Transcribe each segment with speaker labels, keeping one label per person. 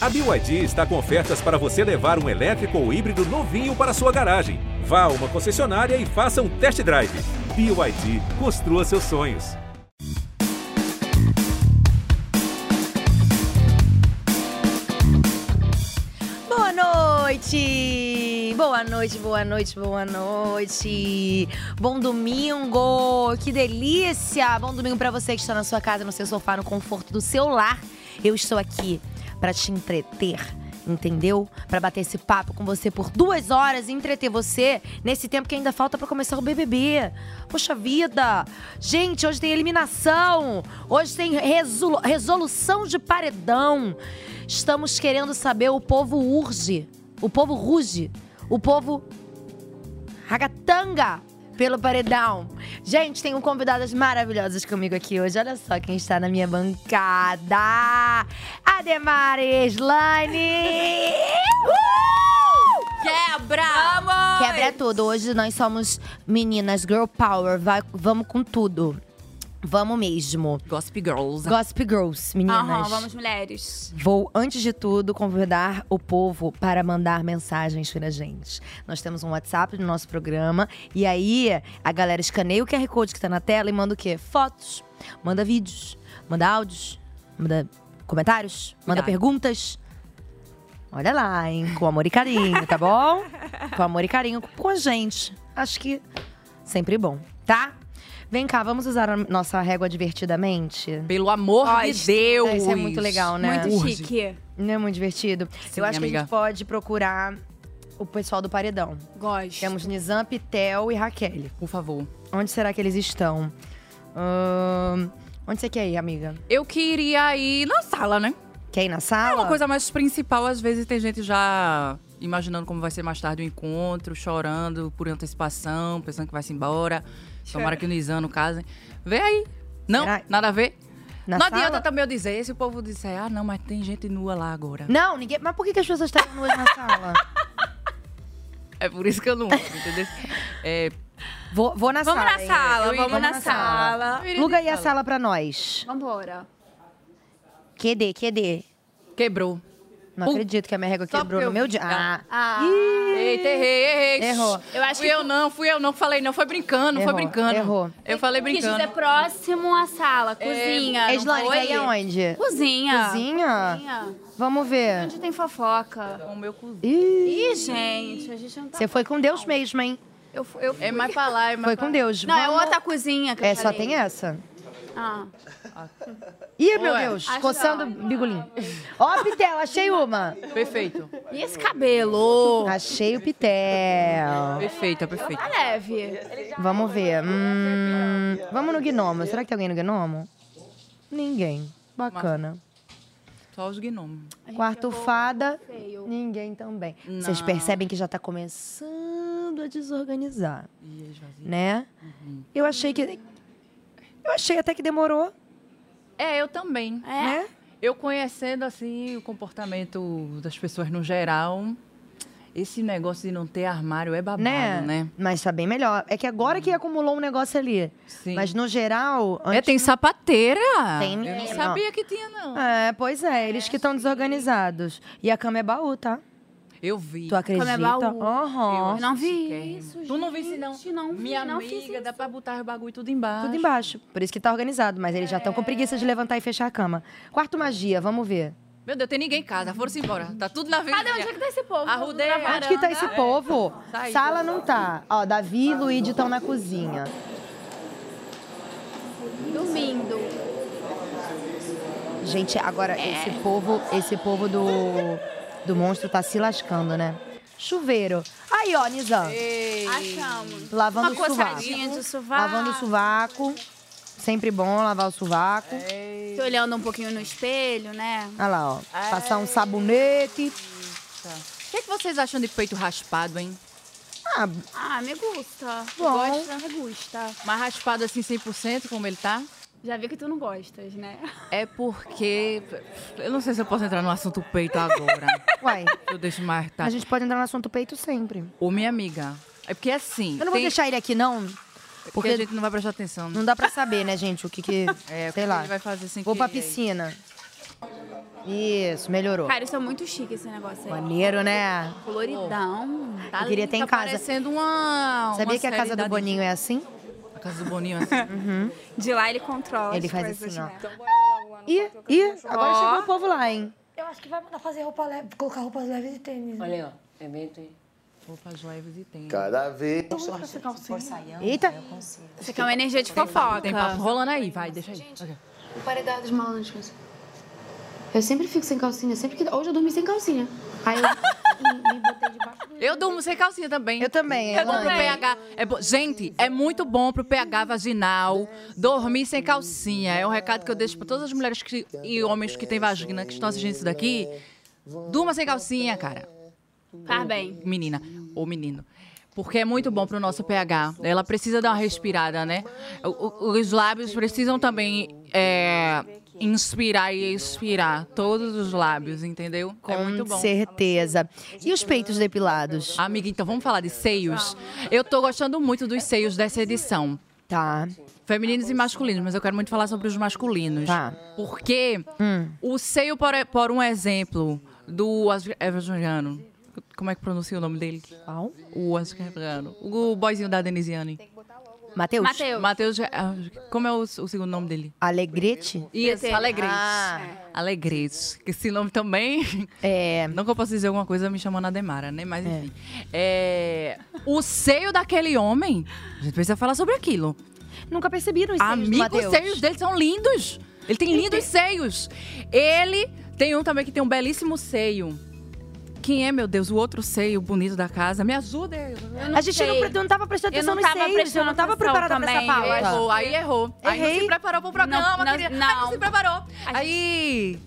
Speaker 1: A BYD está com ofertas para você levar um elétrico ou híbrido novinho para sua garagem. Vá a uma concessionária e faça um test drive. BYD, construa seus sonhos.
Speaker 2: Boa noite! Boa noite, boa noite, boa noite! Bom domingo! Que delícia! Bom domingo pra você que está na sua casa, no seu sofá, no conforto do seu lar. Eu estou aqui pra te entreter, entendeu? Pra bater esse papo com você por duas horas e entreter você nesse tempo que ainda falta pra começar o BBB. Poxa vida! Gente, hoje tem eliminação! Hoje tem resolu- resolução de paredão! Estamos querendo saber o povo urge, o povo ruge, o povo ragatanga pelo paredão. Gente, tenho convidadas maravilhosas comigo aqui hoje. Olha só quem está na minha bancada. Ademar Uh! Slane. Quebra! Vamos! Quebra tudo. Hoje nós somos meninas girl power. Vai- vamos com tudo. Vamos mesmo.
Speaker 3: Gossip Girls.
Speaker 2: Gossip Girls, meninas.
Speaker 4: Aham, vamos mulheres.
Speaker 2: Vou, antes de tudo, convidar o povo para mandar mensagens pra gente. Nós temos um WhatsApp no nosso programa. E aí, a galera escaneia o QR Code que tá na tela e manda o quê? Fotos, manda vídeos, manda áudios, manda comentários, manda
Speaker 3: Cuidado.
Speaker 2: perguntas. Olha lá, hein? Com amor e carinho, tá bom? Com amor e carinho com a gente. Acho que sempre bom, tá? Vem cá, vamos usar a nossa régua divertidamente?
Speaker 3: Pelo amor
Speaker 4: Ai,
Speaker 3: de Deus!
Speaker 2: Isso é muito legal, né?
Speaker 4: Muito
Speaker 3: Urge.
Speaker 4: chique.
Speaker 2: Não é muito divertido?
Speaker 3: Sim,
Speaker 2: Eu acho que a
Speaker 3: amiga.
Speaker 2: gente pode procurar o pessoal do Paredão.
Speaker 4: Gosto.
Speaker 2: Temos Nizam, Pitel e Raquel.
Speaker 3: Por favor.
Speaker 2: Onde será que eles estão? Ahn, onde você quer ir, amiga?
Speaker 3: Eu queria ir na sala, né?
Speaker 2: Quer ir na
Speaker 3: É
Speaker 2: sala?
Speaker 3: uma coisa mais principal. Às vezes tem gente já imaginando como vai ser mais tarde o encontro, chorando por antecipação, pensando que vai se embora. Tomara que o Nizam não casem. Vê aí. Não,
Speaker 2: Será?
Speaker 3: nada a ver.
Speaker 2: Na
Speaker 3: não
Speaker 2: sala?
Speaker 3: adianta também eu dizer. Se o povo disser, ah, não, mas tem gente nua lá agora.
Speaker 2: Não, ninguém. Mas por que, que as pessoas estão nuas na sala?
Speaker 3: É por isso que eu não entro, entendeu? É,
Speaker 2: Vou, vou na
Speaker 4: Vamos
Speaker 2: sala.
Speaker 4: na
Speaker 2: hein?
Speaker 4: sala,
Speaker 2: Eu iria-
Speaker 4: vamos na sala.
Speaker 3: eu iria de
Speaker 2: Luga aí a
Speaker 3: sala.
Speaker 2: sala pra nós.
Speaker 4: Vambora.
Speaker 2: QD, QD.
Speaker 3: Quebrou.
Speaker 2: Não
Speaker 3: Uh,
Speaker 2: acredito que a minha régua
Speaker 3: só
Speaker 2: quebrou
Speaker 3: pra
Speaker 2: no
Speaker 3: eu
Speaker 2: meu dia.
Speaker 3: ficar.
Speaker 2: Ah,
Speaker 4: Ah,
Speaker 3: Eita, errei, errei.
Speaker 2: Errou.
Speaker 4: Eu acho
Speaker 3: fui
Speaker 4: que-
Speaker 3: eu não, fui eu não que falei não. Foi brincando,
Speaker 2: Errou,
Speaker 3: foi brincando.
Speaker 2: errou.
Speaker 3: Eu falei
Speaker 4: quis
Speaker 3: brincando. É,
Speaker 4: dizer um é próximo à sala, cozinha. não
Speaker 2: Eslane,
Speaker 4: foi?
Speaker 2: quer ir É aonde?
Speaker 4: Cozinha.
Speaker 2: Cozinha?
Speaker 4: Cozinha.
Speaker 2: Vamos ver.
Speaker 4: Onde tem fofoca?
Speaker 3: Com o meu cozinho.
Speaker 2: Ih,
Speaker 4: Ih, gente, a gente não tá.
Speaker 2: Você foi com Deus mesmo, hein?
Speaker 4: Eu, fu- eu fui.
Speaker 3: É mais pra lá, é mais
Speaker 2: Foi com
Speaker 3: pra lá.
Speaker 2: Deus.
Speaker 4: Não, é
Speaker 2: Vamos-
Speaker 4: outra cozinha que eu
Speaker 2: É, só
Speaker 4: falei.
Speaker 2: tem essa.
Speaker 4: Ah.
Speaker 2: Ih, meu
Speaker 3: Ah. Ué.
Speaker 2: Deus,
Speaker 4: Acho
Speaker 2: coçando
Speaker 4: não.
Speaker 2: o bigolinho. Ó, Pitel, achei uma.
Speaker 3: Perfeito.
Speaker 4: E esse cabelo?
Speaker 2: Achei o Pitel.
Speaker 3: Perfeito, é perfeito.
Speaker 4: Tá leve.
Speaker 2: Vamos ver. Hum, vamos no Gnomo. Será que tem alguém no Gnomo? Ninguém. Bacana.
Speaker 3: Só os gnomos.
Speaker 2: Quarto fada.
Speaker 4: feio.
Speaker 2: Ninguém também. Vocês percebem que já tá começando a desorganizar,
Speaker 3: Ih, é esvazio.
Speaker 2: né? Eu achei que. Eu achei até que demorou,
Speaker 3: É, eu também.
Speaker 4: É.
Speaker 2: né?
Speaker 3: Eu conhecendo, assim, o comportamento das pessoas no geral, esse negócio de não ter armário é babado,
Speaker 2: né?
Speaker 3: né?
Speaker 2: Mas tá bem melhor. É que agora que acumulou um negócio ali.
Speaker 3: Sim.
Speaker 2: Mas no geral.
Speaker 3: É,
Speaker 2: Antes...
Speaker 3: tem sapateira.
Speaker 2: Tem,
Speaker 3: eu
Speaker 2: menina.
Speaker 3: não sabia que tinha, não.
Speaker 2: É, pois é, eles que estão desorganizados. E a cama é baú, tá?
Speaker 3: Eu vi. é
Speaker 2: Tu acredita?
Speaker 4: baú.
Speaker 2: Aham.
Speaker 4: Eu não vi
Speaker 3: Quer.
Speaker 4: isso,
Speaker 3: Tu não visse, não.
Speaker 4: gente, não vi,
Speaker 3: Minha
Speaker 4: não
Speaker 3: amiga,
Speaker 4: fiz isso.
Speaker 3: dá pra botar os bagulho tudo embaixo.
Speaker 2: Tudo embaixo. Por isso que tá organizado, mas eles já estão com preguiça de levantar e fechar a cama. Quarto magia, vamos ver.
Speaker 3: Meu Deus, tem ninguém em casa. Foram-se embora. Tá tudo na vida. é.
Speaker 4: Cadê onde é que tá esse povo?
Speaker 3: Arrudeia.
Speaker 4: Todo mundo na
Speaker 2: Onde que tá esse
Speaker 4: varanda?
Speaker 2: povo?
Speaker 3: Sai.
Speaker 2: Sala não tá. Ó, Davi e Luíde estão na cozinha.
Speaker 4: Dormindo.
Speaker 2: Gente, agora esse povo, esse povo do do monstro tá se lascando, né? Chuveiro. Ah, Aí, ó, Nizam.
Speaker 4: Achamos.
Speaker 2: Lavando
Speaker 4: Uma
Speaker 2: o sovaco.
Speaker 4: coçadinha de sovaco.
Speaker 2: Lavando o sovaco. Sempre bom lavar o sovaco.
Speaker 4: Tô olhando um pouquinho no espelho, né?
Speaker 2: Olha lá, ó.
Speaker 3: É.
Speaker 2: Passar um sabonete.
Speaker 5: Tá.
Speaker 3: O que, é que vocês acham de peito raspado, hein?
Speaker 2: Ah,
Speaker 4: Ah, me gusta. Tu
Speaker 2: Bom.
Speaker 4: Gosta, me gusta.
Speaker 3: Mas raspado assim 100% como ele tá?
Speaker 4: Já vi que tu não gostas, né?
Speaker 3: É porque... Eu não sei se eu posso entrar no assunto peito agora.
Speaker 2: uai.
Speaker 3: eu deixo mais
Speaker 2: A
Speaker 3: tarde.
Speaker 2: gente pode entrar no assunto peito sempre.
Speaker 3: Ô, minha amiga. É porque assim...
Speaker 2: Eu não vou
Speaker 3: tem- É
Speaker 2: deixar ele aqui, não.
Speaker 3: Porque
Speaker 2: Porque
Speaker 3: a gente não vai prestar atenção. né?
Speaker 2: não dá pra saber, né, gente, o que que...
Speaker 3: É, o que
Speaker 2: sei lá.
Speaker 3: ele vai fazer sem
Speaker 2: Vou pra
Speaker 3: querer aí.
Speaker 2: piscina. Isso, melhorou.
Speaker 4: Cara, isso é muito chique esse negócio aí.
Speaker 2: Maneiro, né?
Speaker 4: Coloridão. Tá
Speaker 2: Eu queria
Speaker 4: lindo.
Speaker 2: ter em
Speaker 3: tá
Speaker 2: casa.
Speaker 3: parecendo uma.
Speaker 2: Sabia
Speaker 3: uma
Speaker 2: que a casa
Speaker 3: série
Speaker 2: do
Speaker 3: da
Speaker 2: Boninho é assim?
Speaker 3: Disney. A casa do Boninho, assim.
Speaker 2: Uhum.
Speaker 4: De lá ele controla.
Speaker 2: Ele
Speaker 4: as
Speaker 2: faz
Speaker 4: coisas,
Speaker 2: assim, ó.
Speaker 4: né?
Speaker 2: Ih, ih, agora
Speaker 4: Ó.
Speaker 2: chegou o povo lá, hein?
Speaker 6: Eu acho que vai mandar fazer roupa leve, colocar roupas leves e tênis.
Speaker 7: Olha aí, ó. É bem tem.
Speaker 3: Roupas leves e tem.
Speaker 8: Cada vez.
Speaker 2: Eita,
Speaker 4: Isso aqui é uma energia de fofoca.
Speaker 3: Tem papo rolando aí, vai, deixa aí.
Speaker 9: O paredão dos malandros. Eu sempre fico sem calcinha, sempre que. Hoje eu dormi sem calcinha. Aí eu me- me botei debaixo do.
Speaker 3: Eu durmo sem calcinha também.
Speaker 2: eu também.
Speaker 3: É bom pro
Speaker 2: Elane.
Speaker 3: pH. É bo- Gente, é muito bom pro pH vaginal dormir sem calcinha. É um recado que eu deixo pra todas as mulheres que- e homens que têm vagina que estão assistindo isso daqui. Durma sem calcinha, cara.
Speaker 4: Faz bem.
Speaker 3: Menina ou menino. Porque é muito bom pro nosso pH. Ela precisa dar uma respirada, né? O- o- os lábios precisam também é, inspirar e expirar. Todos os lábios, entendeu? é muito
Speaker 2: Com
Speaker 3: bom.
Speaker 2: certeza. E os peitos depilados?
Speaker 3: Amiga, então vamos falar de seios? Eu tô gostando muito dos seios dessa edição.
Speaker 2: Tá.
Speaker 3: Femininos e masculinos, mas eu quero muito falar sobre os masculinos.
Speaker 2: Tá. Hum.
Speaker 3: Porque o seio, por, por um exemplo, do Oscar Everjano. Como é que pronuncia o nome dele?
Speaker 2: Qual?
Speaker 3: O Oscar Everjano. O boizinho da Denisiane.
Speaker 2: Matheus?
Speaker 4: Mateus.
Speaker 3: Matheus. Como é o, o segundo nome dele?
Speaker 2: Alegrete?
Speaker 3: Isso, Alegretes.
Speaker 2: Ah.
Speaker 3: Alegretes. Esse nome também
Speaker 2: É.
Speaker 3: Não que eu possa dizer alguma coisa me chamando a Demara, né? Mas enfim. É, o seio daquele homem. A gente precisa falar sobre aquilo.
Speaker 2: Nunca percebiram os seios do
Speaker 3: Amigo, os
Speaker 2: Matheus?
Speaker 3: seios dele são lindos. Ele tem lindos seios. Ele tem um também que tem um belíssimo seio. Quem é, meu Deus, o outro seio bonito da casa? Me ajuda.
Speaker 4: Eu não
Speaker 2: A gente não,
Speaker 4: sei.
Speaker 2: pre- não tava prestando
Speaker 4: Eu
Speaker 2: atenção
Speaker 4: não
Speaker 2: nos
Speaker 4: tava
Speaker 2: seios, eu não
Speaker 4: prestando
Speaker 2: tava
Speaker 4: atenção
Speaker 2: preparada pra
Speaker 4: também,
Speaker 2: essa
Speaker 4: eu
Speaker 2: pauta.
Speaker 4: acho.
Speaker 3: Errou, aí errou. Aí não
Speaker 2: Errei.
Speaker 3: se preparou pro programa,
Speaker 4: Não, não,
Speaker 3: querida. Aí não
Speaker 4: não.
Speaker 3: se preparou.
Speaker 4: gente-
Speaker 3: Aí...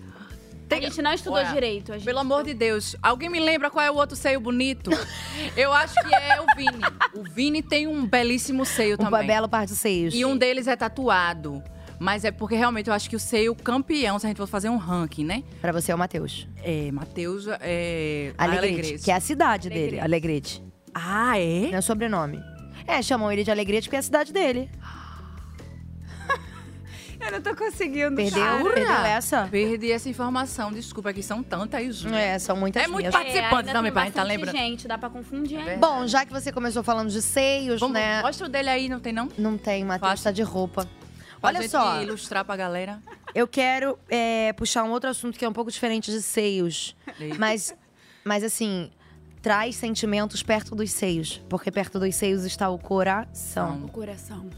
Speaker 4: A gente não estudou
Speaker 3: Ué.
Speaker 4: direito. A gente...
Speaker 3: Pelo amor de Deus, alguém me lembra qual é o outro seio bonito? Eu acho que é o Vini. O Vini tem um belíssimo seio
Speaker 2: Um
Speaker 3: também.
Speaker 2: belo par de seios.
Speaker 3: E um deles é tatuado. Mas é porque realmente eu acho que o seio campeão, se a gente for fazer um ranking, né?
Speaker 2: Pra você é o Matheus.
Speaker 3: É, Matheus é.
Speaker 2: Alegrete,
Speaker 3: Alegrete.
Speaker 2: que é a cidade dele,
Speaker 3: Alegrete.
Speaker 2: Alegrete.
Speaker 3: Ah, é?
Speaker 2: Não é o sobrenome. É, chamam ele de Alegrete porque é a cidade dele.
Speaker 4: Eu não tô conseguindo.
Speaker 2: Perdeu?
Speaker 4: cara.
Speaker 2: Perdeu essa?
Speaker 3: Perdi essa informação, desculpa, que são tantas.
Speaker 2: É, são muitas
Speaker 3: É muito
Speaker 2: mesmo.
Speaker 3: pa- Participantes
Speaker 4: ainda tem
Speaker 3: também, pra gente tá
Speaker 4: bastante
Speaker 3: lembrando.
Speaker 4: Gente, dá pra confundir, hein?
Speaker 2: Bom, já que você começou falando de seios,
Speaker 3: Vamos,
Speaker 2: né?
Speaker 3: Mostra o dele aí, não tem não? Pra
Speaker 2: Não tem, Matheus
Speaker 3: Faça.
Speaker 2: tá de roupa.
Speaker 3: gente
Speaker 2: Olha só,
Speaker 3: ilustrar pra galera.
Speaker 2: eu quero é, puxar um outro assunto que é um pouco diferente de seios.
Speaker 3: Eita.
Speaker 2: Mas, mas assim, traz sentimentos perto dos seios. Porque perto dos seios está o coração.
Speaker 4: O
Speaker 3: Então.
Speaker 4: coração.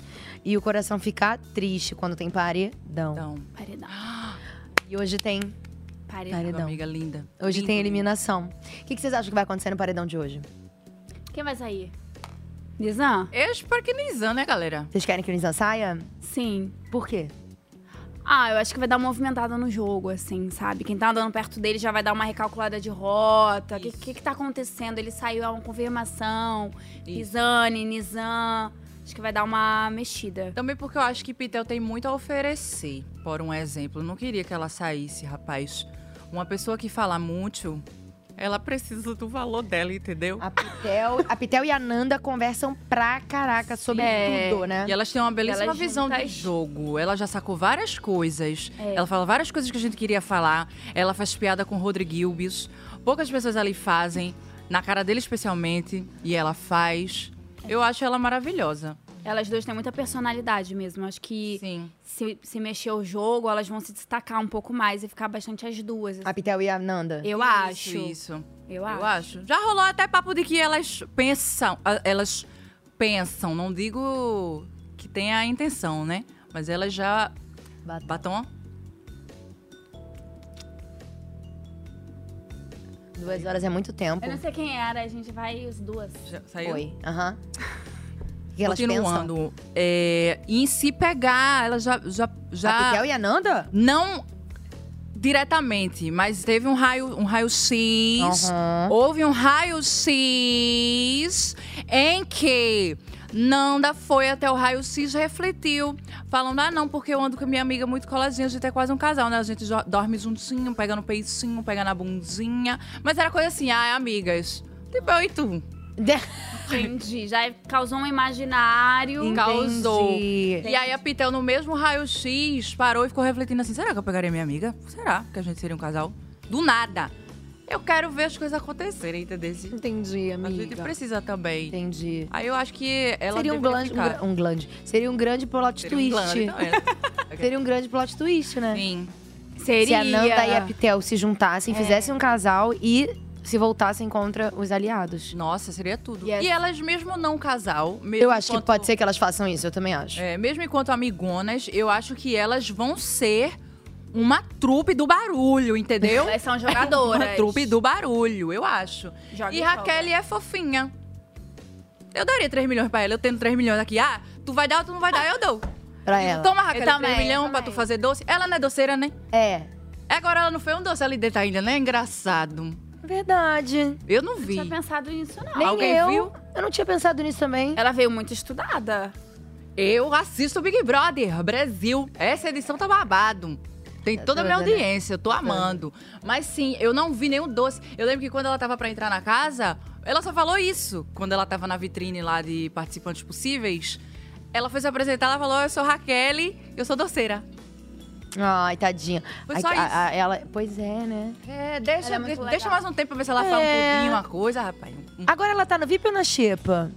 Speaker 2: E o coração fica triste quando tem paredão.
Speaker 3: Então,
Speaker 4: Paredão.
Speaker 2: E hoje tem,
Speaker 4: Paredão.
Speaker 2: Paredão.
Speaker 3: amiga linda.
Speaker 2: hoje
Speaker 3: Lindo,
Speaker 2: tem
Speaker 3: lindo.
Speaker 2: eliminação. O que, que vocês acham que vai acontecer no paredão de hoje?
Speaker 4: Quem vai sair? Nizam?
Speaker 3: Eu espero que Nizam, né, galera?
Speaker 2: Vocês querem que o Nizam saia?
Speaker 4: Sim.
Speaker 2: Por quê?
Speaker 4: Ah, eu acho que vai dar uma movimentada no jogo, assim, sabe? Quem tá andando perto dele já vai dar uma recalculada de rota. O que, que que tá acontecendo? Ele saiu, é uma confirmação. Pisani, Nizam. Acho que vai dar uma mexida.
Speaker 3: Também porque Então, eu acho que Pitel tem muito a oferecer. Por um exemplo, eu não queria que ela saísse, rapaz. Uma pessoa que fala muito, ela precisa do valor dela, entendeu?
Speaker 2: A Pitel, a Pitel e a Nanda conversam pra caraca sobre
Speaker 4: É.
Speaker 2: tudo, né?
Speaker 3: E elas têm uma belíssima
Speaker 4: Elas
Speaker 3: visão do
Speaker 4: juntas.
Speaker 3: jogo. Ela já sacou várias coisas. Ela fala várias coisas que a gente queria falar. Ela faz piada com o Rodrigues. Poucas pessoas ali fazem. Na cara dele, especialmente. E ela faz. Eu acho ela maravilhosa.
Speaker 4: Elas duas têm muita personalidade mesmo. Acho que
Speaker 3: Sim.
Speaker 4: se, se mexer o jogo, elas vão se destacar um pouco mais e ficar bastante as duas. assim.
Speaker 2: A Pitel e a Nanda.
Speaker 4: Eu
Speaker 3: Isso,
Speaker 4: acho.
Speaker 3: Isso.
Speaker 4: Eu
Speaker 3: Eu
Speaker 4: acho.
Speaker 3: acho. Já rolou até papo de que elas pensam. ah, Elas pensam, não digo que tem a intenção, né? Mas elas já.
Speaker 2: Batom.
Speaker 3: Batom?
Speaker 2: Duas horas é muito tempo.
Speaker 4: Eu não sei quem era, a gente vai os duas.
Speaker 3: Já saiu?
Speaker 2: Oi. Aham. O que elas pensam?
Speaker 3: Continuando. É, em se pegar, elas já. já,
Speaker 2: A
Speaker 3: já
Speaker 2: Pitel e a Nanda?
Speaker 3: Não diretamente, mas teve um raio, um raio X.
Speaker 2: Aham.
Speaker 3: Houve um raio X em que Nanda foi até o raio X refletiu, falando: "Ah, não, porque eu ando com minha amiga muito coladinha, a gente é quase um casal, né? A gente jo- dorme juntinho, é pega no peitinho, pega na bundinha". Mas era coisa assim: "Ah, amigas". Tipo, eu e tu.
Speaker 4: Entendi. Já causou um imaginário.
Speaker 3: Entendi. Causou.
Speaker 2: Entendi.
Speaker 3: E aí a Pitel, no mesmo raio-x, parou e ficou refletindo assim: será que eu pegaria minha amiga? Será que a gente seria um casal? Do nada. Eu quero ver as coisas acontecerem, entendeu?
Speaker 2: Entendi,
Speaker 3: A gente
Speaker 2: amiga.
Speaker 3: precisa também.
Speaker 2: Entendi.
Speaker 3: Aí eu acho que ela
Speaker 2: Seria um
Speaker 3: deveria
Speaker 2: grande, um,
Speaker 3: ficar.
Speaker 2: gra- um grande. Seria um grande plot
Speaker 3: Seria um
Speaker 2: twist.
Speaker 3: grande, tá vendo?
Speaker 2: Seria um grande plot twist, né?
Speaker 3: Sim.
Speaker 4: Seria.
Speaker 2: Se a Nanda e a Pitel se
Speaker 3: É.
Speaker 2: juntassem, fizessem um casal e se voltassem contra os aliados.
Speaker 3: Nossa, seria tudo.
Speaker 4: Yes.
Speaker 3: E elas, mesmo não casal, mesmo
Speaker 2: Eu acho que
Speaker 3: enquanto-
Speaker 2: pode ser que elas façam isso, eu também acho.
Speaker 3: É, mesmo enquanto amigonas, eu acho que elas vão ser uma trupe do barulho, entendeu?
Speaker 4: Elas são
Speaker 3: uma
Speaker 4: jogadoras.
Speaker 3: trupe do barulho, eu acho.
Speaker 4: Joga
Speaker 3: e
Speaker 4: e
Speaker 3: Raquel é fofinha. Eu daria 3 milhões pra ela, eu tendo 3 milhões aqui. Ah, tu vai dar ou tu não vai dar? Eu dou.
Speaker 2: Pra ela.
Speaker 3: Toma, Raquel, um
Speaker 4: Eu
Speaker 3: 3
Speaker 4: também, eu
Speaker 3: milhões pra tu
Speaker 4: também.
Speaker 3: fazer doce. Ela não é doceira, né?
Speaker 2: É.
Speaker 3: Agora ela não foi um doce ali dentro ainda, né? Engraçado.
Speaker 2: Verdade.
Speaker 3: Eu não
Speaker 4: Não
Speaker 3: vi.
Speaker 4: tinha pensado nisso, não.
Speaker 2: Nem
Speaker 3: Alguém
Speaker 2: eu.
Speaker 3: viu?
Speaker 2: Eu não tinha pensado nisso também.
Speaker 4: Ela veio muito estudada.
Speaker 3: Eu assisto Big Brother Brasil. Essa edição tá babado. Tem
Speaker 2: Tá
Speaker 3: toda a minha
Speaker 2: toda, né?
Speaker 3: audiência, eu tô amando. Mas sim, eu não vi nenhum doce. Eu lembro que quando ela tava pra entrar na casa, ela só falou isso. Quando ela tava na vitrine lá de participantes possíveis, ela foi se apresentar, ela falou: Eu sou Raquel, eu sou doceira.
Speaker 2: Ai, tadinha.
Speaker 3: Foi
Speaker 2: Ai,
Speaker 3: só
Speaker 2: a-
Speaker 3: isso.
Speaker 2: a- ela... Pois é, né?
Speaker 3: É, deixa,
Speaker 4: Ela é muito legal.
Speaker 3: deixa mais um tempo pra ver se ela fala
Speaker 2: É.
Speaker 3: um pouquinho uma coisa, rapaz. Um
Speaker 2: Agora ela tá no VIP ou na Xepa?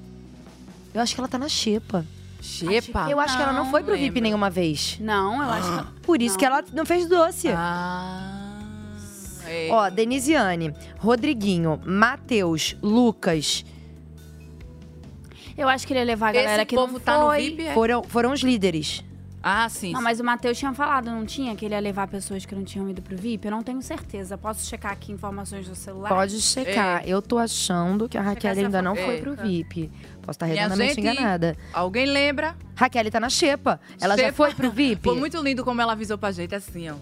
Speaker 2: Eu acho que ela tá na Xepa.
Speaker 3: xepa.
Speaker 2: Eu acho que ela não
Speaker 4: não
Speaker 2: foi pro VIP
Speaker 3: lembro.
Speaker 2: nenhuma vez.
Speaker 4: Não, eu acho que.
Speaker 2: Por isso que ela não fez doce.
Speaker 3: Ah. é.
Speaker 2: Ó, Denisiane, Rodriguinho, Matheus, Lucas,
Speaker 4: Eu acho que ele ia levar a galera
Speaker 3: Esse
Speaker 4: que
Speaker 3: povo
Speaker 4: não
Speaker 3: tá no
Speaker 4: foi.
Speaker 3: VIP? é?
Speaker 2: foram, foram os líderes.
Speaker 3: Ah, sim.
Speaker 4: Não, mas o Matheus tinha falado, não tinha? Que ele ia levar pessoas que não tinham ido pro VIP? Eu não tenho certeza. Posso checar aqui informações do celular? É.
Speaker 2: Pode checar.
Speaker 3: É.
Speaker 2: Eu tô achando que a Raquel
Speaker 4: essa
Speaker 2: ainda não
Speaker 3: fofoca.
Speaker 2: foi pro VIP. Posso estar
Speaker 3: Minha
Speaker 2: redondamente
Speaker 3: gente-
Speaker 2: enganada.
Speaker 3: Alguém lembra?
Speaker 2: Raquel tá na xepa. Ela já
Speaker 3: Xepa.
Speaker 2: foi pro VIP?
Speaker 3: Foi muito lindo como ela avisou pra gente, assim, ó.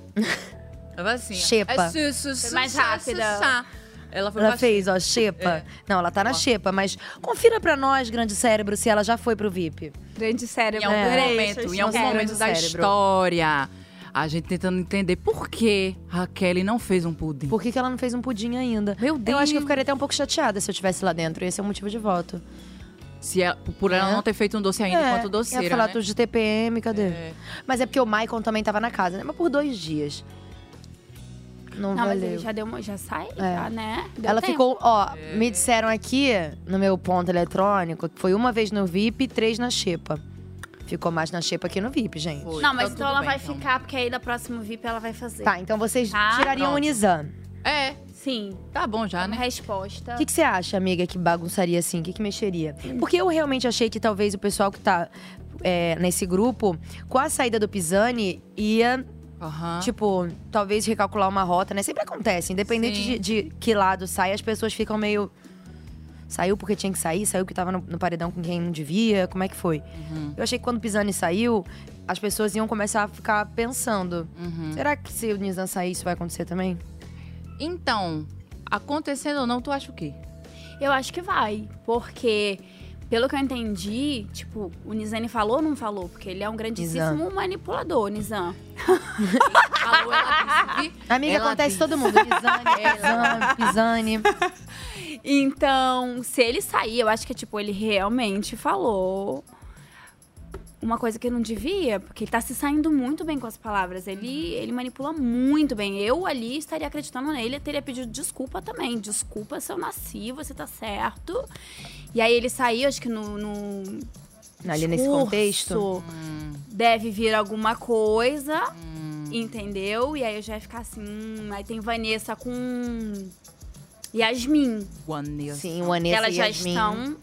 Speaker 3: Tava assim, ó.
Speaker 2: Xepa.
Speaker 3: É su, su, su,
Speaker 4: Foi mais
Speaker 3: chá,
Speaker 4: rápida.
Speaker 3: su, chá. Ela foi
Speaker 2: Ela
Speaker 3: pra
Speaker 2: fez, ó, xepa. Não, ela tá na xepa, mas confira pra nós, grande cérebro, se ela já foi pro VIP.
Speaker 4: Grande
Speaker 3: Em
Speaker 4: cérebro.
Speaker 3: algum
Speaker 2: É.
Speaker 3: momento, em algum
Speaker 2: Cérebro,
Speaker 3: momento da
Speaker 2: cérebro.
Speaker 3: história. A gente tentando entender por que Raquel não fez um pudim.
Speaker 2: Por que, que ela não fez um pudim ainda?
Speaker 3: Meu
Speaker 2: Eu acho que eu
Speaker 3: Deus.
Speaker 2: ficaria até um pouco chateada se eu estivesse lá dentro. Esse é o motivo de voto.
Speaker 3: Se ela- por ela
Speaker 2: É.
Speaker 3: não ter feito um doce ainda,
Speaker 2: É,
Speaker 3: enquanto doceira,
Speaker 2: Ia falar
Speaker 3: né?
Speaker 2: tudo de TPM, cadê?
Speaker 3: É.
Speaker 2: Mas é porque o Maicon também tava na casa, né? Mas por dois dias. Não,
Speaker 4: Não, mas ele
Speaker 2: valeu.
Speaker 4: já deu uma. Já sai,
Speaker 3: É.
Speaker 4: tá, né? Deu
Speaker 2: É. Ela
Speaker 4: tempo.
Speaker 2: ficou, ó, me disseram aqui no meu ponto eletrônico que foi uma vez no VIP e três na xepa. Ficou mais na xepa que no VIP, gente.
Speaker 3: Foi.
Speaker 4: Não, mas
Speaker 3: Tá
Speaker 4: então
Speaker 3: tudo
Speaker 4: ela
Speaker 3: bem,
Speaker 4: vai
Speaker 3: então.
Speaker 4: ficar, porque aí da próxima VIP ela vai fazer.
Speaker 2: Tá, então vocês
Speaker 4: Tá,
Speaker 2: tirariam o
Speaker 3: pronto.
Speaker 2: Nizam.
Speaker 3: É,
Speaker 4: Sim.
Speaker 3: tá bom já,
Speaker 4: Uma
Speaker 3: né?
Speaker 4: resposta.
Speaker 2: O que, que você acha, amiga, que bagunçaria assim? O que, que mexeria? Porque eu realmente achei que talvez o pessoal que tá é, nesse grupo, com a saída do Pisani, ia
Speaker 3: Aham.
Speaker 2: Tipo, talvez recalcular uma rota, né? Sempre acontece, independente de,
Speaker 3: Sim.
Speaker 2: de que lado sai, as pessoas ficam meio. Saiu porque tinha que sair, saiu que tava no, no paredão com quem não devia, como é que foi?
Speaker 3: Uhum.
Speaker 2: Eu achei que quando o Pisani saiu, as pessoas iam começar a ficar pensando:
Speaker 3: Uhum.
Speaker 2: será que se o Nizam sair, isso vai acontecer também?
Speaker 3: Então, acontecendo ou não, tu acha o quê?
Speaker 4: Eu acho que vai, porque pelo que eu entendi, tipo, o Nizane falou ou não falou? Porque ele é um grandíssimo manipulador, Nizam.
Speaker 3: Falou, ela disse, vi?
Speaker 2: Amiga,
Speaker 3: Ela
Speaker 2: acontece
Speaker 3: disse.
Speaker 2: todo mundo: Pisani, Pisani, Pisani.
Speaker 4: Então, se ele sair, eu acho que, tipo, ele realmente falou uma coisa que não devia, porque ele tá se saindo muito bem com as palavras. Ele, ele manipula muito bem. Eu ali estaria acreditando nele, teria pedido desculpa também. Desculpa se eu nasci, você tá certo. E aí ele saiu, acho que no- no,
Speaker 2: Ali nesse
Speaker 4: discurso
Speaker 2: contexto.
Speaker 3: Hum.
Speaker 4: Deve vir alguma coisa, entendeu? E aí eu já ia ficar assim. hum, aí tem Vanessa com Yasmin.
Speaker 3: Vanessa.
Speaker 2: Sim, o Anessa
Speaker 4: Elas
Speaker 2: e
Speaker 4: já
Speaker 2: Yasmin.
Speaker 4: estão.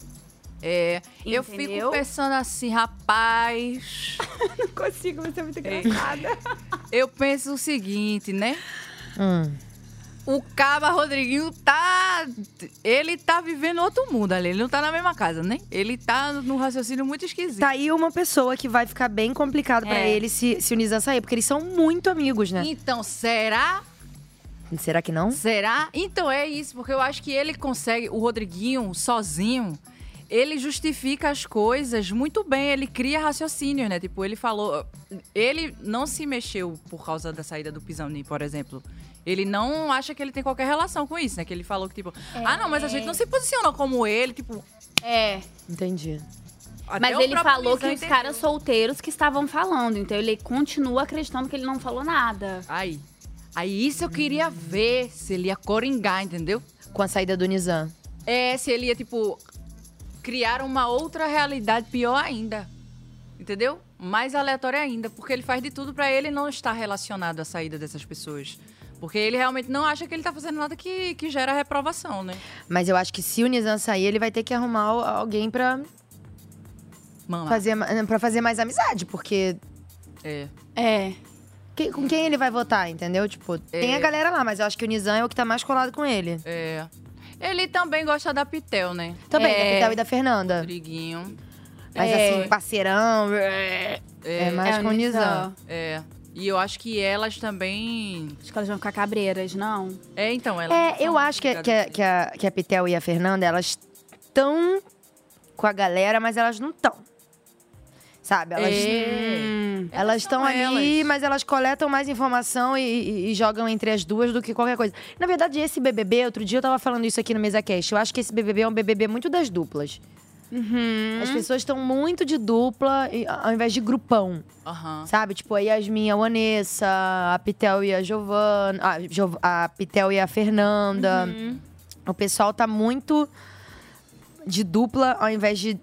Speaker 3: É, eu fico
Speaker 4: Entendeu?
Speaker 3: pensando assim, rapaz.
Speaker 4: Não consigo, você é muito engraçada.
Speaker 3: Eu penso o seguinte, né?
Speaker 2: Hum.
Speaker 3: O Caba Rodriguinho tá. Ele tá vivendo outro mundo ali. Ele não tá na mesma casa, né? Ele tá num raciocínio muito esquisito.
Speaker 2: Tá aí uma pessoa que vai ficar bem complicado pra
Speaker 4: É.
Speaker 2: ele se, se o Nizam sair, porque eles são muito amigos, né?
Speaker 3: Então, será?
Speaker 2: Será que não?
Speaker 3: Será? Então é isso, porque eu acho que ele consegue, o Rodriguinho, sozinho, ele justifica as coisas muito bem, ele cria raciocínios, né? Tipo, ele falou. Ele não se mexeu por causa da saída do Pisani, por exemplo. Ele não acha que ele tem qualquer relação com isso, né? Que ele falou que, tipo, ah, não, mas a gente não se posicionou como ele, tipo.
Speaker 4: É,
Speaker 2: Entendi.
Speaker 3: até
Speaker 4: mas
Speaker 3: o
Speaker 4: ele
Speaker 3: próprio
Speaker 4: falou que
Speaker 3: Nizam
Speaker 4: os
Speaker 3: entendeu.
Speaker 4: caras solteiros que estavam falando. Então ele continua acreditando que ele não falou nada.
Speaker 3: Aí. Aí isso eu queria ver se ele ia coringar, entendeu?
Speaker 2: Com a saída do Nizam.
Speaker 3: É, se ele ia, tipo, criar uma outra realidade pior ainda. Entendeu? Mais aleatória ainda. Porque ele faz de tudo pra ele não estar relacionado à saída dessas pessoas. Porque ele realmente não acha que ele tá fazendo nada que, que gera reprovação, né?
Speaker 2: Mas eu acho que se o Nizam sair, ele vai ter que arrumar al- alguém pra
Speaker 3: Mama.
Speaker 2: fazer, pra fazer mais amizade, porque
Speaker 3: É.
Speaker 4: É.
Speaker 2: que- com quem ele vai votar, entendeu? Tipo, tem a galera lá, mas eu acho que o Nizam é o que tá mais colado com ele.
Speaker 3: É. Ele também gosta da Pitel, né?
Speaker 2: Também, da
Speaker 3: é.
Speaker 2: Pitel e da Fernanda.
Speaker 3: Rodriguinho.
Speaker 2: Mas
Speaker 4: É.
Speaker 2: assim, parceirão. É, mais
Speaker 4: é
Speaker 2: com o Nizam.
Speaker 3: É. E eu acho que elas também.
Speaker 4: Acho que elas vão ficar cabreiras, não?
Speaker 3: É, então, elas.
Speaker 2: É, eu
Speaker 3: são
Speaker 2: acho que, que, a-
Speaker 3: complicadas.
Speaker 2: que a, que a Pitel e a Fernanda, elas estão com a galera, mas elas não estão. Sabe? Elas.
Speaker 3: É.
Speaker 2: Elas estão
Speaker 3: são
Speaker 2: ali,
Speaker 3: elas.
Speaker 2: mas elas coletam mais informação e, e- e jogam entre as duas do que qualquer coisa. Na verdade, esse BBB, outro dia eu tava falando isso aqui no Mesa Cast, eu acho que esse BBB é um BBB muito das duplas. As pessoas estão muito de dupla e- ao invés de grupão,
Speaker 3: Aham.
Speaker 2: sabe? Tipo, a Yasmin, e a Vanessa, a Pitel e a Giovana, a, Giov- a Pitel e a Fernanda.
Speaker 3: Uhum.
Speaker 2: O pessoal tá muito de dupla ao invés de,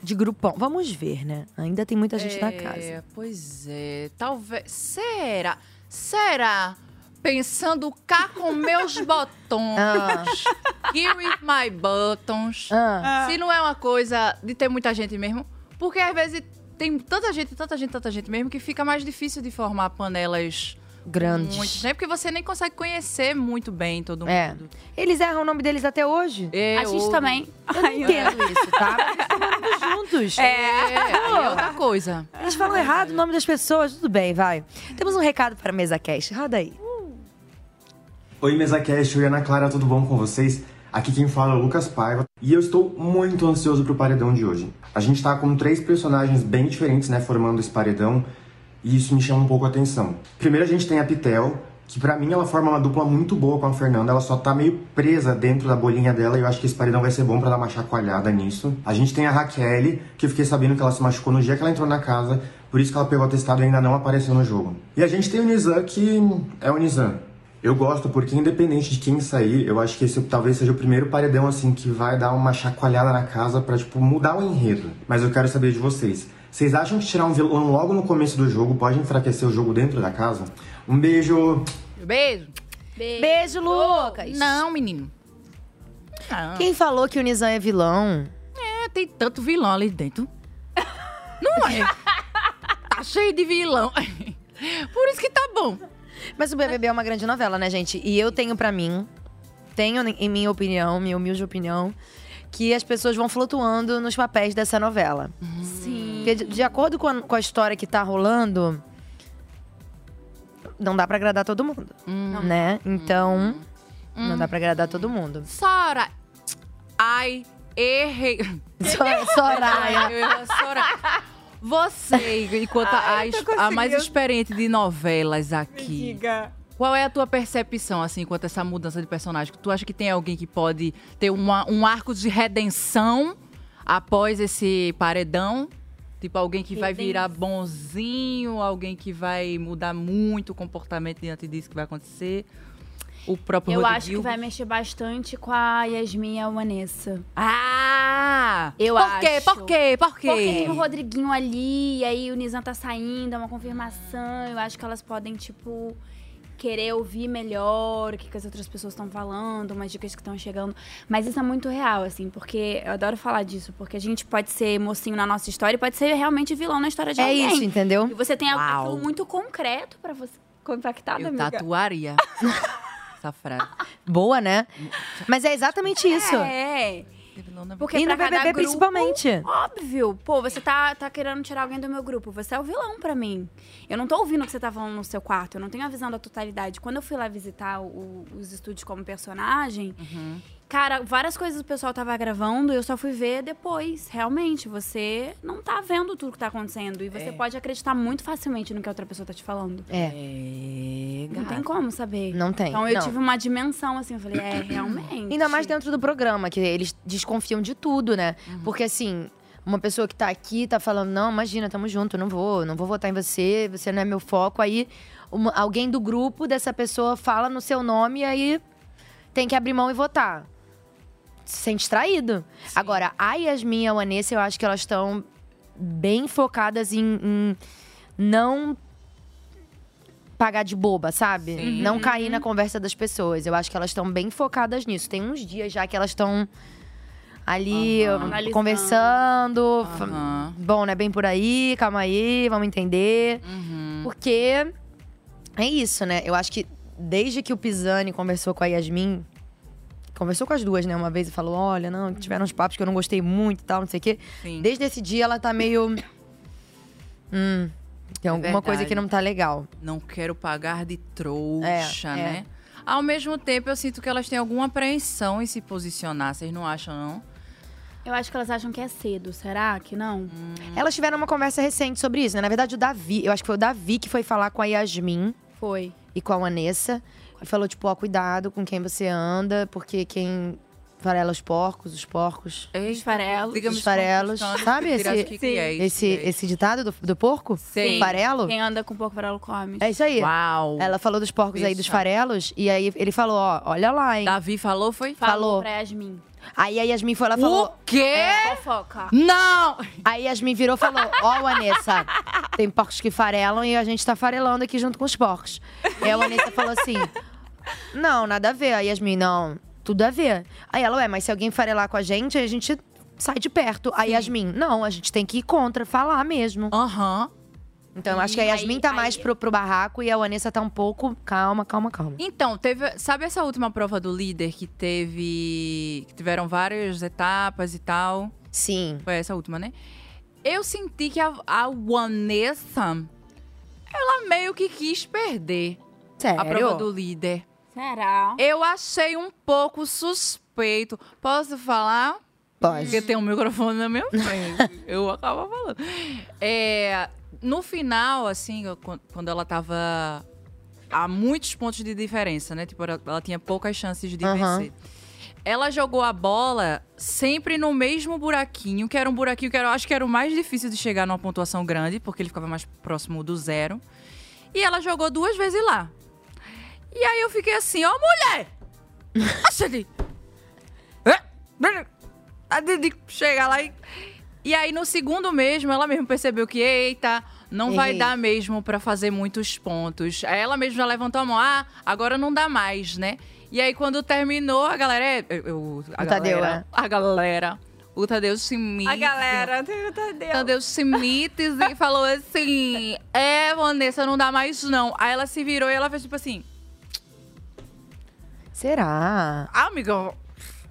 Speaker 2: de grupão. Vamos ver, né? Ainda tem muita gente na casa.
Speaker 3: É, Pois é, talvez. Será? Será? Pensando cá com meus botões.
Speaker 2: Ah.
Speaker 3: Here with my buttons.
Speaker 2: Ah.
Speaker 3: Se não é uma coisa de ter muita gente mesmo, porque às vezes tem tanta gente, tanta gente, tanta gente mesmo que fica mais difícil de formar panelas
Speaker 2: Grandes.
Speaker 3: muito, né? Porque você nem consegue conhecer muito bem todo
Speaker 2: É.
Speaker 3: mundo.
Speaker 2: Eles erram o nome deles até hoje.
Speaker 3: É.
Speaker 4: a gente também.
Speaker 2: Eu não entendo isso, tá? Eles falam tudo juntos. Ah.
Speaker 3: É, aí é outra coisa.
Speaker 2: Eles falam errado o nome das pessoas. Tudo bem, vai. Temos um recado para a mesa cast. Roda aí.
Speaker 7: Oi, MesaCast, oi Ana Clara, tudo bom com vocês? Aqui quem fala é o Lucas Paiva e eu estou muito ansioso pro paredão de hoje. A gente tá com três personagens bem diferentes, né, formando esse paredão e isso me chama um pouco a atenção. Primeiro a gente tem a Pitel, que pra mim ela forma uma dupla muito boa com a Fernanda, ela só tá meio presa dentro da bolinha dela e eu acho que esse paredão vai ser bom pra dar uma chacoalhada nisso. A gente tem a Raquel, que eu fiquei sabendo que ela se machucou no dia que ela entrou na casa, por isso que ela pegou atestado e ainda não apareceu no jogo. E a gente tem o Nizam, que é o Nizam. Eu gosto porque, independente de quem sair, eu acho que esse talvez seja o primeiro paredão, assim, que vai dar uma chacoalhada na casa pra, tipo, mudar o enredo. Mas eu quero saber de vocês. Vocês acham que tirar um vilão logo no começo do jogo pode enfraquecer o jogo dentro da casa? Um beijo!
Speaker 3: Beijo.
Speaker 2: Beijo, Lucas.
Speaker 3: Não, menino. Não.
Speaker 2: Quem falou que o Nizam é vilão?
Speaker 3: Ah. É, tem tanto vilão ali dentro. Não é? Tá cheio de vilão. Por isso que tá bom.
Speaker 2: Mas o BBB é uma grande novela, né, gente? E eu tenho pra mim, tenho em minha opinião, minha humilde opinião, que as pessoas vão flutuando nos papéis dessa novela.
Speaker 3: Uhum.
Speaker 4: Sim.
Speaker 2: Porque de, de acordo com a, com a história que tá rolando, não dá pra agradar todo mundo,
Speaker 3: Uhum.
Speaker 2: né? Então, não dá pra agradar todo mundo.
Speaker 3: Sora. Ai, errei.
Speaker 2: So- Soraya.
Speaker 3: Ai, eu errei. Sora. Você, enquanto a, a es- a mais experiente de novelas aqui, qual é a tua percepção, assim, quanto a essa mudança de personagem? Tu acha que tem alguém que pode ter uma- um arco de redenção após esse paredão? Tipo, alguém que vai virar bonzinho, alguém que vai mudar muito o comportamento diante disso que vai acontecer. O próprio
Speaker 4: Eu
Speaker 3: Rodrigo
Speaker 4: acho que vai mexer bastante com a Yasmin e a Vanessa.
Speaker 3: Ah!
Speaker 4: Eu
Speaker 3: por Quê?
Speaker 4: acho.
Speaker 3: Por quê? Por quê?
Speaker 4: Porque tem o Rodriguinho ali, e aí o Nizam tá saindo, é uma confirmação. Eu acho que elas podem, tipo, querer ouvir melhor o que, que as outras pessoas estão falando, umas dicas que estão chegando. Mas isso é muito real, assim, porque eu adoro falar disso, porque a gente pode ser mocinho na nossa história e pode ser realmente vilão na história de
Speaker 2: É
Speaker 4: alguém.
Speaker 2: isso, entendeu?
Speaker 4: E você tem
Speaker 3: Uau.
Speaker 4: algo muito concreto pra você compactar,
Speaker 3: Eu
Speaker 4: amiga.
Speaker 3: tatuaria essa frase.
Speaker 2: Boa, né? Mas é exatamente isso.
Speaker 4: É. Porque
Speaker 2: E
Speaker 4: pra
Speaker 2: no
Speaker 4: cada
Speaker 2: BBB,
Speaker 4: grupo,
Speaker 2: principalmente.
Speaker 4: Óbvio. Pô, você tá, tá querendo tirar alguém do meu grupo. Você é o vilão pra mim. Eu não tô ouvindo o que você tá falando no seu quarto. Eu não tenho a visão da totalidade. Quando eu fui lá visitar o- os estúdios como personagem, Cara, várias coisas o pessoal tava gravando e eu só fui ver depois. Realmente, você não tá vendo tudo que tá acontecendo. E você pode acreditar muito facilmente no que a outra pessoa tá te falando.
Speaker 2: É,
Speaker 4: É. Não tem como saber.
Speaker 2: não tem.
Speaker 4: Então eu
Speaker 2: não.
Speaker 4: tive uma dimensão, assim, eu falei, é, realmente.
Speaker 2: Ainda mais dentro do programa, que eles desconfiam de tudo, né?
Speaker 4: Uhum.
Speaker 2: Porque assim, uma pessoa que tá aqui tá falando, não, imagina, tamo junto, não vou, não vou votar em você, você não é meu foco. Aí uma- alguém do grupo dessa pessoa fala no seu nome e aí tem que abrir mão e votar. Se sente traído. Agora, a Yasmin e a Vanessa, eu acho que elas estão bem focadas em, em não pagar de boba, sabe?
Speaker 3: Uhum.
Speaker 2: Não cair na conversa das pessoas. Eu acho que elas estão bem focadas nisso. Tem uns dias já que elas estão ali
Speaker 3: Aham.
Speaker 2: uh,
Speaker 4: Analisando.
Speaker 2: conversando. fa-
Speaker 3: Aham.
Speaker 2: Bom, né? Bem por aí, calma aí, vamos entender.
Speaker 3: Uhum.
Speaker 2: Porque é isso, né? Eu acho que desde que o Pisani conversou com a Yasmin, conversou com as duas, né? Uma vez e falou: olha, não, tiveram uns papos que eu não gostei muito e tal, não sei o quê.
Speaker 3: Sim.
Speaker 2: Desde esse dia ela tá meio. hum, tem alguma coisa
Speaker 3: É verdade.
Speaker 2: que não tá legal.
Speaker 3: Não quero pagar de trouxa,
Speaker 2: É, é.
Speaker 3: né? Ao mesmo tempo, eu sinto que elas têm alguma apreensão em se posicionar. Vocês não acham, não?
Speaker 4: Eu acho que elas acham que é cedo, será que não?
Speaker 2: é.
Speaker 3: Hum.
Speaker 2: Elas tiveram uma conversa recente sobre isso, né? Na verdade, o Davi, eu acho que foi o Davi que foi falar com a Yasmin
Speaker 4: Foi.
Speaker 2: e com a Vanessa. E falou, tipo, ó, cuidado com quem você anda, porque quem farela os porcos, os porcos.
Speaker 4: Os farelos.
Speaker 2: Digamos- farelos, sabe esse- Esse, esse ditado do, do porco?
Speaker 3: é Sim.
Speaker 2: Farelo?
Speaker 4: Quem anda com pouco farelo come.
Speaker 2: É isso aí.
Speaker 3: Uau!
Speaker 2: Ela falou dos porcos aí, dos
Speaker 3: Bicha.
Speaker 2: farelos, e aí ele falou, ó, olha lá, hein?
Speaker 3: Davi falou, foi?
Speaker 2: falou.
Speaker 4: pra Yasmin. É,
Speaker 2: Aí a Yasmin foi lá e falou. "É,
Speaker 3: O quê? Hum.
Speaker 4: Fofoca.
Speaker 3: Não!
Speaker 2: Aí Yasmin virou e falou: Ó, Vanessa, tem porcos que farelam e a gente tá farelando aqui junto com os porcos. E a Vanessa falou assim: Não, nada a ver. A Yasmin, não, tudo a ver. Aí ela, ué, mas se alguém farelar com a gente, a gente sai de perto. Aí Yasmin, não, a gente tem que ir contra, falar mesmo.
Speaker 3: Aham.
Speaker 2: Então eu acho que a
Speaker 4: Aí,
Speaker 2: Yasmin tá
Speaker 4: aí.
Speaker 2: mais pro, pro barraco e a Vanessa tá um pouco. Calma, calma, calma.
Speaker 3: Então, teve. Sabe essa última prova do líder que teve. que tiveram várias etapas e tal?
Speaker 2: Sim.
Speaker 3: Foi essa última, né? Eu senti que a, a Vanessa. Ela meio que quis perder
Speaker 2: Sério.
Speaker 3: a prova do líder.
Speaker 4: Será?
Speaker 3: Eu achei um pouco suspeito. Posso falar?
Speaker 2: Pode.
Speaker 3: Porque tem um microfone na minha frente. eu acabo falando. É, no final, assim, eu- quan- quando ela tava. Há muitos pontos de diferença, né? Tipo, ela, ela tinha poucas chances de
Speaker 2: Aham.
Speaker 3: vencer. Ela jogou a bola sempre no mesmo buraquinho, que era um buraquinho que era- eu acho que era o mais difícil de chegar numa pontuação grande, porque ele ficava mais próximo do zero. E ela jogou duas vezes lá. E aí eu fiquei assim, ó, mulher! Achei! A Didi chega lá e. E aí, no segundo mesmo, ela mesmo percebeu que, eita, não vai
Speaker 2: Errei.
Speaker 3: dar mesmo pra fazer muitos pontos. Aí ela mesmo já levantou a mão, ah, agora não dá mais, né? E aí, quando terminou, a galera. é, eu- eu- a
Speaker 2: O Tadeu,
Speaker 3: galera, A galera. O Tadeu se mite.
Speaker 4: A galera, meu Deus.
Speaker 3: Tadeu Schmitz e falou assim: É, Vanessa, não dá mais não. Aí ela se virou e ela fez tipo assim:
Speaker 2: Será?
Speaker 3: ah, Amiga,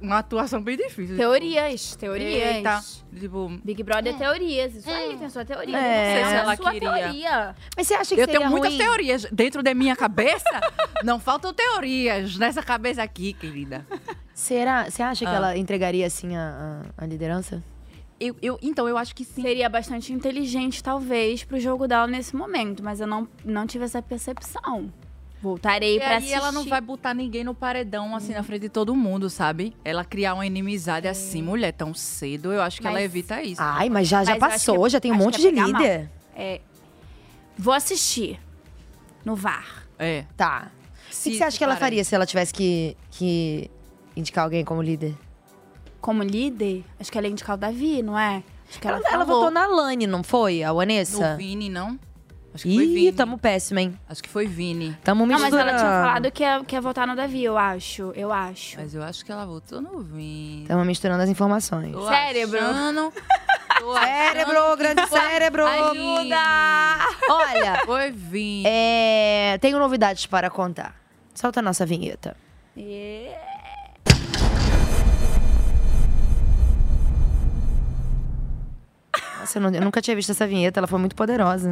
Speaker 3: uma atuação bem difícil.
Speaker 4: Teorias, teorias.
Speaker 3: Eita. Tipo,
Speaker 4: Big Brother é teorias, isso
Speaker 3: Hum.
Speaker 4: aí tem sua teoria.
Speaker 2: É.
Speaker 4: Não sei se ela
Speaker 3: Sua
Speaker 4: queria.
Speaker 2: Mas você acha que
Speaker 3: eu
Speaker 2: seria
Speaker 3: tenho muitas
Speaker 2: ruim?
Speaker 3: teorias dentro da minha cabeça. não faltam teorias nessa cabeça aqui, querida.
Speaker 2: Será? Você acha que
Speaker 3: Ah.
Speaker 2: ela entregaria assim a- a- a liderança?
Speaker 3: Eu, eu- então, eu acho que sim.
Speaker 4: Seria bastante inteligente, talvez, pro jogo dela nesse momento, mas eu não, não tive essa percepção. Voltarei
Speaker 3: E
Speaker 4: pra
Speaker 3: aí
Speaker 4: assistir.
Speaker 3: ela não vai botar ninguém no paredão, assim, na frente de todo mundo, sabe? Ela criar uma inimizade assim, mulher, tão cedo, eu acho que ela
Speaker 4: Mas-
Speaker 3: evita isso.
Speaker 2: Ai, mas já, já
Speaker 4: Mas eu acho
Speaker 2: passou,
Speaker 4: que-
Speaker 2: já tem um
Speaker 4: acho
Speaker 2: monte
Speaker 4: que
Speaker 2: de
Speaker 4: é pegar mal. É,
Speaker 2: líder.
Speaker 4: Vou assistir no VAR.
Speaker 3: É.
Speaker 2: Tá. o que que você acha que ela faria se ela tivesse que, que indicar alguém como líder?
Speaker 4: Como líder, acho que ela ia indicar o Davi, não é? Acho que ela,
Speaker 2: Ela, ela
Speaker 4: falou.
Speaker 2: votou na Lani, não foi? A
Speaker 3: No
Speaker 2: Vanessa?
Speaker 3: Vini, não? Acho que foi
Speaker 2: Ih,
Speaker 3: Vini.
Speaker 2: tamo péssima, hein?
Speaker 3: Acho que foi Vini.
Speaker 2: Tamo
Speaker 4: Não, mas
Speaker 2: misturando.
Speaker 4: ela tinha falado que ia, que ia votar no Davi, eu acho. Eu acho.
Speaker 3: Mas eu acho que ela votou no Vini.
Speaker 2: Tamo misturando as informações.
Speaker 3: Tô
Speaker 4: Cérebro.
Speaker 3: achando- tá tô achando
Speaker 2: Cérebro, grande cérebro!
Speaker 3: Ajuda!
Speaker 2: Olha,
Speaker 3: Foi Vini.
Speaker 2: é, tenho novidades para contar. Solta a nossa vinheta. Nossa, eu, não- eu nunca tinha visto essa vinheta, ela foi muito poderosa.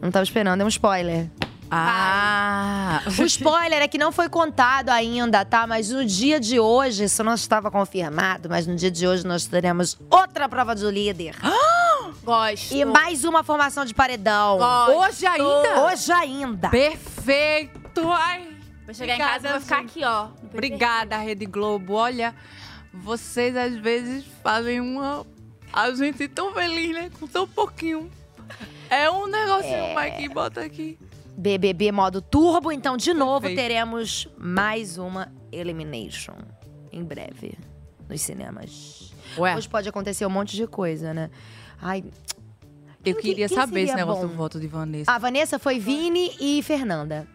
Speaker 2: Eu Não tava esperando, é um spoiler.
Speaker 3: Ah!
Speaker 2: O spoiler é que não foi contado ainda, tá? Mas no dia de hoje, isso não estava confirmado, mas no dia de hoje nós teremos outra prova do líder.
Speaker 3: Ah!
Speaker 4: Gosto.
Speaker 2: E mais uma formação de paredão.
Speaker 4: Gosto.
Speaker 3: Hoje ainda?
Speaker 2: Hoje ainda.
Speaker 3: Perfeito! Ai! assim.
Speaker 4: Vou chegar em casa e vou ficar aqui, ó. no perfil.
Speaker 3: Obrigada, Rede Globo. Olha, vocês às vezes fazem uma. A gente tão feliz, né? Com tão pouquinho. É um negocinho, Mike, bota aqui.
Speaker 2: BBB modo turbo, então de novo
Speaker 3: Perfeito.
Speaker 2: teremos mais uma elimination em breve nos cinemas.
Speaker 3: Ué,
Speaker 2: Hoje pode acontecer um monte de coisa, né? Ai, quem-
Speaker 3: eu queria
Speaker 2: quem
Speaker 3: saber esse
Speaker 2: seria
Speaker 3: negócio
Speaker 2: bom? Ah,
Speaker 3: do voto de Vanessa.
Speaker 2: a Vanessa foi Vini e Fernanda.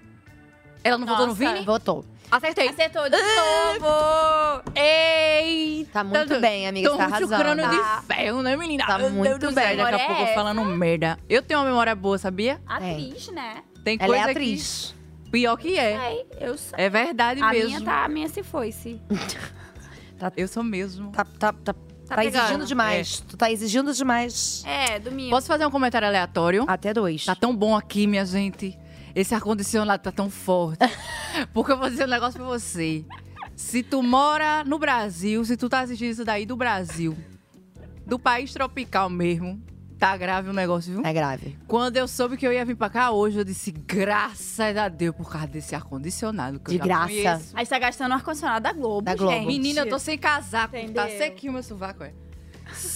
Speaker 3: Ela não votou no
Speaker 4: Nossa.
Speaker 3: Vini?
Speaker 2: Votou.
Speaker 3: Acertei.
Speaker 4: Acertou de novo! Eita!
Speaker 2: Tá muito bem, amiga,
Speaker 3: Tô
Speaker 2: tá
Speaker 3: muito
Speaker 2: arrasando.
Speaker 3: crânio de ferro, né, menina?
Speaker 2: Tá
Speaker 3: Meu Deus
Speaker 2: muito
Speaker 3: do céu,
Speaker 2: bem.
Speaker 3: Daqui a
Speaker 4: Memória
Speaker 3: pouco eu
Speaker 4: é
Speaker 3: falando merda. Eu tenho uma memória boa, sabia?
Speaker 4: Atriz, né?
Speaker 3: Tem
Speaker 2: Ela
Speaker 3: coisa
Speaker 2: é
Speaker 3: que-
Speaker 2: atriz.
Speaker 3: pior que é.
Speaker 4: Ai, eu sei.
Speaker 3: É verdade
Speaker 4: A
Speaker 3: mesmo.
Speaker 4: minha tá, a minha se foi, se.
Speaker 3: Eu sou mesmo.
Speaker 2: Tá, tá, tá, tá
Speaker 3: pegando. É.
Speaker 2: exigindo demais. Tu tá exigindo demais.
Speaker 4: É, domingo.
Speaker 3: Posso fazer um comentário aleatório?
Speaker 2: Até dois.
Speaker 3: Tá tão bom aqui, minha gente. Esse ar-condicionado tá tão forte. Porque eu vou dizer um negócio pra você. Se tu mora no Brasil, se tu tá assistindo isso daí do Brasil, do país tropical mesmo, tá grave o negócio, viu?
Speaker 2: É grave.
Speaker 3: Quando eu soube que eu ia vir pra cá hoje, eu disse, graças a Deus, por causa desse ar-condicionado que
Speaker 2: De
Speaker 3: eu já
Speaker 2: graça.
Speaker 3: conheço.
Speaker 4: Aí você tá gastando o ar-condicionado da Globo,
Speaker 2: Da Globo.
Speaker 4: gente.
Speaker 3: Menina, eu tô sem casaco. Tá
Speaker 4: Entendeu?
Speaker 3: sequinho meu sovaco, é.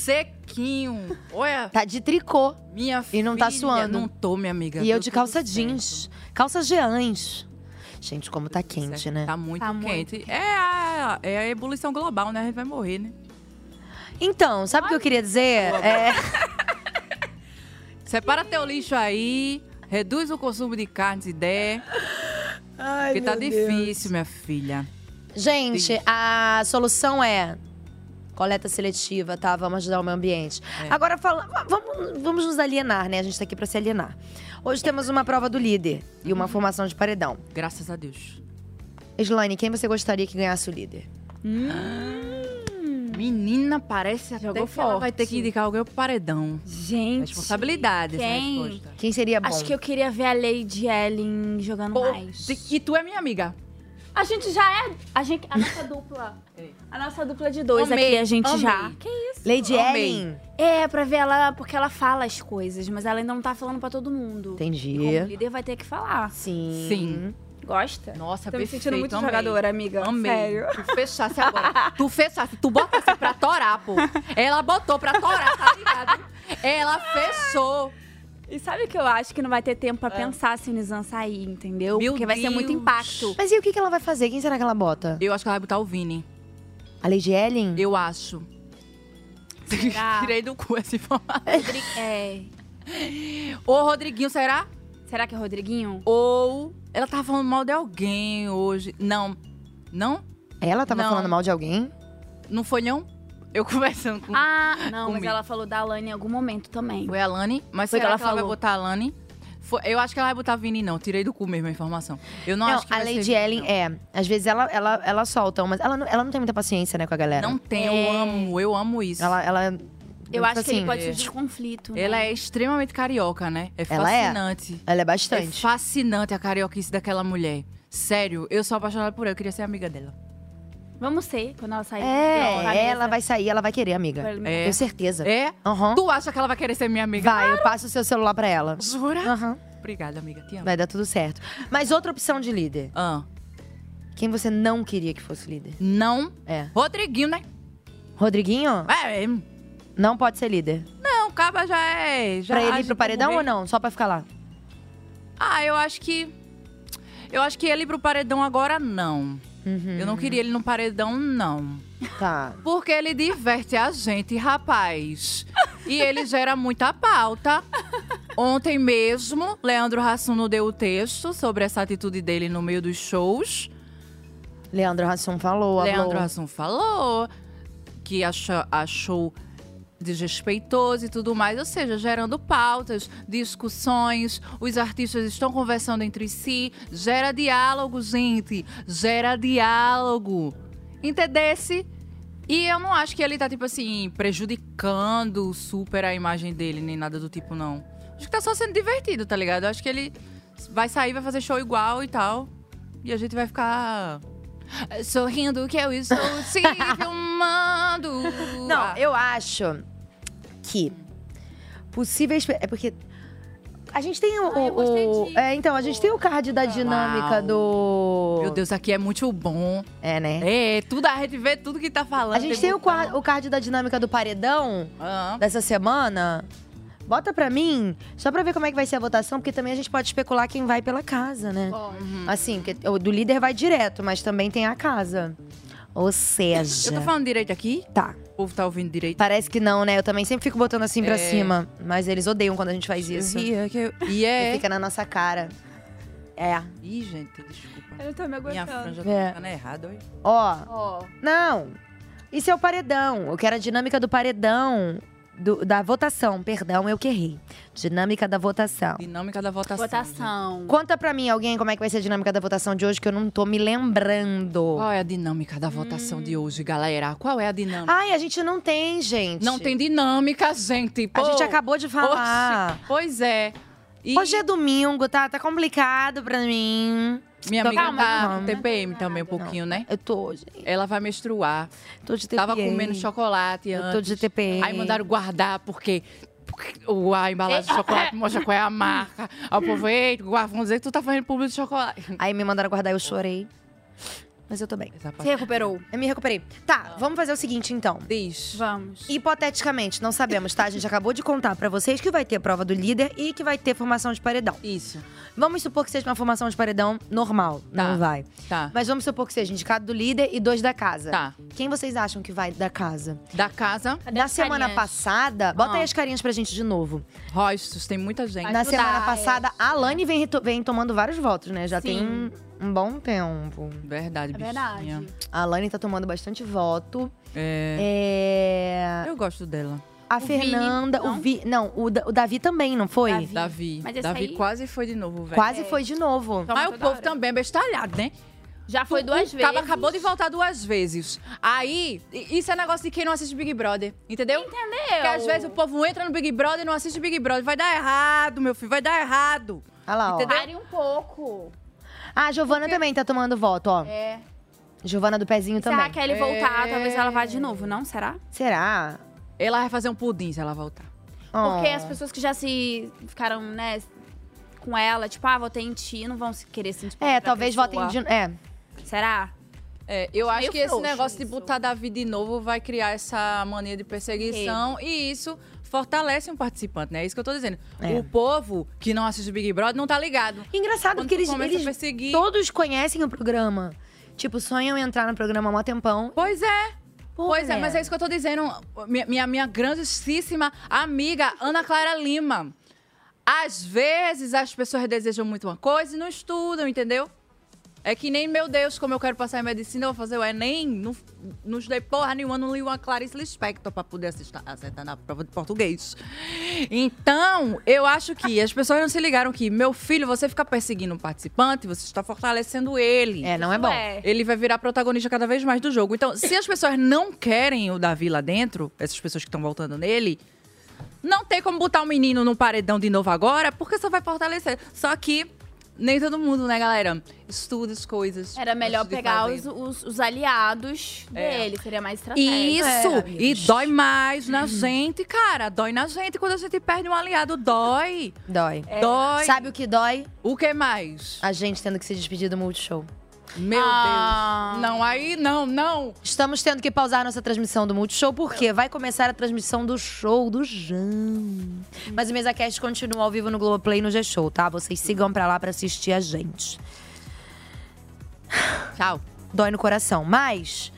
Speaker 3: Sequinho. Olha,
Speaker 2: Tá de tricô.
Speaker 3: minha filha.
Speaker 2: E não tá suando.
Speaker 3: Não tô, minha amiga.
Speaker 2: E eu
Speaker 3: Deu
Speaker 2: de
Speaker 3: tudo
Speaker 2: calça
Speaker 3: certo.
Speaker 2: jeans. Calça jeans. Gente, como tá quente, né?
Speaker 3: Tá muito
Speaker 4: Tá muito
Speaker 3: quente. É, a, é a ebulição global, né? A gente vai morrer, né?
Speaker 2: Então, sabe o que eu queria dizer? É,
Speaker 3: Separa teu lixo aí, reduz o consumo de carnes e der. Porque tá difícil, minha filha.
Speaker 2: gente, a solução é coleta seletiva, tá? Vamos ajudar o meio ambiente.
Speaker 3: É.
Speaker 2: Agora, fala, va- vamos, vamos nos alienar, né? A gente tá aqui pra se alienar. Hoje temos uma prova do líder e uma formação de paredão.
Speaker 3: Uhum. Graças a Deus.
Speaker 2: Slane, quem você gostaria que ganhasse o líder?
Speaker 3: Menina, parece até
Speaker 4: Jogou
Speaker 3: que ela vai
Speaker 4: forte.
Speaker 3: ter que indicar alguém pro paredão.
Speaker 4: Gente.
Speaker 3: Responsabilidade
Speaker 4: quem?
Speaker 3: essa resposta.
Speaker 2: Quem seria bom?
Speaker 4: Acho que eu queria ver a Lady Ellen jogando
Speaker 3: Pô,
Speaker 4: mais.
Speaker 3: de- E tu é minha amiga.
Speaker 4: A gente já é. A, gente, a nossa dupla. A nossa dupla de dois
Speaker 3: Amei,
Speaker 4: aqui, a gente
Speaker 3: amei.
Speaker 4: já. Que isso?
Speaker 2: Lady
Speaker 3: Amei.
Speaker 2: Ellen.
Speaker 4: É, pra ver ela, porque ela fala as coisas, mas ela ainda não tá falando pra todo mundo. E como
Speaker 2: Entendi.
Speaker 4: líder vai ter que falar.
Speaker 2: Sim.
Speaker 3: Sim.
Speaker 4: Gosta?
Speaker 3: Nossa,
Speaker 4: Tô me
Speaker 3: perfeito.
Speaker 4: sentindo muito
Speaker 3: amei.
Speaker 4: jogadora, amiga.
Speaker 3: Amei.
Speaker 4: Sério.
Speaker 3: Tu fechasse agora. tu fechasse. Tu botasse pra torar, pô. Ela botou pra torar, tá ligado? Ela fechou.
Speaker 4: E sabe o que eu acho que não vai ter tempo pra pensar se o Nizam sair, entendeu?
Speaker 3: Meu
Speaker 4: porque vai ser muito
Speaker 3: Deus.
Speaker 4: impacto.
Speaker 2: Mas e o que que ela vai fazer? Quem será que ela bota?
Speaker 3: Eu acho que ela vai botar o Vini.
Speaker 2: A Lady Ellen?
Speaker 3: Eu acho.
Speaker 4: Será?
Speaker 3: Tirei do cu essa informação.
Speaker 4: Rodri- é.
Speaker 3: Ou Rodriguinho, será?
Speaker 4: Será que é Rodriguinho?
Speaker 3: Ou ela tava falando mal de alguém hoje. Não. Não?
Speaker 2: Ela tava
Speaker 3: Não.
Speaker 2: falando mal de alguém?
Speaker 3: Não foi não? Eu conversando com
Speaker 4: Ah, não, mas
Speaker 3: Comigo.
Speaker 4: ela falou da Alane em algum momento também.
Speaker 3: Foi a Lani, mas
Speaker 4: Foi que
Speaker 3: será
Speaker 4: ela
Speaker 3: que ela vai
Speaker 4: falou.
Speaker 3: botar a Lani? Foi- eu acho que ela vai botar Vini, não. Tirei do cu mesmo a informação. Eu não, acho que
Speaker 2: a
Speaker 3: vai ser
Speaker 2: Lady
Speaker 3: Vini,
Speaker 2: Ellen
Speaker 3: não.
Speaker 2: é. Às vezes ela, ela, ela solta, mas ela não, ela não tem muita paciência, né, com a galera.
Speaker 3: Não tem, eu amo, eu amo isso. Ela,
Speaker 2: Ela. ela
Speaker 4: É. Eu
Speaker 2: tipo
Speaker 4: acho que
Speaker 2: assim,
Speaker 4: ele pode surgir um conflito. né?
Speaker 3: é extremamente carioca, né? É
Speaker 2: Ela é.
Speaker 3: fascinante.
Speaker 2: Ela é
Speaker 3: É
Speaker 2: bastante.
Speaker 3: fascinante a carioquice daquela mulher. Sério, eu sou apaixonada por ela, eu queria ser amiga dela.
Speaker 4: Vamos ser quando ela sair.
Speaker 2: É,
Speaker 4: Pronto,
Speaker 2: ela
Speaker 4: Vanessa.
Speaker 2: vai sair, ela vai querer, amiga.
Speaker 4: Vai-
Speaker 3: É.
Speaker 2: Tenho certeza.
Speaker 3: É?
Speaker 2: Aham.
Speaker 3: Tu acha que ela vai querer ser minha amiga?
Speaker 2: Vai, eu passo o seu celular pra ela.
Speaker 3: Jura?
Speaker 2: Aham.
Speaker 3: Obrigada, amiga. Te amo.
Speaker 2: Vai dar tudo certo. Mas outra opção de líder.
Speaker 3: Ah,
Speaker 2: Quem você não queria que fosse líder?
Speaker 3: não.
Speaker 2: É.
Speaker 3: Rodriguinho, né?
Speaker 2: Rodriguinho?
Speaker 3: É, é.
Speaker 2: Não pode ser líder.
Speaker 3: não, o Caba já é. Já
Speaker 2: pra ele
Speaker 3: age
Speaker 2: ir pro
Speaker 3: como
Speaker 2: paredão
Speaker 3: rei.
Speaker 2: ou não? Só pra ficar lá.
Speaker 3: Ah, eu acho que. Eu acho que ele ir pro paredão agora não. Eu não queria ele no paredão, não.
Speaker 2: Tá.
Speaker 3: Porque ele diverte a gente, rapaz. E ele gera muita pauta. Ontem mesmo, Leandro Rassuno deu o texto sobre essa atitude dele no meio dos shows.
Speaker 2: Leandro Hassum falou,
Speaker 3: Leandro
Speaker 2: falou.
Speaker 3: Hassum falou que achou, achou desrespeitoso e tudo mais, ou seja, gerando pautas, discussões, os artistas estão conversando entre si, gera diálogo, gente, gera diálogo. Entendesse? E eu não acho que ele tá, tipo assim, prejudicando super a imagem dele, nem nada do tipo, não. Acho que tá só sendo divertido, tá ligado? Eu acho que ele vai sair, vai fazer show igual e tal. E a gente vai ficar. eh, Sorrindo que eu estou se filmando.
Speaker 2: Não, eu acho que possíveis. pe- É porque. A gente tem o.
Speaker 3: Ah,
Speaker 2: o- é, então, a gente tem o card da dinâmica do.
Speaker 3: Meu Deus, aqui é muito bom.
Speaker 2: É, né?
Speaker 3: É, tudo, a gente vê tudo que tá falando.
Speaker 2: A gente tem o,
Speaker 3: botão.
Speaker 2: quad- o card da dinâmica do paredão
Speaker 3: Ah,
Speaker 2: dessa semana. Bota pra mim, só pra ver como é que vai ser a votação, porque também a gente pode especular quem vai pela casa, né?
Speaker 3: Uhum.
Speaker 2: Assim, que- o do líder vai direto, mas também tem a casa. Ou seja.
Speaker 3: Eu tô falando direito aqui?
Speaker 2: Tá.
Speaker 3: O povo tá ouvindo direito?
Speaker 2: Parece que não, né? Eu também sempre fico botando assim pra
Speaker 3: É.
Speaker 2: cima. Mas eles odeiam quando a gente faz isso.
Speaker 3: E é que eu- E
Speaker 2: E
Speaker 3: é.
Speaker 2: fica na nossa cara. É.
Speaker 3: Ih, gente, desculpa.
Speaker 4: Eu tô me
Speaker 3: Minha
Speaker 4: aguentando.
Speaker 3: franja tá
Speaker 2: É.
Speaker 3: ficando errada, olha.
Speaker 2: Ó,
Speaker 4: Ó,
Speaker 2: não. Isso é o paredão. Eu quero a dinâmica do paredão. do- da votação, perdão, eu que errei. Dinâmica da votação.
Speaker 3: Dinâmica da votação. gente.
Speaker 4: votação.
Speaker 2: Conta pra mim, alguém, como é que vai ser a dinâmica da votação de hoje, que eu não tô me lembrando. Hum.
Speaker 3: Qual é a dinâmica da votação de hoje, galera? Qual é a dinâmica?
Speaker 2: Ai, a gente não tem, gente.
Speaker 3: Não tem dinâmica, gente.
Speaker 2: A
Speaker 3: pô.
Speaker 2: gente acabou de falar.
Speaker 3: Oxi, Oh, Pois é. E
Speaker 2: Hoje é domingo, tá? Tá complicado pra mim.
Speaker 3: minha amiga
Speaker 2: Calma,
Speaker 3: tá
Speaker 2: não.
Speaker 3: com TPM também um pouquinho, né?
Speaker 2: Eu tô, gente.
Speaker 3: Ela vai menstruar.
Speaker 2: Tô de TPM.
Speaker 3: Tava comendo chocolate
Speaker 2: Eu
Speaker 3: antes.
Speaker 2: tô de TPM.
Speaker 3: Aí mandaram guardar porque. porque o- A embalagem de chocolate mostra qual é a marca. Aí o povo, eita, guarda, vão dizer que tu tá fazendo público de chocolate.
Speaker 2: Aí me mandaram guardar, eu chorei. Mas eu tô bem.
Speaker 3: Essa
Speaker 4: Você
Speaker 3: parte- é Ah.
Speaker 4: recuperou?
Speaker 2: Eu me recuperei. Tá, vamos fazer o seguinte então.
Speaker 3: Diz.
Speaker 4: Vamos.
Speaker 2: Hipoteticamente, não sabemos, tá? A gente acabou de contar pra vocês que vai ter prova do líder e que vai ter formação de paredão.
Speaker 3: Isso.
Speaker 2: Vamos supor que seja uma formação de paredão normal.
Speaker 3: Tá.
Speaker 2: Não vai.
Speaker 3: Tá.
Speaker 2: Mas vamos supor que seja indicado do líder e dois da casa.
Speaker 3: Tá.
Speaker 2: Quem vocês acham que vai da casa?
Speaker 3: Da casa,
Speaker 4: Cadê
Speaker 2: Na
Speaker 4: as
Speaker 2: semana
Speaker 4: carinhas?
Speaker 2: passada, bota
Speaker 3: Ah.
Speaker 2: aí as carinhas pra gente de novo.
Speaker 3: rostos, tem muita gente.
Speaker 4: mudar,
Speaker 2: Na semana
Speaker 4: é.
Speaker 2: passada, a Alane vem, reto- vem tomando vários votos, né? Já tem um,
Speaker 4: Sim.
Speaker 2: um bom tempo.
Speaker 3: Verdade,
Speaker 4: É
Speaker 3: bichinha.
Speaker 4: verdade.
Speaker 2: A Alane tá tomando bastante voto.
Speaker 3: É,
Speaker 2: É.
Speaker 3: Eu gosto dela.
Speaker 2: A
Speaker 4: Vini,
Speaker 2: Fernanda, o
Speaker 4: não?
Speaker 2: Vi. Não, o, Da- o Davi também, não foi?
Speaker 4: Davi.
Speaker 3: Davi.
Speaker 4: Mas esse
Speaker 3: Davi
Speaker 4: aí-
Speaker 3: quase foi de novo, velho.
Speaker 2: Quase foi de novo.
Speaker 4: Toma
Speaker 3: Mas o
Speaker 4: toda
Speaker 3: povo
Speaker 4: hora.
Speaker 3: também é bestalhado, né?
Speaker 4: Já foi
Speaker 3: O-
Speaker 4: duas
Speaker 3: o
Speaker 4: vezes.
Speaker 3: Cabo acabou de voltar duas vezes. Aí, i- isso é negócio de quem não assiste Big Brother, entendeu? Entendeu? Porque às vezes o povo entra no Big Brother e não assiste Big Brother. Vai dar errado, meu filho, vai dar errado.
Speaker 2: Olha Ah lá, ó.
Speaker 4: Pare um pouco.
Speaker 2: Ah, a Giovana também tá tomando voto, ó.
Speaker 4: É.
Speaker 2: Giovana do pezinho
Speaker 4: Se a
Speaker 2: também.
Speaker 4: Kelly voltar, talvez ela vá de novo, não? Será?
Speaker 2: Será?
Speaker 3: Ela vai fazer um pudim se ela voltar.
Speaker 2: Ó.
Speaker 4: Porque as pessoas que já se ficaram, né, com ela, tipo, ah, votei em ti, não vão se querer se indispor
Speaker 2: É,
Speaker 4: pra
Speaker 2: talvez
Speaker 4: pessoa.
Speaker 2: votem de. É.
Speaker 4: Será?
Speaker 3: É, eu acho
Speaker 4: meio
Speaker 3: que esse
Speaker 4: frouxo
Speaker 3: negócio de
Speaker 4: isso.
Speaker 3: botar Davi de novo vai criar essa mania de perseguição e isso fortalece um participante, né? É isso que eu tô dizendo.
Speaker 2: É.
Speaker 3: O povo que não assiste Big Brother não tá ligado.
Speaker 2: Engraçado,
Speaker 3: Quando
Speaker 2: porque
Speaker 3: tu
Speaker 2: eles,
Speaker 3: começa
Speaker 2: eles
Speaker 3: a perseguir.
Speaker 2: todos conhecem o programa. Tipo, sonham em entrar no programa há mó tempão.
Speaker 3: Pois é.
Speaker 2: Pô,
Speaker 3: pois é,
Speaker 2: né?
Speaker 3: mas é isso que eu tô dizendo. Minha, minha, minha grandíssima amiga Ana Clara Lima. Às vezes as pessoas desejam muito uma coisa e não estudam, entendeu? É que nem, meu Deus, como eu quero passar em medicina, eu vou fazer o Enem. Não, não estudei porra nenhuma, não li uma Clarice Lispector pra poder assistar- acertar na prova de português. Então, eu acho que as pessoas não se ligaram que, meu filho, você fica perseguindo um participante, você está fortalecendo ele.
Speaker 2: É, não é bom.
Speaker 4: Ué.
Speaker 3: Ele vai virar protagonista cada vez mais do jogo. Então, se as pessoas não querem o Davi lá dentro, essas pessoas que estão voltando nele, não tem como botar o menino num paredão de novo agora, porque só vai fortalecer. Só que nem todo mundo, né, galera? Estuda as coisas.
Speaker 4: Era É melhor
Speaker 3: antes de
Speaker 4: pegar
Speaker 3: fazer.
Speaker 4: os, os- os aliados dele, seria mais estratégico.
Speaker 3: Isso!
Speaker 2: É,
Speaker 3: e dói mais na gente, cara. Dói na gente quando a gente perde um aliado. Dói!
Speaker 2: Dói.
Speaker 4: É.
Speaker 3: Dói!
Speaker 2: Sabe o que dói?
Speaker 3: O que mais?
Speaker 2: A gente tendo que se despedir do Multishow.
Speaker 3: Meu
Speaker 4: Ah.
Speaker 3: Deus! Não, aí não, não!
Speaker 2: Estamos tendo que pausar nossa transmissão do Multishow, porque vai começar a transmissão do show do Jão. Mas o MesaCast continua ao vivo no Globoplay e no G-Show, tá? Vocês sigam pra lá pra assistir a gente.
Speaker 3: Tchau.
Speaker 2: Dói no coração, mas.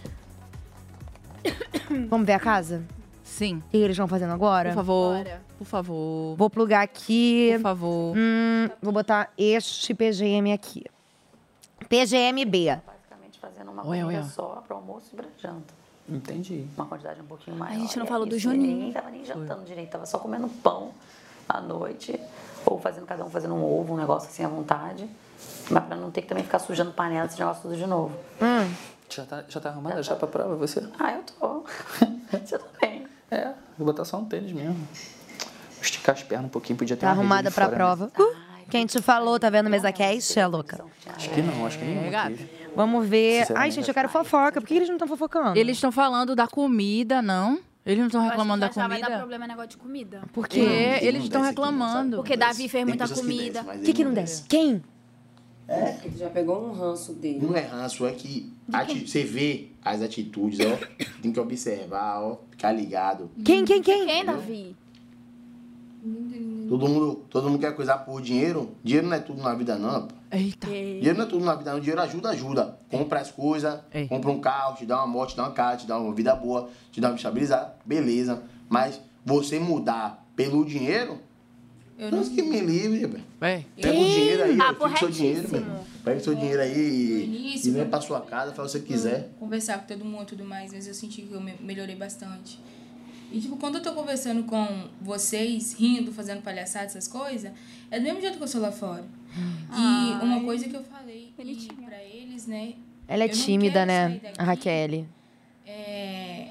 Speaker 2: Vamos ver a casa?
Speaker 3: Sim.
Speaker 2: O que eles estão fazendo agora?
Speaker 3: Por favor.
Speaker 4: Bora.
Speaker 3: Por favor.
Speaker 2: Vou plugar aqui.
Speaker 3: Por favor.
Speaker 2: Hum, vou botar este PGM aqui. PGMB.
Speaker 8: basicamente fazendo uma
Speaker 3: Olha,
Speaker 8: comida
Speaker 3: olha.
Speaker 8: só para almoço e para janta. Entendi. Uma quantidade um pouquinho maior.
Speaker 4: gente não
Speaker 8: E
Speaker 4: falou
Speaker 8: aí,
Speaker 4: do
Speaker 8: assim,
Speaker 4: Juninho.
Speaker 8: Ninguém tava nem jantando direito, tava só comendo um pão à noite ou fazendo cada um fazendo um ovo, um negócio assim à vontade, mas para não ter que também ficar sujando panela esse negócio tudo de novo. Hum.
Speaker 10: Já tá, já tá arrumada já pra prova, você?
Speaker 8: Ah, eu tô. Você também.
Speaker 10: É, vou botar só um tênis mesmo. Esticar as pernas um pouquinho, podia ter
Speaker 2: Tá
Speaker 10: uma rede
Speaker 2: arrumada
Speaker 10: ali
Speaker 2: pra
Speaker 10: fora, né?
Speaker 2: prova.
Speaker 8: Ai,
Speaker 2: Quem te falou, tá vendo mesa cash, é louca?
Speaker 10: Acho que não, acho que
Speaker 2: É,
Speaker 10: nenhum. aqui.
Speaker 2: Vamos ver. Ai,
Speaker 10: Sinceramente,
Speaker 2: gente, eu quero fofoca. Por que eles não estão fofocando?
Speaker 3: Eles estão falando da comida, não? Eles não estão
Speaker 4: Eu acho que
Speaker 3: reclamando da
Speaker 4: já já vai dar
Speaker 3: comida?
Speaker 4: problema negócio de comida.
Speaker 2: Por
Speaker 3: Porque
Speaker 2: quê?
Speaker 3: eles estão
Speaker 10: desce aqui, não,
Speaker 3: reclamando.
Speaker 4: Porque Davi fez muita comida.
Speaker 2: O que, que não
Speaker 10: é.
Speaker 2: desce? Quem?
Speaker 11: Ele já pegou um ranço dele.
Speaker 12: Não é ranço, é que ati- você vê as atitudes, ó. tem que observar, ó. Ficar ligado.
Speaker 2: Quem, quem, quem?
Speaker 4: Quem, Davi?
Speaker 12: Todo mundo, todo mundo quer coisar por dinheiro. Dinheiro não é tudo na vida, não. pô.
Speaker 3: Eita.
Speaker 12: Dinheiro não é tudo na vida, não. Dinheiro ajuda, ajuda. Compra as coisas,
Speaker 3: Ei.
Speaker 12: compra um carro, te dá uma moto, te dá uma casa, te dá uma vida boa, te dá uma estabilizar, beleza. Mas você mudar pelo dinheiro, Deus que me livre, velho.
Speaker 3: Ei.
Speaker 12: Pega o dinheiro aí,
Speaker 4: Ah,
Speaker 12: ó, fica o seu dinheiro,
Speaker 4: corretíssimo.
Speaker 12: meu. Pega o seu dinheiro aí e,
Speaker 11: No início,
Speaker 12: e vem
Speaker 11: né?
Speaker 12: pra sua casa, faz o que você quiser.
Speaker 11: Conversar com todo mundo e tudo mais, mas eu senti que eu me- melhorei bastante. E, tipo, quando eu tô conversando com vocês, rindo, fazendo palhaçada, essas coisas, é do mesmo jeito que eu sou lá fora. E uma coisa que eu falei
Speaker 4: Ele
Speaker 11: e
Speaker 4: tinha.
Speaker 11: pra eles, né?
Speaker 2: Ela é
Speaker 11: eu não
Speaker 2: tímida,
Speaker 11: quero
Speaker 2: né?
Speaker 11: sair daqui.
Speaker 2: A Raquel.
Speaker 11: É.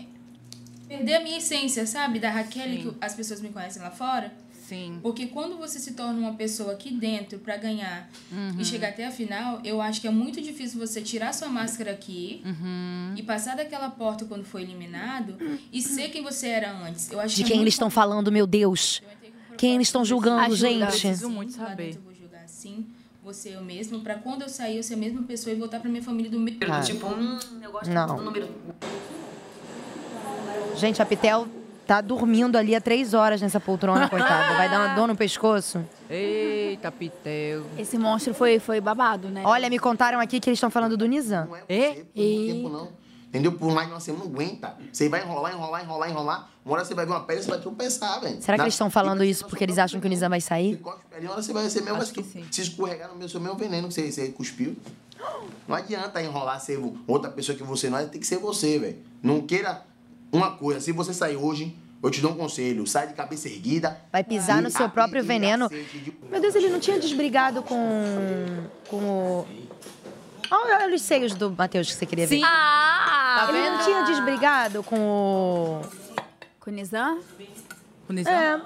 Speaker 11: Perder a minha essência, sabe? Da Raquel, que as pessoas me conhecem lá fora.
Speaker 3: Sim.
Speaker 11: Porque quando você se torna uma pessoa aqui dentro pra ganhar
Speaker 2: Uhum.
Speaker 11: e chegar até a final, eu acho que é muito difícil você tirar sua máscara aqui
Speaker 2: Uhum.
Speaker 11: e passar daquela porta quando foi eliminado e ser quem você era antes. Eu acho
Speaker 2: De
Speaker 11: que é
Speaker 2: quem
Speaker 11: muito
Speaker 2: eles estão falando, meu Deus. Quem eles estão julgando,
Speaker 4: Ajuda.
Speaker 2: gente?
Speaker 3: Preciso muito
Speaker 11: Sim, lá
Speaker 3: saber.
Speaker 11: dentro Eu vou julgar assim, você eu mesmo, pra quando eu sair eu ser a mesma pessoa e voltar pra minha família do mesmo.
Speaker 8: Tipo, hum, eu gosto
Speaker 2: Ah. Não.
Speaker 8: tanto do número.
Speaker 2: Gente, a Pitel tá dormindo ali há três horas nessa poltrona, coitada. Vai dar uma dor no pescoço.
Speaker 3: Eita, Pitel.
Speaker 4: Esse monstro foi, foi babado, né?
Speaker 2: Olha, me contaram aqui que eles estão falando do Nizam.
Speaker 12: Não é
Speaker 3: É?
Speaker 12: você por muito tempo, não. Entendeu? Por mais que você não aguenta. Você vai enrolar, enrolar, enrolar, enrolar. Uma hora você vai ver uma pedra, você vai tropeçar, velho.
Speaker 2: Será que
Speaker 12: Na-
Speaker 2: eles estão falando
Speaker 12: e você
Speaker 2: isso
Speaker 12: tá
Speaker 2: porque eles
Speaker 12: soltando
Speaker 2: acham que o
Speaker 12: veneno.
Speaker 2: Nizam vai
Speaker 12: Você
Speaker 2: sair?
Speaker 12: cospe ali, uma hora você vai ser mesmo,
Speaker 3: Acho
Speaker 12: mas
Speaker 3: que
Speaker 12: tu-
Speaker 3: sim.
Speaker 12: se escorregar no meu, seu mesmo veneno que você, você cuspiu. Não adianta enrolar, ser outra pessoa que você não é, tem que ser você, velho. Não queira uma coisa. Se você sair hoje, eu te dou um conselho. Sai de cabeça erguida.
Speaker 2: Vai pisar no
Speaker 12: e-
Speaker 2: seu próprio
Speaker 12: e- e
Speaker 2: veneno.
Speaker 12: aceite de-
Speaker 2: Meu Deus, ele não tinha desbrigado com. com o. Olha olha os seios do Matheus que você queria ver.
Speaker 3: Sim.
Speaker 4: Ah!
Speaker 2: Ele não tinha desbrigado com o.
Speaker 4: Com o Nizam?
Speaker 3: O Nizam?
Speaker 2: É.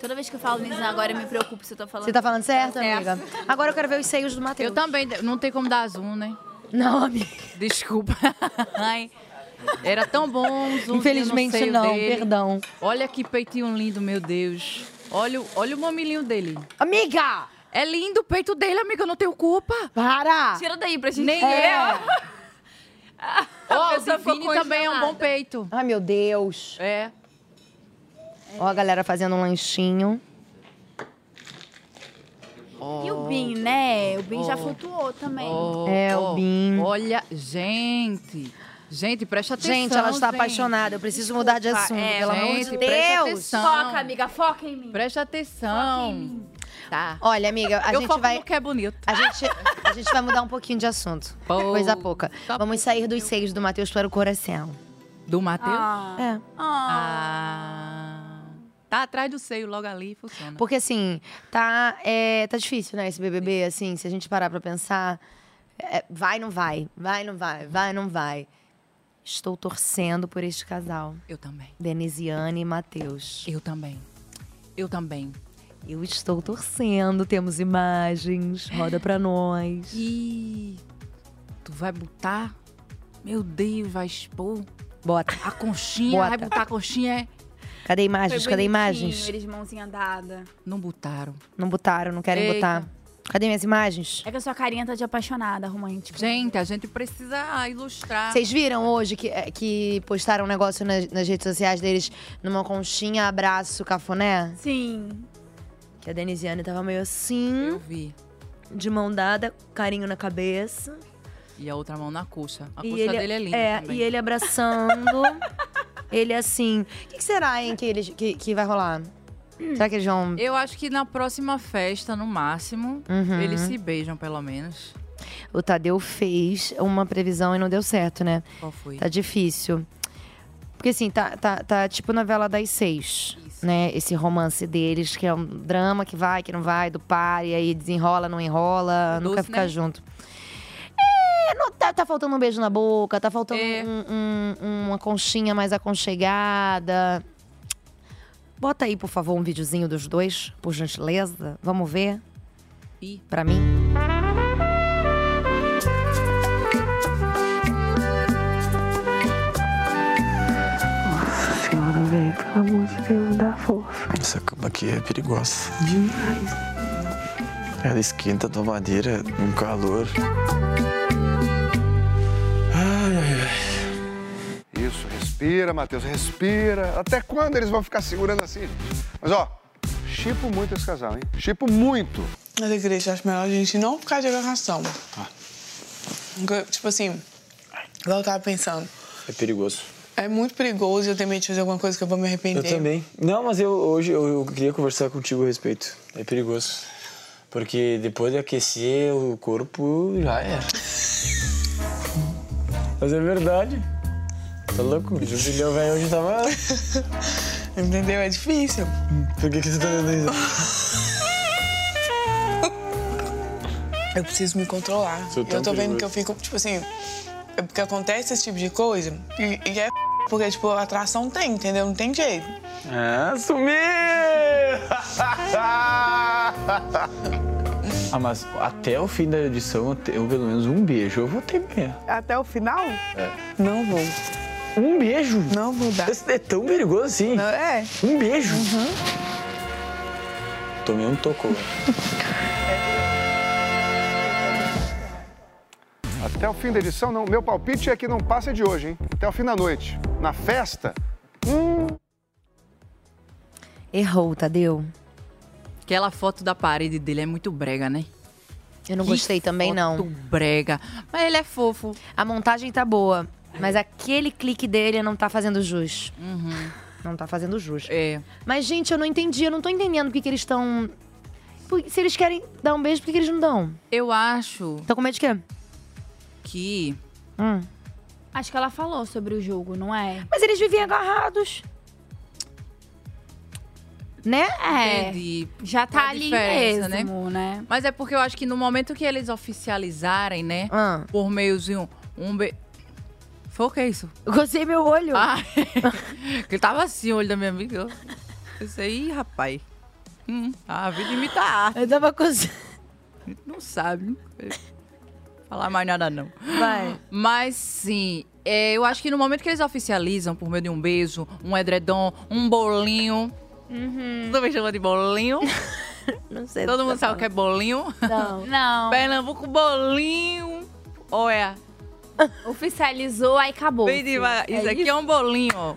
Speaker 4: Toda vez que eu falo Nizam agora eu me preocupo se eu tô falando.
Speaker 2: Você tá falando certo, amiga? Agora eu quero ver os seios do Matheus.
Speaker 3: Eu também. Não tem como dar zoom, né?
Speaker 2: Não, amiga.
Speaker 3: Desculpa. Ai, Era tão bom o zoomzinho no
Speaker 2: Infelizmente
Speaker 3: seio
Speaker 2: não,
Speaker 3: dele.
Speaker 2: perdão.
Speaker 3: Olha que peitinho lindo, meu Deus. Olha, o- olha o mamilinho dele.
Speaker 2: Amiga!
Speaker 3: É lindo o peito dele, amiga, eu não tenho culpa.
Speaker 2: Para! É.
Speaker 4: Tira daí pra gente
Speaker 3: Nem
Speaker 4: ver.
Speaker 3: eu.
Speaker 4: A
Speaker 3: Ó, o
Speaker 4: pessoa ficou
Speaker 3: Vini também é um bom
Speaker 4: congelada.
Speaker 3: peito.
Speaker 2: Ai, meu Deus.
Speaker 3: É.
Speaker 2: Ó, a galera fazendo um lanchinho.
Speaker 4: E o Bin, né? O Bin já
Speaker 3: Oh.
Speaker 4: flutuou também.
Speaker 3: Ó,
Speaker 2: É, o
Speaker 3: ó,
Speaker 2: Bim.
Speaker 3: Olha, gente. Gente, presta atenção.
Speaker 2: Gente, ela está
Speaker 3: gente.
Speaker 2: apaixonada. Eu preciso mudar de
Speaker 4: Desculpa,
Speaker 2: assunto,
Speaker 4: é,
Speaker 2: pelo amor
Speaker 3: gente,
Speaker 2: de
Speaker 3: presta
Speaker 2: Deus.
Speaker 3: atenção.
Speaker 4: Foca, amiga, foca em mim.
Speaker 3: Presta atenção. Tá.
Speaker 2: Olha, amiga, a
Speaker 3: eu
Speaker 2: gente
Speaker 3: foco
Speaker 2: vai.
Speaker 3: no que é bonito.
Speaker 2: A gente, a gente vai mudar um pouquinho de assunto.
Speaker 3: Pou-
Speaker 2: Coisa pouca.
Speaker 3: tá
Speaker 2: Vamos sair dos seios do Matheus para o coração.
Speaker 3: Do Matheus?
Speaker 4: Ah.
Speaker 2: É.
Speaker 4: Ah.
Speaker 3: Ah. Tá atrás do seio, logo ali, funciona.
Speaker 2: Porque assim, tá, é, tá difícil, né, esse BBB, assim, se a gente parar pra pensar, é, vai, não vai, vai, não vai, vai, não vai. Estou torcendo por este casal,
Speaker 3: Eu também.
Speaker 2: Denisiane e Matheus.
Speaker 3: Eu também. Eu também.
Speaker 2: Eu estou torcendo, temos imagens, roda pra nós.
Speaker 3: E tu vai botar? Meu Deus, vai expor
Speaker 2: Bota.
Speaker 3: a conchinha,
Speaker 2: Bota.
Speaker 3: vai botar a conchinha. É,
Speaker 2: Cadê
Speaker 4: Foi
Speaker 2: imagens? Cadê
Speaker 4: bonitinho,
Speaker 2: imagens?
Speaker 4: Eles de mãozinha dada.
Speaker 3: Não botaram.
Speaker 2: Não botaram, não querem
Speaker 3: Eita.
Speaker 2: botar. Cadê minhas imagens?
Speaker 4: É que a sua carinha tá de apaixonada, romântica.
Speaker 3: Gente, a gente precisa ilustrar.
Speaker 2: Vocês viram hoje que, eh, que postaram um negócio nas, nas redes sociais deles numa conchinha abraço cafuné?
Speaker 4: Sim.
Speaker 2: Que a Denisiane tava meio assim,
Speaker 3: Eu vi.
Speaker 2: de mão dada, carinho na cabeça.
Speaker 3: E a outra mão na coxa. A
Speaker 2: E
Speaker 3: coxa
Speaker 2: ele-
Speaker 3: dele é linda
Speaker 2: É,
Speaker 3: também.
Speaker 2: e ele abraçando. ele assim. O que, que será, hein, que, eles, que, que vai rolar? Será que eles vão.
Speaker 3: Eu acho que na próxima festa, no máximo,
Speaker 2: Uhum.
Speaker 3: eles se beijam, pelo menos.
Speaker 2: O Tadeu fez uma previsão e não deu certo, né?
Speaker 3: Qual foi?
Speaker 2: Tá difícil. Porque assim, tá, tá, tá tipo novela das seis,
Speaker 3: Isso.
Speaker 2: né? Esse romance deles, que é um drama que vai, que não vai, do par, e aí desenrola, não enrola,
Speaker 3: O
Speaker 2: nunca
Speaker 3: doce,
Speaker 2: fica
Speaker 3: né?
Speaker 2: junto. É, não- tá, tá faltando um beijo na boca, tá faltando
Speaker 3: É.
Speaker 2: um- um- uma conchinha mais aconchegada. Bota aí, por favor, um videozinho dos dois, por gentileza. Vamos ver. Pra mim.
Speaker 13: Nossa senhora, velho, pelo amor de Deus, dá força.
Speaker 10: Essa cama aqui é perigosa.
Speaker 13: Demais.
Speaker 10: Ela esquenta a tomadeira, um calor. Ai, ai, ai.
Speaker 14: Isso, respira, Matheus, respira. Até quando eles vão ficar segurando assim? gente? Mas ó, chipo muito esse casal, hein? Chipo muito.
Speaker 15: Mas eu queria acho melhor a gente não ficar de agarração. Porque, Tipo assim, igual eu tava pensando,
Speaker 10: É perigoso.
Speaker 15: é muito perigoso e eu tenho medo de fazer alguma coisa que eu vou me arrepender.
Speaker 10: Eu também. Não, mas eu hoje eu, eu queria conversar contigo a respeito. É perigoso. Porque depois de aquecer o corpo já era. mas é verdade. Tá louco? O Jubileu velho hoje tava.
Speaker 15: Entendeu? É difícil.
Speaker 10: Por que, que você tá vendo isso?
Speaker 15: Eu preciso me controlar.
Speaker 10: Isso é tão
Speaker 15: Eu tô vendo
Speaker 10: perigoso.
Speaker 15: que eu fico, tipo assim, é porque acontece esse tipo de coisa e, e é porque, tipo, a atração tem, entendeu? Não tem jeito.
Speaker 10: Ah, sumiu! Ah, mas até o fim da edição, eu tenho pelo menos um beijo eu vou ter mesmo.
Speaker 15: Até o final?
Speaker 10: É.
Speaker 15: Não vou.
Speaker 10: Um beijo?
Speaker 15: Não vou dar.
Speaker 10: Isso é tão perigoso assim.
Speaker 15: é?
Speaker 10: Um beijo.
Speaker 9: Uhum.
Speaker 10: Tomei um tocou.
Speaker 14: Até o fim da edição, não. Meu palpite é que não passa de hoje, hein? Até o fim da noite. Na festa, hum,
Speaker 2: Errou, Tadeu.
Speaker 3: Aquela foto da parede dele é muito brega, né?
Speaker 2: Eu não
Speaker 3: Que
Speaker 2: gostei também, não.
Speaker 3: foto brega. Mas ele é fofo.
Speaker 2: A montagem tá boa, mas aquele clique dele não tá fazendo jus. Não tá fazendo jus.
Speaker 3: Uhum. É.
Speaker 2: Mas, gente, eu não entendi. Eu não tô entendendo porque que eles estão... Por- Se eles querem dar um beijo, por que que eles não dão?
Speaker 3: Eu acho...
Speaker 2: Tá com medo de quê? Hum.
Speaker 3: Que...
Speaker 4: Acho que ela falou sobre o jogo, não é?
Speaker 2: Mas eles viviam agarrados. Né?
Speaker 4: É.
Speaker 3: Entendi.
Speaker 4: Já tá
Speaker 3: a
Speaker 4: ali
Speaker 3: diferença,
Speaker 4: mesmo, né?
Speaker 3: Mas é porque eu acho que no momento que eles oficializarem, né?
Speaker 2: Ah.
Speaker 3: Por meio de um, um be... Foi o que é isso?
Speaker 2: Gozei meu olho.
Speaker 3: Ah, que tava assim o olho da minha amiga. Eu sei, "Ih, rapaz. Hum, a vida imita a arte.
Speaker 2: Eu tava cozinhando.
Speaker 3: Não sabe. Falar mais nada, não.
Speaker 2: Vai.
Speaker 3: Mas sim, é, eu acho que no momento que eles oficializam por meio de um beijo, um edredom, um bolinho. Uhum. Também chama de bolinho.
Speaker 2: Não sei.
Speaker 3: Todo mundo sabe o que é bolinho?
Speaker 2: Não.
Speaker 4: Não.
Speaker 3: Pernambuco, bolinho. é? Olha.
Speaker 4: Oficializou, aí acabou.
Speaker 3: Bem devagar. Isso aqui é um bolinho, ó.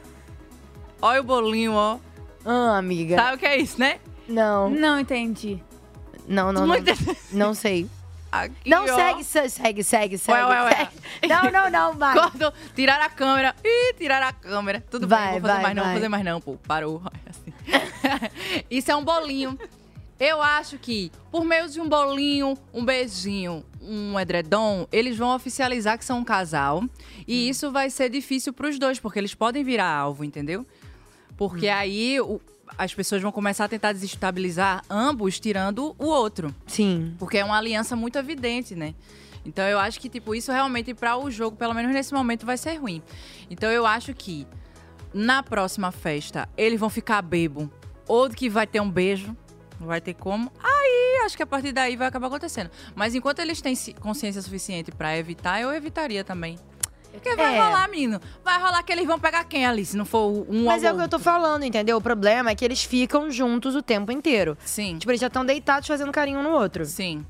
Speaker 3: Olha o bolinho, ó.
Speaker 2: Ah, amiga.
Speaker 3: Sabe o que é isso, né?
Speaker 2: Não.
Speaker 4: Não entendi.
Speaker 2: Não, não, não. Não sei. não,
Speaker 3: Ah, ó.
Speaker 2: segue, se- segue, segue, segue.
Speaker 3: Ué, ué, ué.
Speaker 2: segue. Não, não, não, vai.
Speaker 3: Cortou. Tiraram a câmera. Ih, tiraram a câmera. Tudo
Speaker 2: Vai,
Speaker 3: bem, não vou fazer
Speaker 2: vai,
Speaker 3: mais não,
Speaker 2: vai.
Speaker 3: vou fazer mais não, pô. Parou. Assim. Isso é um bolinho. Eu acho que, por meio de um bolinho, um beijinho, um edredom, eles vão oficializar que são um casal. E
Speaker 2: Hum.
Speaker 3: isso vai ser difícil pros dois, porque eles podem virar alvo, entendeu? Porque
Speaker 2: Uhum.
Speaker 3: aí o- as pessoas vão começar a tentar desestabilizar ambos, tirando o outro.
Speaker 2: Sim.
Speaker 3: Porque é uma aliança muito evidente, né? Então eu acho que, tipo, isso realmente para o jogo, pelo menos nesse momento, vai ser ruim. Então eu acho que na próxima festa eles vão ficar bebo. Ou que vai ter um beijo, não vai ter como. Aí acho que a partir daí vai acabar acontecendo. Mas enquanto eles têm ci- consciência suficiente para evitar, eu evitaria também. Porque vai
Speaker 2: É.
Speaker 3: rolar, menino. Vai rolar que eles vão pegar quem ali, se não for um
Speaker 2: Mas
Speaker 3: ao
Speaker 2: é o que eu tô falando, entendeu? O problema é que eles ficam juntos o tempo inteiro.
Speaker 3: Sim.
Speaker 2: Tipo, eles já estão deitados fazendo carinho um no outro.
Speaker 3: Sim.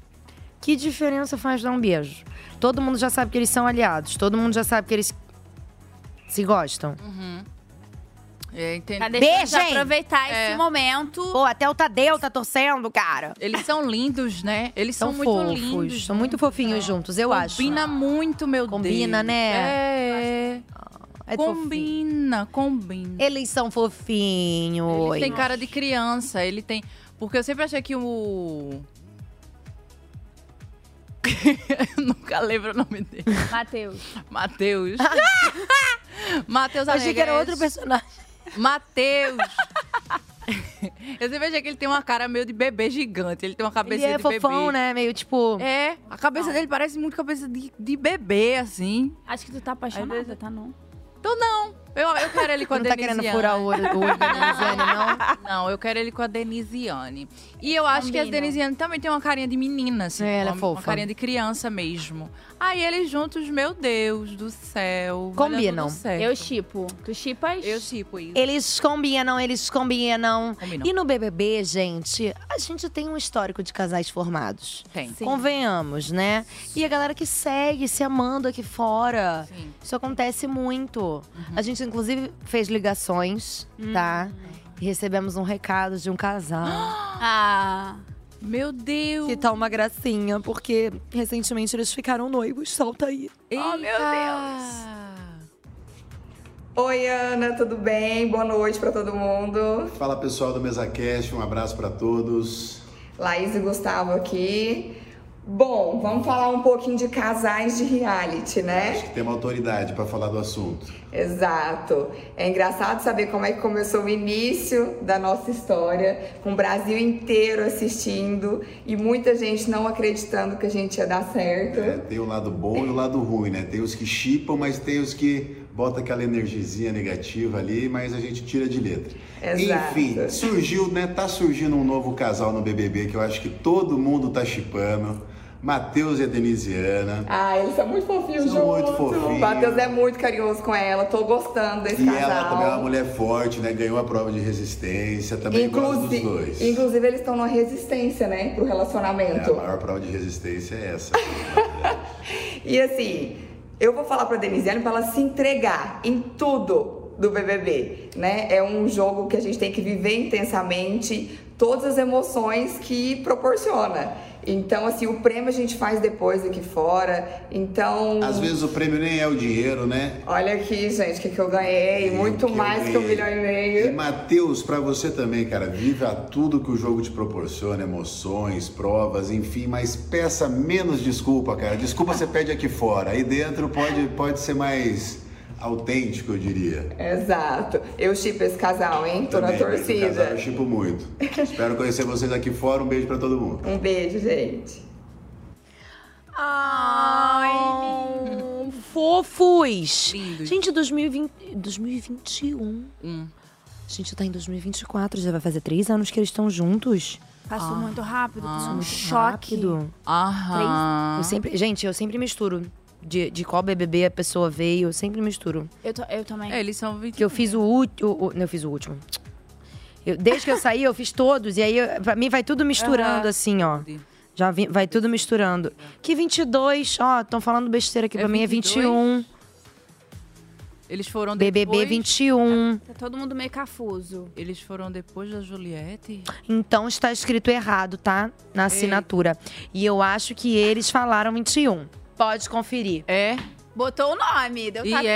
Speaker 2: Que diferença faz dar um beijo? Todo mundo já sabe que eles são aliados. Todo mundo já sabe que eles se gostam.
Speaker 3: Uhum. É, entendi.
Speaker 4: Tá deixando
Speaker 2: Beijo,
Speaker 4: de
Speaker 2: hein?
Speaker 4: aproveitar
Speaker 3: É.
Speaker 4: esse momento.
Speaker 2: Pô, até o Tadeu tá torcendo, cara.
Speaker 3: Eles são lindos, né? Eles são, muito
Speaker 2: fofos,
Speaker 3: lindos. né?
Speaker 2: São muito fofinhos juntos, eu acho.
Speaker 3: Combina muito, meu Deus.
Speaker 2: Combina, né?
Speaker 3: É. combina, combina.
Speaker 2: Eles são fofinhos.
Speaker 3: Ele tem cara de criança, ele tem. Porque eu sempre achei que o. eu nunca lembro o nome dele.
Speaker 4: Matheus.
Speaker 3: Mateus. Mateus
Speaker 2: Eu Ah, achei que era
Speaker 3: Alegres.
Speaker 2: outro personagem.
Speaker 3: Mateus. eu sempre achei que ele tem uma cara meio de bebê gigante. Ele tem uma cabeça
Speaker 2: Ele é
Speaker 3: de
Speaker 2: fofão,
Speaker 3: bebê.
Speaker 2: né? Meio tipo.
Speaker 3: É, a cabeça dele parece muito cabeça de, de bebê, assim.
Speaker 4: Acho que tu tá apaixonada, tá não?
Speaker 3: Tô não. Eu, eu quero ele com a
Speaker 2: Não tá
Speaker 3: Denisiane.
Speaker 2: querendo furar o olho- o olho da Denisiane,
Speaker 3: não? Não, eu quero ele com a Denisiane. E eu acho que a
Speaker 2: Combinam.
Speaker 3: Denisiane também tem uma carinha de menina, assim.
Speaker 2: É, ela é
Speaker 3: uma,
Speaker 2: fofa.
Speaker 3: Uma carinha de criança mesmo. Aí eles juntos, meu Deus do céu. vai dar
Speaker 2: Combinam.
Speaker 3: tudo certo.
Speaker 2: Eu
Speaker 4: chipo. Tu chipas?
Speaker 3: Eu chipo isso.
Speaker 2: Eles combinam, eles combinam.
Speaker 3: Combinam.
Speaker 2: E no BBB, gente, a gente tem um histórico de casais formados.
Speaker 3: Tem. Sim.
Speaker 2: Convenhamos, né? E a galera que segue, se amando aqui fora. Isso acontece muito.
Speaker 3: Uhum.
Speaker 2: A gente, inclusive, fez ligações, tá?
Speaker 3: Uhum.
Speaker 2: E recebemos um recado de um casal.
Speaker 4: Ah.
Speaker 3: Meu Deus!
Speaker 2: Que tá uma gracinha, porque recentemente eles ficaram noivos. Solta aí.
Speaker 3: Oh, meu
Speaker 16: Deus! Oi, Ana, tudo bem? Boa noite pra todo mundo.
Speaker 17: Fala pessoal do MesaCast, um abraço para todos.
Speaker 16: Laís e Gustavo aqui. Bom, vamos falar um pouquinho de casais de reality, né?
Speaker 17: Tem uma autoridade para falar do assunto.
Speaker 16: Exato. É engraçado saber como é que começou o início da nossa história, com o Brasil inteiro assistindo e muita gente não acreditando que a gente ia dar certo.
Speaker 17: É, tem o lado bom e o lado ruim, né? Tem os que chipam, mas tem os que botam aquela energiazinha negativa ali, mas a gente tira de letra.
Speaker 16: Exato.
Speaker 17: Enfim, surgiu, né? Tá surgindo um novo casal no BBB que eu acho que todo mundo tá chipando. Matheus e a Denisiana.
Speaker 16: Ah, eles são muito fofinhos
Speaker 17: São
Speaker 16: juntos.
Speaker 17: muito fofinhos.
Speaker 16: O Matheus é muito carinhoso com ela. Tô gostando desse
Speaker 17: E
Speaker 16: casal.
Speaker 17: ela também é uma mulher forte, né? Ganhou a prova de resistência, também gosto dos
Speaker 16: Inclusi-
Speaker 17: dois.
Speaker 16: Inclusive, eles estão numa resistência, né? Pro
Speaker 17: É,
Speaker 16: relacionamento.
Speaker 17: a maior prova de resistência é essa.
Speaker 16: E assim, eu vou falar pra Denisiane pra ela se entregar em tudo do BBB, né? É um jogo que a gente tem que viver intensamente todas as emoções que proporciona. Então, assim, o prêmio a gente faz depois aqui fora. Então.
Speaker 17: Às vezes o prêmio nem é o dinheiro, né?
Speaker 16: Olha aqui, gente, o que, que eu ganhei. Muito mais que um milhão e meio.
Speaker 17: E Matheus, pra você também, cara, viva tudo que o jogo te proporciona, emoções, provas, enfim, mas peça menos desculpa, cara. Desculpa você pede aqui fora, aí dentro pode, pode ser mais autêntico, eu diria.
Speaker 16: Exato. Eu chipo esse casal, hein? Tô na
Speaker 17: Também, mas o
Speaker 16: torcida.
Speaker 17: casal Eu tipo muito. Espero conhecer vocês aqui fora. Um beijo pra todo mundo.
Speaker 16: Um beijo, gente.
Speaker 2: Ai, fofos! Gente, 2020, 2021. A um. gente tá em 2024, já vai fazer três anos que eles estão juntos.
Speaker 4: Passou muito rápido, passou muito choque.
Speaker 2: Rápido.
Speaker 4: Ah. Aham.
Speaker 2: Eu sempre, gente, eu sempre misturo. De, de qual BBB a pessoa veio, eu sempre misturo.
Speaker 4: Eu, to- eu também.
Speaker 3: É, Eles são um.
Speaker 2: Que eu fiz o último. Não, eu fiz o último. Eu- desde que eu saí, eu fiz todos. E aí, eu- pra mim, vai tudo misturando,
Speaker 3: Aham.
Speaker 2: assim, ó. Já vi- vai tudo misturando. Que 22, ó, estão falando besteira aqui
Speaker 3: É
Speaker 2: pra mim, é
Speaker 3: 22?
Speaker 2: 21.
Speaker 3: Eles foram
Speaker 2: BBB
Speaker 3: depois...
Speaker 2: 21.
Speaker 4: Tá todo mundo meio cafuso.
Speaker 3: Eles foram depois da Juliette?
Speaker 2: Então está escrito errado, tá? Na assinatura. E eu acho que eles falaram 21. Pode conferir.
Speaker 3: É?
Speaker 4: Botou o nome, deu
Speaker 2: E
Speaker 4: tapinha.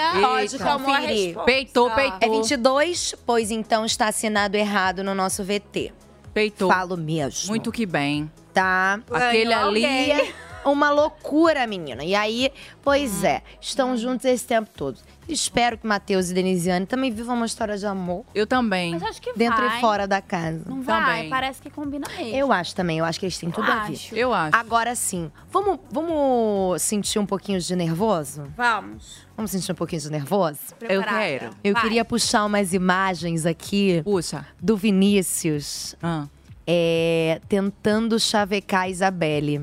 Speaker 2: é-
Speaker 4: Pode
Speaker 2: Eita.
Speaker 4: tomou a
Speaker 2: Confere.
Speaker 4: resposta.
Speaker 3: Peitou,
Speaker 2: É 22, pois então está assinado errado no nosso VT.
Speaker 3: Peitou.
Speaker 2: Falo mesmo.
Speaker 3: Muito que bem.
Speaker 2: Tá.
Speaker 3: Aquele
Speaker 2: Ganhou
Speaker 3: ali.
Speaker 2: alguém. Uma loucura, menina. E aí, pois é, estão juntos esse tempo todo. Espero que Matheus e Denisiane também vivam uma história de amor.
Speaker 3: Eu também. Mas
Speaker 4: acho que
Speaker 2: Dentro
Speaker 4: vai.
Speaker 2: e fora da casa.
Speaker 4: Não vai, parece que combina mesmo.
Speaker 2: Eu acho também, eu acho que eles têm tudo a ver.
Speaker 4: Acho.
Speaker 3: Eu acho.
Speaker 2: Agora sim, vamos, vamos sentir um pouquinho de nervoso?
Speaker 4: Vamos.
Speaker 2: Vamos sentir um pouquinho de nervoso?
Speaker 4: Preparada. Eu quero.
Speaker 2: Eu
Speaker 4: Vai.
Speaker 2: queria puxar umas imagens aqui.
Speaker 3: Puxa.
Speaker 2: Do Vinícius.
Speaker 4: Ah.
Speaker 2: É, tentando chavecar a Isabelle.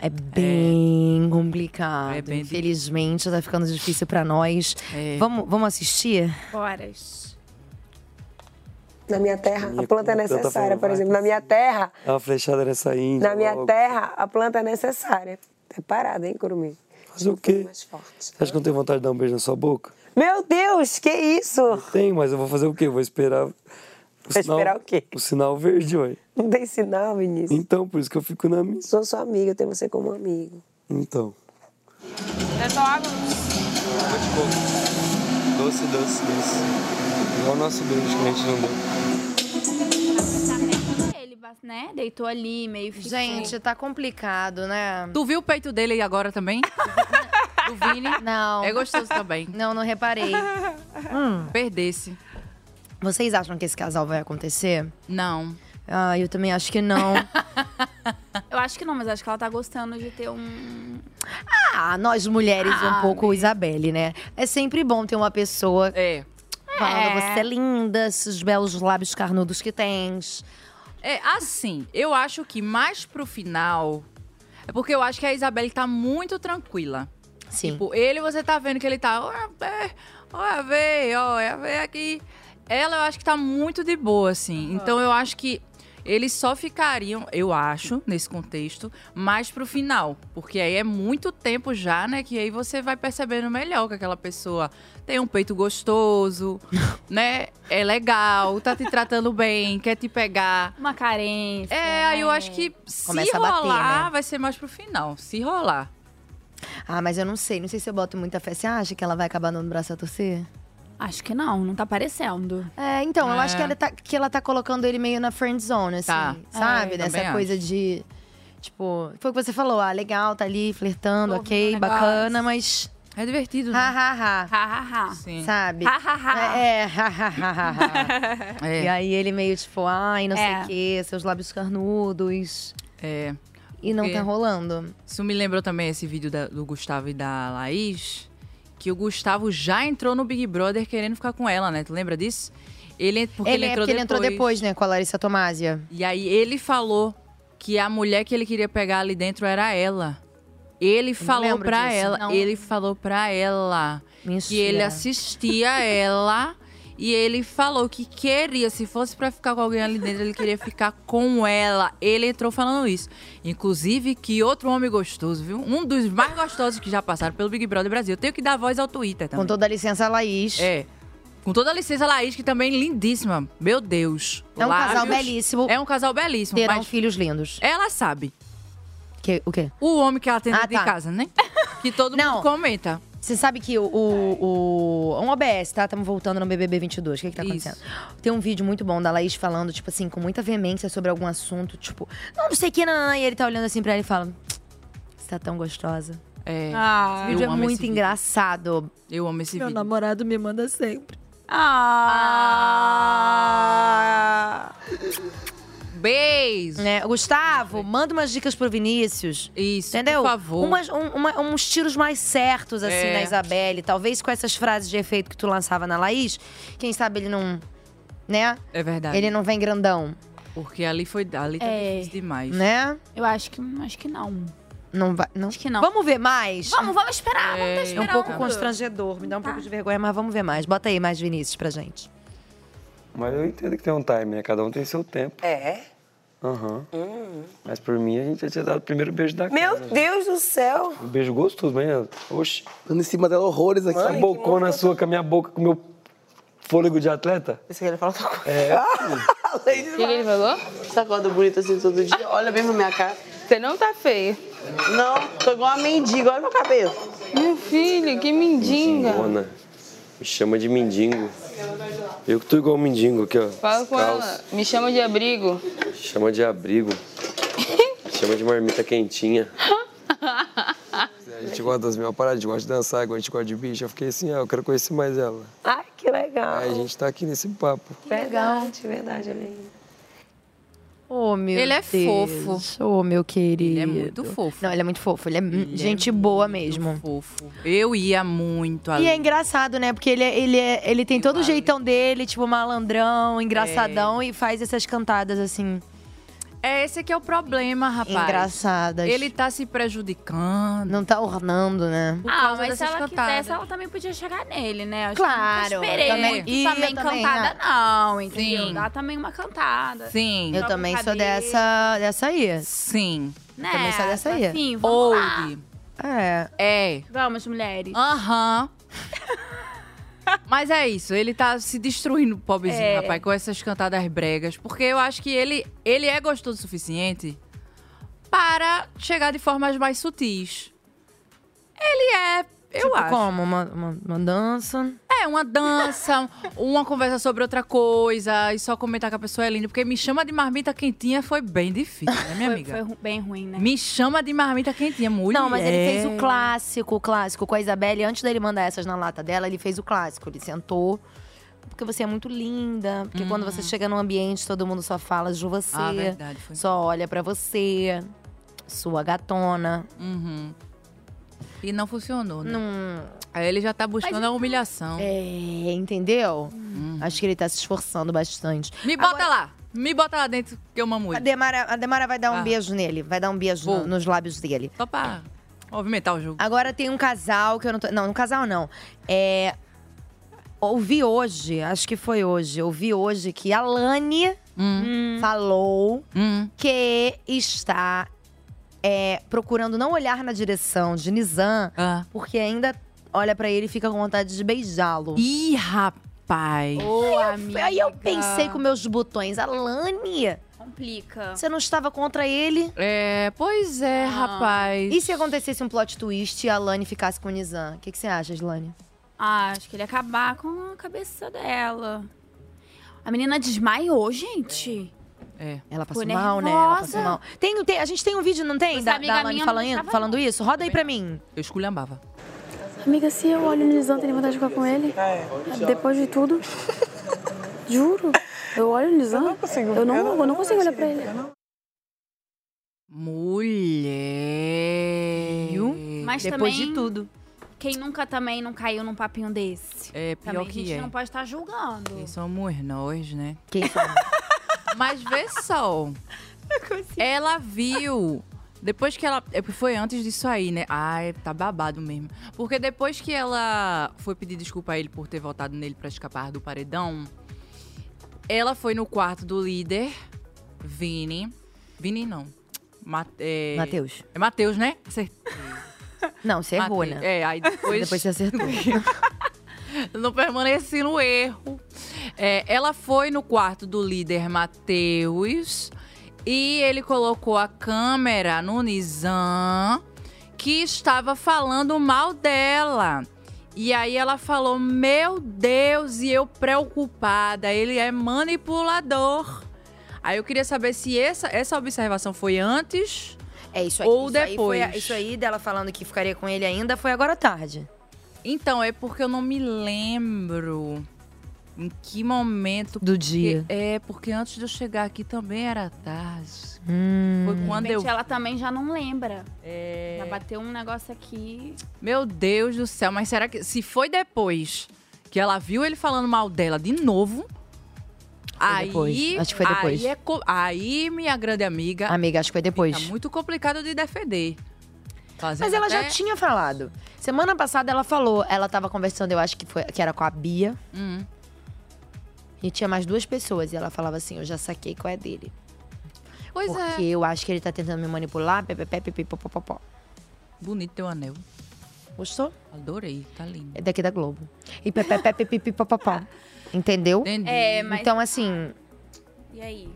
Speaker 2: É
Speaker 4: É.
Speaker 2: bem complicado. Infelizmente, tá ficando difícil pra nós.
Speaker 4: É.
Speaker 2: Vamos, vamos assistir?
Speaker 4: Horas.
Speaker 18: Na minha terra, a
Speaker 10: Minha
Speaker 18: planta é
Speaker 10: planta tá
Speaker 18: necessária,
Speaker 10: falando,
Speaker 18: por
Speaker 10: vai
Speaker 18: exemplo. Na minha terra,
Speaker 10: É uma flechada nessa índia.
Speaker 18: na minha
Speaker 10: logo.
Speaker 18: terra, a planta é necessária. É parada, hein, Curumi?
Speaker 10: Fazer o quê? Você acha que eu não tenho vontade de dar um beijo na sua boca?
Speaker 18: Meu Deus, que isso?
Speaker 10: Tenho, mas eu vou fazer o quê? Eu Vou esperar. Vai
Speaker 18: esperar o quê?
Speaker 10: O sinal verde, ué.
Speaker 18: Não tem sinal, Vinícius.
Speaker 10: Então, por isso que eu fico na minha.
Speaker 18: Sou sua amiga, eu tenho você como amigo.
Speaker 10: Então.
Speaker 18: É só água.
Speaker 10: Doce, doce, doce. Igual o nosso beijo que a gente não deu.
Speaker 4: Ele, né? Deitou ali, meio fixo.
Speaker 2: Gente, tá complicado, né?
Speaker 3: Tu viu o peito dele agora também? Do Vini?
Speaker 2: Não.
Speaker 3: É gostoso também.
Speaker 2: Não, não reparei.
Speaker 3: Perdesse.
Speaker 2: Vocês acham que esse casal vai acontecer?
Speaker 3: Não.
Speaker 2: Ah, eu também acho que não.
Speaker 4: Eu acho que não, mas acho que ela tá gostando de ter um.
Speaker 2: Ah, nós mulheres
Speaker 4: Ah,
Speaker 2: um pouco Isabelle, né? É sempre bom ter uma pessoa falando,
Speaker 3: É.
Speaker 2: você é linda, esses belos lábios carnudos que tens.
Speaker 3: É, assim, eu acho que mais pro final. É porque eu acho que a Isabelle tá muito tranquila.
Speaker 2: Sim.
Speaker 3: Tipo, ele você tá vendo que ele tá. Olha, olha, vê, olha, vê é aqui. Ela eu acho que tá muito de boa, assim. Então eu acho que eles só ficariam, eu acho, nesse contexto, mais pro final. Porque aí é muito tempo já, né? Que aí você vai percebendo melhor que aquela pessoa tem um peito gostoso, né? É legal, tá te tratando bem, quer te pegar.
Speaker 4: Uma carência. né? é
Speaker 3: É, aí eu acho que se
Speaker 2: Começa a
Speaker 3: rolar,
Speaker 2: bater, né?
Speaker 3: Ah, vai ser mais pro final. Se rolar.
Speaker 2: Ah, mas eu não sei, não sei se eu boto muita fé. Você acha que ela vai acabar dando braço a torcer?
Speaker 4: Acho que não, não tá parecendo.
Speaker 2: É, então, eu
Speaker 4: É.
Speaker 2: acho que ela, tá, que ela tá colocando ele meio na friend zone, assim.
Speaker 3: Tá.
Speaker 2: Sabe?
Speaker 4: É, eu
Speaker 2: Dessa
Speaker 4: também
Speaker 2: coisa de. Tipo, foi o que você falou, ah, legal, tá ali flertando, ok, bacana, mas.
Speaker 3: um É divertido,
Speaker 2: né? Ha, ha, ha.
Speaker 4: Ha, ha, ha.
Speaker 3: Sim.
Speaker 2: Sabe?
Speaker 4: Ha, ha, ha.
Speaker 2: É, ha, ha, ha, ha, ha.
Speaker 3: É.
Speaker 2: E aí ele meio tipo, ai, não sei
Speaker 3: É.
Speaker 2: o quê, seus lábios carnudos.
Speaker 3: É.
Speaker 2: E não
Speaker 3: Porque
Speaker 2: tá rolando.
Speaker 3: Isso me lembrou também esse vídeo da- do Gustavo e da Laís, que o Gustavo já entrou no Big Brother querendo ficar com ela, né? Tu lembra disso? Ele, porque ele,
Speaker 2: é
Speaker 3: entrou,
Speaker 2: porque ele entrou depois, né, com a Larissa Tomásia.
Speaker 3: E aí ele falou que a mulher que ele queria pegar ali dentro era ela. Ele falou
Speaker 2: lembro
Speaker 3: pra
Speaker 2: disso.
Speaker 3: ela,
Speaker 2: Não.
Speaker 3: ele falou pra ela que
Speaker 2: Mentira.
Speaker 3: ele assistia ela e ele falou que queria, se fosse pra ficar com alguém ali dentro, ele queria ficar com ela. Ele entrou falando isso. Inclusive que outro homem gostoso, viu? Um dos mais gostosos que já passaram pelo Big Brother Brasil. Eu tenho que dar voz ao Twitter também.
Speaker 2: Com toda a licença, Laís.
Speaker 3: É. Com toda a licença, Laís, que também é lindíssima. Meu Deus.
Speaker 2: É um casal
Speaker 3: Lábios.
Speaker 2: belíssimo.
Speaker 3: É um casal belíssimo.
Speaker 2: Terão
Speaker 3: mas
Speaker 2: filhos lindos.
Speaker 3: Ela sabe.
Speaker 2: Que, o quê?
Speaker 3: O homem que ela tem dentro
Speaker 2: Ah, tá.
Speaker 3: de casa, né? Que todo mundo comenta.
Speaker 2: Você sabe que o. o, o um OBS, tá? Estamos voltando no BBB 22. O que, que tá acontecendo? Tem um vídeo muito bom da Laís falando, tipo assim, com muita veemência sobre algum assunto, tipo, não, não sei o que, não, não, não. E ele tá olhando assim pra ela e fala: Você tá tão gostosa.
Speaker 3: É.
Speaker 2: esse vídeo é muito engraçado.
Speaker 3: Eu amo esse
Speaker 2: Meu
Speaker 3: vídeo.
Speaker 2: namorado me manda sempre.
Speaker 4: Ah!
Speaker 3: Beijo!
Speaker 2: Né? Gustavo, manda umas dicas pro Vinícius.
Speaker 3: Isso,
Speaker 2: Entendeu?
Speaker 3: por favor.
Speaker 2: Umas- um- uma- uns tiros mais certos, assim,
Speaker 3: É.
Speaker 2: na Isabelle. Talvez com essas frases de efeito que tu lançava na Laís. Quem sabe ele não… Né?
Speaker 3: É verdade.
Speaker 2: Ele não vem grandão,
Speaker 3: Porque ali foi. Ali tá
Speaker 2: É.
Speaker 3: difícil demais.
Speaker 2: né?
Speaker 4: Eu acho que, acho que não.
Speaker 2: Não vai. Não.
Speaker 4: Acho que não.
Speaker 2: Vamos ver mais?
Speaker 4: Vamos, vamos esperar, Tá. vamos tá
Speaker 2: É um
Speaker 4: esperando.
Speaker 2: pouco constrangedor, me dá um pouco de vergonha, mas vamos ver mais. Bota aí mais Vinícius pra gente.
Speaker 19: Mas eu entendo que tem um time, né? Cada um tem seu tempo.
Speaker 18: É?
Speaker 19: Aham. Mas por mim, a gente já tinha dado o primeiro beijo da
Speaker 18: Meu
Speaker 19: cara. né?
Speaker 18: Deus do céu!
Speaker 19: Um beijo gostoso, mas... Oxi. Dando em cima dela horrores aqui. a bocona sua com a minha boca, com o meu fôlego de atleta.
Speaker 13: Isso que ele falou outra coisa.
Speaker 19: É.
Speaker 18: Ah!
Speaker 13: O que, que ele falou? Você acorda bonita assim todo dia, olha bem pra minha cara. Você não tá feia. Não, tô igual uma mendiga, olha meu cabelo. Meu filho, que mendiga.
Speaker 19: Mendingona. Me chama de mendigo. Eu que tô igual um mendigo aqui, ó.
Speaker 13: Fala com
Speaker 19: Descalço.
Speaker 13: ela, me chama de abrigo.
Speaker 19: Chama de abrigo. chama de marmita quentinha. A gente gosta das mesmas paradas, a gente gosta de dançar, a gente gosta de bicho. Eu fiquei assim, ah, eu quero conhecer mais ela.
Speaker 13: Ai, que legal.
Speaker 19: Aí a gente tá aqui nesse papo.
Speaker 13: Legal. Verdade, verdade,
Speaker 20: é.
Speaker 13: olha aí.
Speaker 2: Oh, meu
Speaker 13: Ele é
Speaker 2: Deus. fofo. Oh, meu querido. Ele é
Speaker 3: muito fofo.
Speaker 2: Não, ele é muito fofo. Ele é gente boa mesmo.
Speaker 3: Fofo. Eu ia muito ali.
Speaker 2: E é engraçado, né? Porque ele, é- ele, é- ele tem todo o jeitão dele, tipo, malandrão, engraçadão, e faz essas cantadas assim.
Speaker 3: É esse que é o problema, rapaz.
Speaker 2: Engraçadas.
Speaker 3: Ele tá se prejudicando.
Speaker 2: Não tá ornando, né?
Speaker 4: Ah,
Speaker 3: causa
Speaker 4: mas se
Speaker 3: dessas
Speaker 4: ela
Speaker 3: cantadas.
Speaker 4: quisesse, ela também podia chegar nele, né? Acho
Speaker 2: Claro,
Speaker 4: Que eu nunca esperei
Speaker 2: também-
Speaker 4: muito
Speaker 2: Ih,
Speaker 4: também
Speaker 2: eu também,
Speaker 4: cantada,
Speaker 2: ah.
Speaker 4: não, entendeu?
Speaker 2: Sim.
Speaker 4: Dá também uma cantada.
Speaker 3: Sim.
Speaker 2: Eu também sou dessa, dessa aí.
Speaker 3: Sim.
Speaker 4: Né?
Speaker 2: Também sou dessa aí.
Speaker 4: Enfim, vamos lá.
Speaker 2: É.
Speaker 3: É.
Speaker 4: Vamos, mulheres.
Speaker 3: Aham. Mas é isso, ele tá se destruindo, pobrezinho,
Speaker 4: É.
Speaker 3: rapaz, com essas cantadas bregas. Porque eu acho que ele, ele é gostoso o suficiente para chegar de formas mais sutis. Ele é, eu
Speaker 2: tipo,
Speaker 3: acho.
Speaker 2: como? Uma, uma, uma dança.
Speaker 3: É, uma dança, um, uma conversa sobre outra coisa e só comentar que a pessoa é linda. Porque me chama de marmita quentinha foi bem difícil, né, minha amiga?
Speaker 4: Foi ru- bem ruim, né?
Speaker 3: Me chama de marmita quentinha, mulher.
Speaker 2: Não, mas ele fez o clássico, o clássico com a Isabelle. Antes dele mandar essas na lata dela, ele fez o clássico. Ele sentou. Porque você é muito linda. Porque quando você chega num ambiente, todo mundo só fala de você.
Speaker 3: Uhum. Ah, verdade, foi.
Speaker 2: Só olha pra você. Sua gatona.
Speaker 3: Uhum. E não funcionou, né?
Speaker 2: Não. então,
Speaker 3: Aí ele já tá buscando a humilhação. Uhum.
Speaker 2: É, entendeu? Acho que ele tá se esforçando bastante.
Speaker 3: Me bota lá. Me bota lá dentro que eu mamo
Speaker 2: A
Speaker 3: ele.
Speaker 2: Demara, a Demara vai dar um
Speaker 3: Ah.
Speaker 2: beijo nele, vai dar um beijo no-
Speaker 3: Vou.
Speaker 2: nos lábios dele.
Speaker 3: Só pra movimentar o jogo.
Speaker 2: Agora tem um casal que eu não tô. Não, um casal não. É. Ouvi hoje, acho que foi hoje, ouvi hoje que a Lani
Speaker 9: Hum.
Speaker 3: Hum.
Speaker 2: falou que está é, procurando não olhar na direção de Nizam,
Speaker 3: Ah.
Speaker 2: porque ainda olha pra ele e fica com vontade de beijá-lo.
Speaker 3: Ih,
Speaker 2: aí,
Speaker 3: rapaz!
Speaker 2: eu, aí eu pensei com meus botões, a Lani.
Speaker 4: Complica.
Speaker 2: Você não estava contra ele? Ah.
Speaker 3: É, pois é, rapaz.
Speaker 2: E se acontecesse um plot twist e a Lani ficasse com o Nizam? O que, que você acha, Lani?
Speaker 4: Ah, acho que ele ia acabar com a cabeça dela. A menina desmaiou, gente.
Speaker 3: É.
Speaker 2: Ela passou
Speaker 4: Ficou
Speaker 2: mal, né? Ela passou
Speaker 4: nervosa.
Speaker 2: mal. Tem, tem- a gente tem um vídeo, não tem?
Speaker 4: Mas
Speaker 2: Da,
Speaker 4: a amiga
Speaker 2: da Lani
Speaker 4: minha não
Speaker 2: falando,
Speaker 4: tava,
Speaker 2: falando isso? Roda aí pra mim.
Speaker 3: Eu esculhambava.
Speaker 9: Amiga, se eu olho no Nizam, teria vontade de ficar com ele? Depois de tudo? Juro. Eu olho no Nizam, eu não consigo, eu não, consigo olhar pra ele.
Speaker 3: Mulher.
Speaker 4: Mas
Speaker 3: Depois
Speaker 4: também,
Speaker 3: de tudo.
Speaker 4: Quem nunca também não caiu num papinho desse?
Speaker 3: É, pior
Speaker 4: também
Speaker 3: que
Speaker 4: a gente
Speaker 3: é.
Speaker 4: não pode estar julgando.
Speaker 3: Quem somos nós, né?
Speaker 2: Quem somos?
Speaker 3: Mas vê só. Ela viu. Depois que ela. é porque Foi antes disso aí, né? Ai, tá babado mesmo. Porque depois que ela foi pedir desculpa a ele por ter votado nele pra escapar do paredão, ela foi no quarto do líder, Vini. Vini não. Mate, é...
Speaker 2: Mateus.
Speaker 3: É Matheus, né? Acertei.
Speaker 2: Não, você errou,
Speaker 3: Mateus.
Speaker 2: né?
Speaker 3: É, aí depois.
Speaker 2: Depois você acertou.
Speaker 3: Eu não permaneci no erro. É, ela foi no quarto do líder Matheus e ele colocou a câmera no Nizam, que estava falando mal dela. E aí ela falou: Meu Deus, e eu preocupada, ele é manipulador. Aí eu queria saber se essa, essa observação foi antes
Speaker 2: é, isso
Speaker 3: ou
Speaker 2: isso aí foi
Speaker 3: depois.
Speaker 2: a- isso aí dela falando que ficaria com ele ainda foi agora à tarde.
Speaker 3: Então, é porque eu não me lembro em que momento. Do
Speaker 2: dia.
Speaker 3: É, porque antes de eu chegar aqui também era tarde.
Speaker 4: De
Speaker 2: Hum.
Speaker 3: Foi quando eu.
Speaker 4: repente, ela também já não lembra. É. Já bateu um negócio aqui.
Speaker 3: Meu Deus do céu, mas será que. Se foi depois que ela viu ele falando mal dela de novo. aí.
Speaker 2: depois, acho que foi depois.
Speaker 3: Aí, é co- aí, minha grande amiga.
Speaker 2: Amiga, acho que foi depois.
Speaker 3: Tá muito complicado de defender. Fazendo
Speaker 2: Mas ela já
Speaker 3: até-
Speaker 2: tinha falado. Semana passada ela falou, ela tava conversando, eu acho que, foi, que era com a Bia.
Speaker 3: Hum.
Speaker 2: E tinha mais duas pessoas. E ela falava assim: Eu já saquei qual é dele.
Speaker 3: Pois é.
Speaker 2: porque eu acho que ele tá tentando me manipular. Pé, pé, pé, pé, pé, pó, pó, pó, pó.
Speaker 3: Bonito teu anel.
Speaker 2: Gostou?
Speaker 3: Adorei, tá lindo.
Speaker 2: É daqui da Globo. E pé, pé, pé, pé, pé, pé, pó, pó, pó. Entendeu?
Speaker 3: Entendi.
Speaker 4: É, mas-
Speaker 2: Então, assim,
Speaker 4: E aí?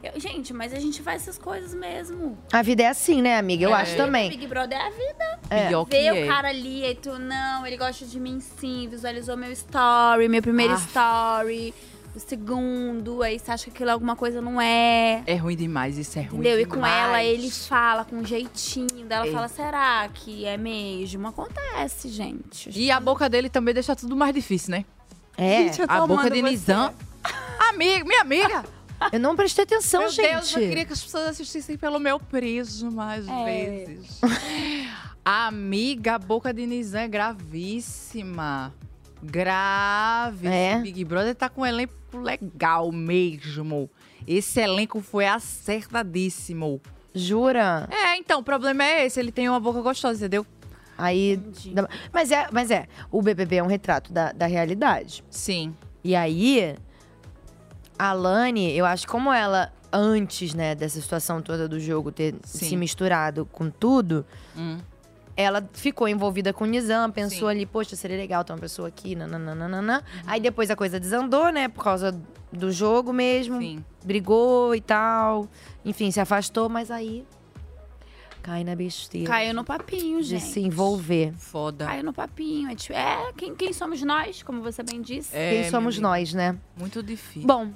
Speaker 4: Eu- gente, mas a gente faz essas coisas mesmo.
Speaker 2: a vida é assim, né, amiga? Eu
Speaker 4: É.
Speaker 2: acho também.
Speaker 4: Big Brother é a vida.
Speaker 2: É. Pior que
Speaker 4: Vê o
Speaker 2: é.
Speaker 4: cara ali e tu, não, ele gosta de mim sim, visualizou meu story, meu primeiro
Speaker 3: Ah.
Speaker 4: story, o segundo, aí você acha que aquilo é alguma coisa, não é.
Speaker 3: É ruim demais, isso é ruim.
Speaker 4: Entendeu? E com
Speaker 3: demais.
Speaker 4: ela ele fala com um jeitinho dela,
Speaker 3: É.
Speaker 4: fala, será que é mesmo? Acontece, gente.
Speaker 3: E a boca dele também deixa tudo mais difícil, né?
Speaker 2: É,
Speaker 3: Gente, eu tô a boca de Nizam. Amiga, minha amiga!
Speaker 2: Eu não prestei atenção,
Speaker 3: meu
Speaker 2: Então, gente.
Speaker 3: Deus, eu queria que as pessoas assistissem pelo meu preso mais vezes. Amiga, a boca de Nizam é gravíssima. Grave.
Speaker 2: É.
Speaker 3: Esse Big Brother tá com um elenco legal mesmo. Esse elenco foi acertadíssimo.
Speaker 2: Jura?
Speaker 3: É, então, o problema é esse. Ele tem uma boca gostosa, entendeu?
Speaker 2: Aí. dá- Mas, é, mas é, o BBB é um retrato da, da realidade.
Speaker 3: Sim.
Speaker 2: E aí, a Lani, eu acho que como ela, antes, né, dessa situação toda do jogo ter
Speaker 3: Sim.
Speaker 2: se misturado com tudo,
Speaker 3: Hum.
Speaker 2: ela ficou envolvida com o Nizam, pensou ali, poxa, seria legal ter uma pessoa aqui, nananana.
Speaker 4: Uhum.
Speaker 2: Aí depois a coisa desandou, né, por causa do jogo mesmo. Brigou e tal. Enfim, se afastou, mas aí cai na besteira.
Speaker 4: Caiu no papinho,
Speaker 2: de
Speaker 4: gente.
Speaker 2: se envolver.
Speaker 3: Foda.
Speaker 4: Caiu no papinho. É, tipo, é, quem, quem somos nós, como você bem disse.
Speaker 2: Quem somos nós, né?
Speaker 3: É, Muito difícil.
Speaker 2: Bom,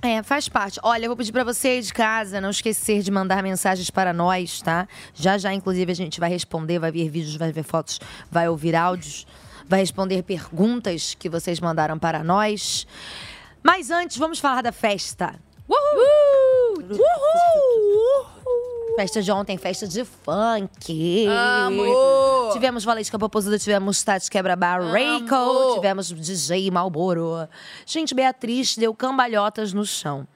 Speaker 2: é, faz parte. Olha, eu vou pedir pra você aí de casa não esquecer de mandar mensagens para nós, tá? Já já, inclusive, a gente vai responder, vai ver vídeos, vai ver fotos, vai ouvir áudios, vai responder perguntas que vocês mandaram para nós. Mas antes, vamos falar da festa.
Speaker 3: Uhul! Uhul!
Speaker 2: Festa de ontem, festa de funk.
Speaker 3: Amo!
Speaker 2: Tivemos Valente Campopozuda, tivemos Tati Quebra Barreco, tivemos DJ Malboro. Gente, Beatriz deu cambalhotas no chão.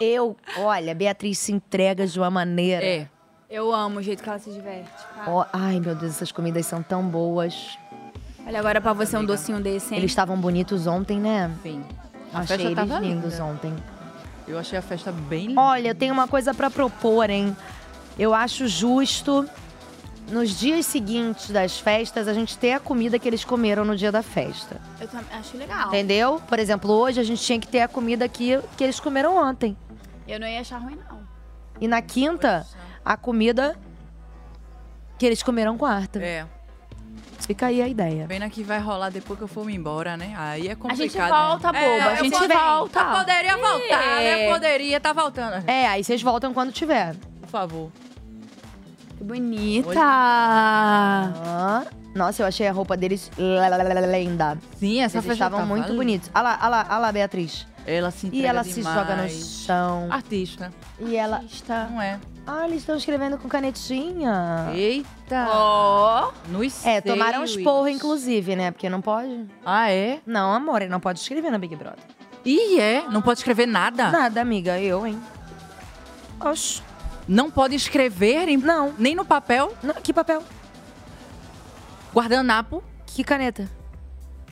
Speaker 2: Eu, olha, Beatriz se entrega de uma maneira.
Speaker 3: É.
Speaker 4: Eu amo o jeito que ela se diverte. cara.
Speaker 2: Ó, ai, meu Deus, essas comidas são tão boas.
Speaker 4: Olha, agora pra você um docinho desse, hein?
Speaker 2: Eles estavam bonitos ontem, né?
Speaker 3: Sim. A
Speaker 2: Achei
Speaker 3: festa
Speaker 2: eles
Speaker 3: tava
Speaker 2: lindos
Speaker 3: linda.
Speaker 2: ontem.
Speaker 3: Eu achei a festa bem linda.
Speaker 2: Olha, eu tenho uma coisa pra propor, hein? Eu acho justo, nos dias seguintes das festas, a gente ter a comida que eles comeram no dia da festa.
Speaker 4: Eu também acho legal.
Speaker 2: Entendeu? Por exemplo, hoje a gente tinha que ter a comida que, que eles comeram ontem.
Speaker 4: Eu não ia achar ruim, não.
Speaker 2: E na quinta, a comida que eles comeram quarta.
Speaker 3: É.
Speaker 2: Fica aí a ideia.
Speaker 3: Pena que Tá vai rolar depois que eu for embora, né? Aí é complicado.
Speaker 2: gente
Speaker 3: né?
Speaker 2: volta, boba,
Speaker 3: É,
Speaker 2: a
Speaker 3: eu
Speaker 2: gente
Speaker 3: poder-
Speaker 2: volta.
Speaker 3: Eu poderia voltar, né?
Speaker 2: É.
Speaker 3: Eu poderia, tá voltando.
Speaker 2: É, aí vocês voltam quando tiver.
Speaker 3: Por favor.
Speaker 2: Que bonita!
Speaker 3: Hoje-
Speaker 2: nossa, eu achei a roupa deles linda.
Speaker 3: Sim, essa
Speaker 2: Eles
Speaker 3: festa
Speaker 2: estavam
Speaker 3: tava
Speaker 2: muito
Speaker 3: linda.
Speaker 2: bonitos. Olha lá, olha lá, olha lá, Beatriz.
Speaker 3: Ela se
Speaker 2: E
Speaker 3: entrega
Speaker 2: ela se joga no
Speaker 3: demais.
Speaker 2: chão.
Speaker 3: Artista.
Speaker 2: E ela está.
Speaker 3: Não é?
Speaker 2: Ah, eles estão escrevendo com canetinha.
Speaker 3: Eita!
Speaker 2: Ó!
Speaker 3: Nos
Speaker 2: É, tomaram
Speaker 3: seios.
Speaker 2: os porros, inclusive, né? Porque não pode.
Speaker 3: Ah, é?
Speaker 2: Não, amor, ele não pode escrever na Big Brother.
Speaker 3: Ih, é? Não pode escrever nada?
Speaker 2: Nada, amiga. Eu, hein? Oxo.
Speaker 3: Não pode escrever? Em...
Speaker 2: Não.
Speaker 3: Nem no papel?
Speaker 2: que papel?
Speaker 3: Guardanapo.
Speaker 2: Que caneta?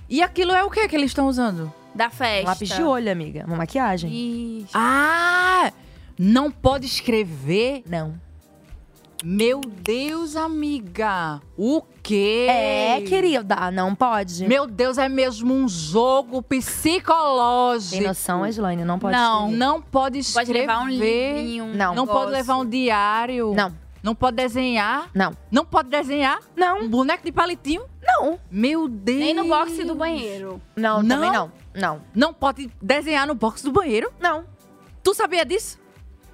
Speaker 3: E aquilo é o que que eles estão usando?
Speaker 4: Da festa.
Speaker 2: Lápis de olho, amiga. Uma maquiagem.
Speaker 3: Ah! Não pode escrever?
Speaker 2: Não.
Speaker 3: Meu Deus, amiga! O quê?
Speaker 2: É, querida, não pode.
Speaker 3: Meu Deus, é mesmo um jogo psicológico.
Speaker 2: Tem noção, Eslane? Não pode
Speaker 3: Não,
Speaker 2: escrever.
Speaker 3: não pode escrever.
Speaker 2: Pode levar um livrinho, um Não.
Speaker 3: Não pode
Speaker 2: negócio.
Speaker 3: levar um diário.
Speaker 2: Não.
Speaker 3: Não pode desenhar.
Speaker 2: Não.
Speaker 3: Não pode desenhar.
Speaker 2: Não.
Speaker 3: Um boneco de palitinho.
Speaker 2: Não.
Speaker 3: Meu Deus.
Speaker 4: Nem no boxe do banheiro.
Speaker 2: Não, também não. Não.
Speaker 3: Não pode desenhar no box do banheiro?
Speaker 2: Não.
Speaker 3: Tu sabia disso?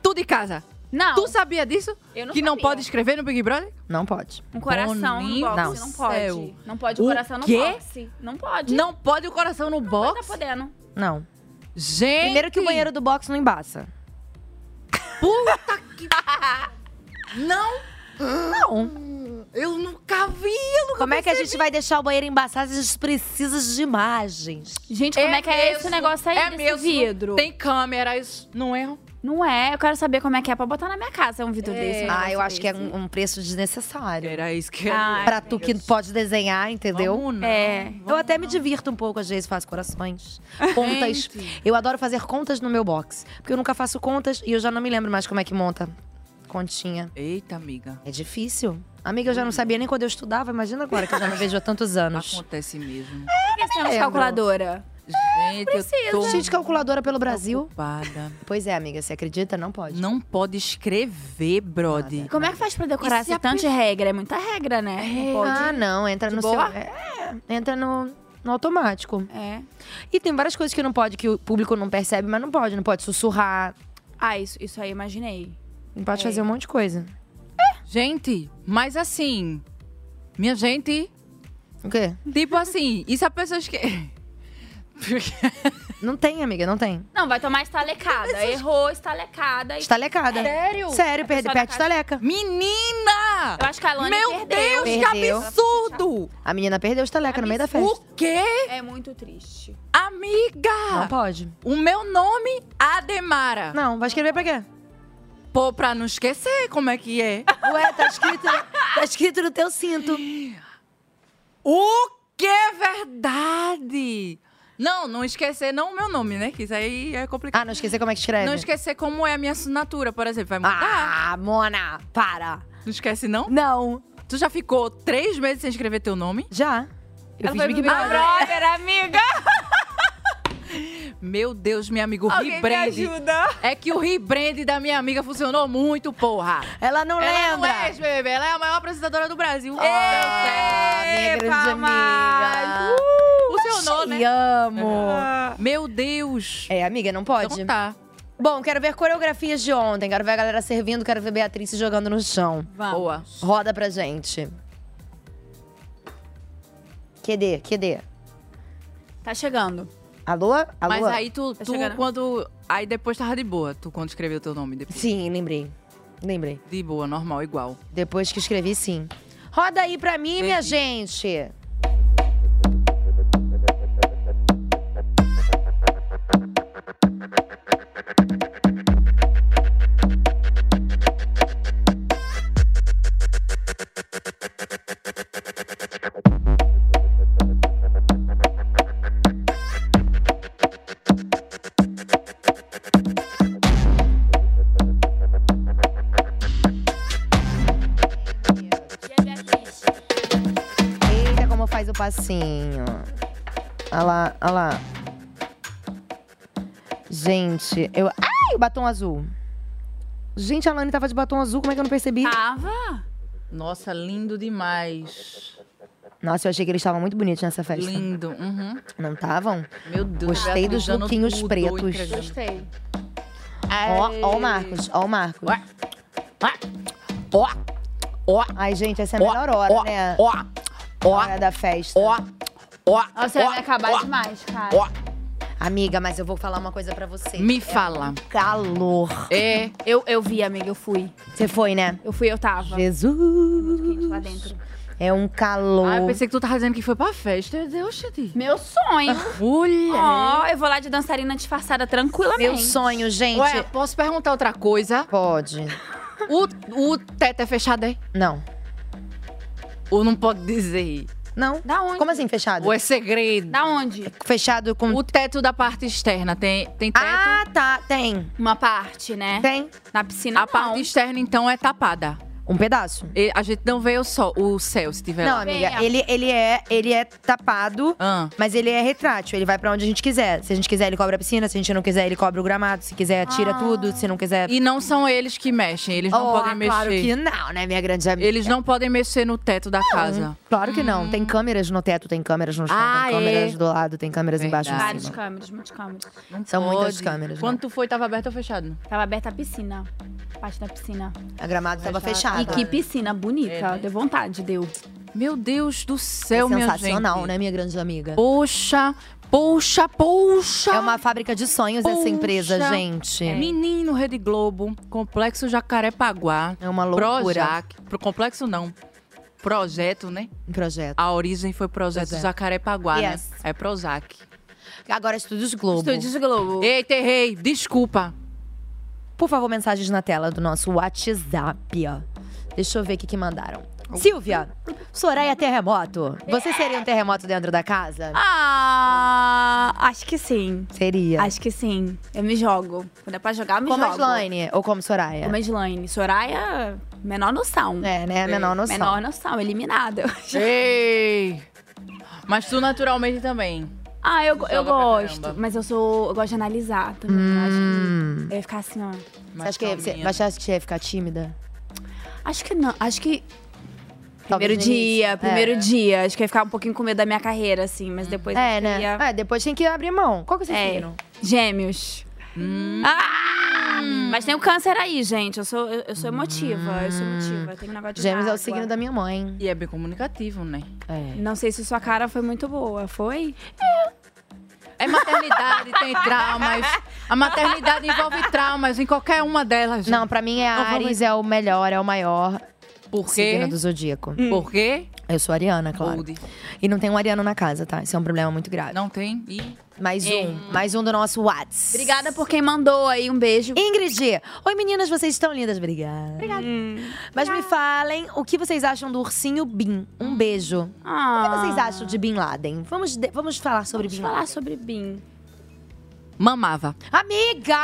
Speaker 3: Tu de casa?
Speaker 4: Não.
Speaker 3: Tu sabia disso?
Speaker 4: Eu não
Speaker 3: que não
Speaker 4: sabia.
Speaker 3: pode escrever no Big Brother?
Speaker 2: Não pode.
Speaker 4: Um coração no
Speaker 3: Boninho
Speaker 4: boxe,
Speaker 3: do
Speaker 4: não pode.
Speaker 3: céu.
Speaker 4: Não pode o
Speaker 3: O
Speaker 4: coração no
Speaker 3: quê?
Speaker 4: boxe. Não pode.
Speaker 3: Não pode o coração no box?
Speaker 4: Tá podendo.
Speaker 2: Não.
Speaker 3: Gente!
Speaker 2: Primeiro que o banheiro do box não embaça.
Speaker 3: Não!
Speaker 2: Não.
Speaker 3: Eu nunca vi, eu nunca
Speaker 2: Como é que a gente vai deixar o banheiro embaçado se a gente precisa de imagens?
Speaker 4: Gente, como é, que é esse
Speaker 3: mesmo,
Speaker 4: negócio aí
Speaker 3: é
Speaker 4: desse
Speaker 3: mesmo.
Speaker 4: vidro?
Speaker 3: Tem câmeras, não é?
Speaker 4: Não é, eu quero saber como é que é pra botar na minha casa um vidro desse. um
Speaker 2: ah,
Speaker 4: negócio
Speaker 2: eu acho que é
Speaker 4: desse.
Speaker 2: um, um preço desnecessário.
Speaker 3: Era isso que
Speaker 4: Ai,
Speaker 2: Pra tu que pode desenhar, entendeu?
Speaker 3: Vamos não,
Speaker 2: é. eu até me divirto um pouco, às vezes faço corações. Contas. eu adoro fazer contas no meu box. Porque eu nunca faço contas e eu já não me lembro mais como é que monta continha.
Speaker 3: Eita, amiga.
Speaker 2: É difícil. Amiga, eu já não sabia nem quando eu estudava. Imagina agora que eu já não vejo há tantos anos.
Speaker 3: Acontece mesmo.
Speaker 4: Por que você tem uma
Speaker 2: Lembro.
Speaker 4: calculadora?
Speaker 3: Gente, eu tô
Speaker 2: Gente, calculadora pelo Brasil.
Speaker 3: preocupada.
Speaker 2: Pois é, amiga, você acredita? Não pode.
Speaker 3: Não pode escrever, brody.
Speaker 4: Como é que faz pra decorar
Speaker 2: E se
Speaker 4: essa
Speaker 2: a
Speaker 4: tanta regra? É muita regra, né? Não pode.
Speaker 2: Ah, não. Entra
Speaker 4: De
Speaker 2: no
Speaker 4: boa?
Speaker 2: seu. É, entra no, no automático.
Speaker 4: É.
Speaker 2: E tem várias coisas que não pode, que o público não percebe, mas não pode. Não pode sussurrar.
Speaker 4: Ah, isso, isso aí imaginei.
Speaker 2: Não pode
Speaker 4: É.
Speaker 2: fazer um monte de coisa.
Speaker 3: Gente, mas assim. Minha gente.
Speaker 2: O quê?
Speaker 3: Tipo assim, e se a pessoa esquece.
Speaker 2: Não tem, amiga, não tem.
Speaker 4: Não, vai tomar estalecada. Errou, estalecada. e-
Speaker 2: Estalecada.
Speaker 4: Sério?
Speaker 2: Sério,
Speaker 3: É
Speaker 4: A
Speaker 2: perde,
Speaker 4: pessoa da
Speaker 2: perde
Speaker 4: casa-
Speaker 2: estaleca.
Speaker 3: Menina!
Speaker 4: Eu acho que a Alane
Speaker 3: Meu
Speaker 4: perdeu.
Speaker 3: Deus, que
Speaker 2: Perdeu.
Speaker 3: absurdo!
Speaker 2: A menina perdeu estaleca no meio da
Speaker 3: O
Speaker 2: festa.
Speaker 3: quê?
Speaker 4: É muito triste.
Speaker 3: Amiga!
Speaker 2: Não pode.
Speaker 3: O meu nome, Ademara.
Speaker 2: Não, vai escrever pra quê?
Speaker 3: Pô, pra não esquecer como é que é.
Speaker 2: Ué, tá escrito, tá escrito no teu cinto.
Speaker 3: O que é verdade? Não, não esquecer não o meu nome, né? Que isso aí é complicado.
Speaker 2: Ah, não esquecer como é que escreve?
Speaker 3: Não esquecer como é a minha assinatura, por exemplo. Vai mudar?
Speaker 2: Ah, Mona, para.
Speaker 3: Não esquece, não?
Speaker 2: Não.
Speaker 3: Tu já ficou três meses sem escrever teu nome?
Speaker 2: Já. Eu
Speaker 3: Ela
Speaker 2: fiz
Speaker 3: foi
Speaker 2: Big
Speaker 3: pro Ah, Big
Speaker 2: Brother.
Speaker 4: Brother, amiga!
Speaker 3: Meu Deus, meu amigo, o
Speaker 4: Alguém me
Speaker 3: rebrand.
Speaker 4: ajuda.
Speaker 3: É que o rebrand da minha amiga funcionou muito, porra.
Speaker 2: Ela não
Speaker 3: Ela não
Speaker 2: lembra.
Speaker 3: é ex-BBB, ela é a maior apresentadora do Brasil.
Speaker 2: Ah, minha grande amiga.
Speaker 3: o seu nome,
Speaker 2: uh, Te
Speaker 3: né?
Speaker 2: amo.
Speaker 4: Ah.
Speaker 3: Meu Deus.
Speaker 2: É, amiga, não pode.
Speaker 3: Então tá.
Speaker 2: Bom, quero ver coreografias de ontem. Quero ver a galera servindo. Quero ver Beatriz se jogando no chão.
Speaker 3: Boa.
Speaker 2: Roda pra gente. QD, QD.
Speaker 4: Tá chegando.
Speaker 2: Alô? Alô?
Speaker 3: Mas aí tu,
Speaker 4: Tá
Speaker 3: tu
Speaker 4: chegando.
Speaker 3: quando. Aí depois tava de boa, tu quando escreveu teu nome depois.
Speaker 2: Sim, lembrei. Lembrei.
Speaker 3: De boa, normal, igual.
Speaker 2: Depois que escrevi, sim. Roda aí pra mim, minha gente. Eita, como faz o passinho. Olha lá, olha lá. Gente, eu. Ai, o batom azul. Gente, a Lani tava de batom azul, como é que eu não percebi?
Speaker 3: Tava? Nossa, lindo demais.
Speaker 2: Nossa, eu achei que eles estavam muito bonitos nessa festa.
Speaker 3: Lindo. Uhum.
Speaker 2: Não estavam?
Speaker 3: Meu Deus.
Speaker 2: Gostei dos
Speaker 3: entregando
Speaker 2: lookinhos
Speaker 3: tudo,
Speaker 2: pretos.
Speaker 3: entregando.
Speaker 13: Gostei.
Speaker 2: Ó, ó o Marcos, ó o Marcos. Ó, ó. Ai, gente, essa é a melhor hora, né? Ó, ó. Hora da festa. Ó, ó.
Speaker 4: Você vai me acabar demais, cara.
Speaker 2: Amiga, mas eu vou falar uma coisa pra você.
Speaker 4: Me
Speaker 2: É
Speaker 4: fala.
Speaker 2: um calor.
Speaker 4: É, eu, eu vi, amiga, eu fui.
Speaker 2: Você foi, né?
Speaker 4: Eu fui, eu tava.
Speaker 2: Jesus.
Speaker 4: Lá dentro.
Speaker 2: É um calor.
Speaker 4: Ah, eu
Speaker 3: Pensei que tu tava dizendo que foi pra festa. Meu Deus, Chati.
Speaker 4: Meu sonho.
Speaker 3: Mulher.
Speaker 4: Ó, eu vou lá de dançarina disfarçada tranquilamente.
Speaker 3: Meu sonho,
Speaker 2: gente.
Speaker 3: Ué, posso perguntar outra coisa?
Speaker 2: Pode.
Speaker 3: O, o teto é fechado, é?
Speaker 2: Não.
Speaker 3: Ou não pode dizer?
Speaker 2: Não.
Speaker 4: Da onde?
Speaker 2: Como assim, fechado?
Speaker 3: Ou é segredo?
Speaker 4: Da onde?
Speaker 2: Fechado com...
Speaker 3: O teto da parte externa tem, tem teto? Ah,
Speaker 2: tá, tem.
Speaker 4: Uma parte, né?
Speaker 2: Tem.
Speaker 4: Na piscina,
Speaker 3: A parte externa, então, é tapada.
Speaker 2: Um pedaço.
Speaker 3: a gente não vê o sol, o céu, se tiver
Speaker 2: Não,
Speaker 3: lá. Ah.
Speaker 2: amiga, ele, ele, é, ele é tapado, mas ele é retrátil. Ele vai pra onde a gente quiser. Se a gente quiser, ele cobre a piscina. Se a gente não quiser, ele cobre o gramado. Se quiser, tira tudo. Se não quiser.
Speaker 3: E não são eles que mexem, eles não
Speaker 2: Oh,
Speaker 3: podem mexer.
Speaker 2: claro que não, né, minha grande amiga?
Speaker 3: Eles não podem mexer no teto da casa.
Speaker 2: Claro que não. Tem câmeras no teto, tem câmeras no chão,
Speaker 3: Ah,
Speaker 2: tem câmeras
Speaker 3: é?
Speaker 2: do lado, tem câmeras embaixo em
Speaker 4: Várias
Speaker 2: cima.
Speaker 4: câmeras, muitas câmeras.
Speaker 2: São muitas câmeras. né?
Speaker 3: Quando tu foi, tava aberto ou fechado?
Speaker 4: Tava aberta a piscina. a Parte da piscina.
Speaker 2: A gramado tava
Speaker 4: E
Speaker 2: fechada.
Speaker 4: que piscina bonita.
Speaker 2: É, né?
Speaker 4: Deu vontade, deu.
Speaker 3: Meu Deus do céu,
Speaker 2: é
Speaker 3: minha gente.
Speaker 2: sensacional, né, minha grande amiga?
Speaker 3: Poxa, poxa, poxa.
Speaker 2: É uma fábrica de sonhos essa
Speaker 3: Poxa. é.
Speaker 2: empresa, gente.
Speaker 4: É.
Speaker 3: Menino Rede Globo, Complexo Jacarepaguá.
Speaker 2: É uma loucura.
Speaker 3: Projac, pro complexo não. Projeto, né?
Speaker 2: Projeto.
Speaker 3: A origem foi Projeto,
Speaker 2: Projeto.
Speaker 3: Jacarepaguá,
Speaker 2: Yes.
Speaker 3: né? É Projac.
Speaker 2: Agora Estúdios Globo.
Speaker 3: Estúdios
Speaker 4: Globo.
Speaker 3: Eita, errei. Desculpa.
Speaker 2: Por favor, mensagens na tela do nosso WhatsApp. ó. Deixa eu ver o que, que mandaram. Silvia, Soraya Terremoto. Você seria um terremoto dentro da casa?
Speaker 4: Ah, acho que sim.
Speaker 2: Seria.
Speaker 4: Acho que sim. Eu me jogo. Quando é pra jogar, eu me
Speaker 2: como a
Speaker 4: jogo.
Speaker 2: Slane ou como Soraya?
Speaker 4: Como a Slane. Soraya, menor noção.
Speaker 2: É, né? Menor noção.
Speaker 4: Menor noção, eliminada.
Speaker 3: Ei! Mas tu naturalmente também.
Speaker 4: Ah, eu,
Speaker 3: Joga
Speaker 4: eu
Speaker 3: pra
Speaker 4: gosto.
Speaker 3: caramba.
Speaker 4: Mas eu sou. Eu gosto de analisar também.
Speaker 2: Hum.
Speaker 4: Eu ia ficar assim, ó.
Speaker 2: Você acha, que, você, mas você acha que você ia ficar tímida?
Speaker 4: Acho que não. Acho que.
Speaker 2: Talvez
Speaker 4: Primeiro
Speaker 2: no
Speaker 4: dia,
Speaker 2: início.
Speaker 4: primeiro
Speaker 2: É.
Speaker 4: dia. Acho que eu ia ficar um pouquinho com medo da minha carreira, assim, mas depois.
Speaker 2: É,
Speaker 4: acho que eu
Speaker 2: né?
Speaker 4: Ia...
Speaker 2: É, depois tem que abrir mão. Qual que vocês Hum.
Speaker 4: É.
Speaker 2: viram?
Speaker 4: Gêmeos. Ah! Mas tem o câncer aí, gente. Eu sou, eu, eu sou emotiva. Eu sou emotiva. Tem um negócio de.
Speaker 2: Gêmeos é o
Speaker 4: água.
Speaker 2: signo da minha mãe.
Speaker 3: E é bem comunicativo, né?
Speaker 2: É.
Speaker 4: Não sei se sua cara foi muito boa, foi?
Speaker 3: É maternidade, tem traumas. A maternidade envolve traumas em qualquer uma delas.
Speaker 2: Não, pra mim é
Speaker 3: Não vamos-
Speaker 2: Ares, é o melhor, é o maior.
Speaker 3: Por quê?
Speaker 2: Signo do zodíaco.
Speaker 4: Hum.
Speaker 3: Por quê?
Speaker 2: Eu sou ariana, claro. E não tem um ariano na casa, tá? Isso é um problema muito grave.
Speaker 3: Não tem? E...
Speaker 2: Mais
Speaker 4: É.
Speaker 2: um. Mais um do nosso Whats.
Speaker 4: Obrigada por quem mandou aí. Um beijo.
Speaker 2: Ingrid. Oi, meninas, vocês estão lindas. Obrigada. Obrigada.
Speaker 4: Hum.
Speaker 2: Mas me falem o que vocês acham do ursinho Bin.
Speaker 4: Hum.
Speaker 2: Um beijo. O que vocês acham de Bin Laden? Vamos, de- vamos falar sobre Bin
Speaker 4: Ah. falar
Speaker 2: Laden. Ah,
Speaker 4: sobre Bin.
Speaker 3: Mamava.
Speaker 2: Amiga!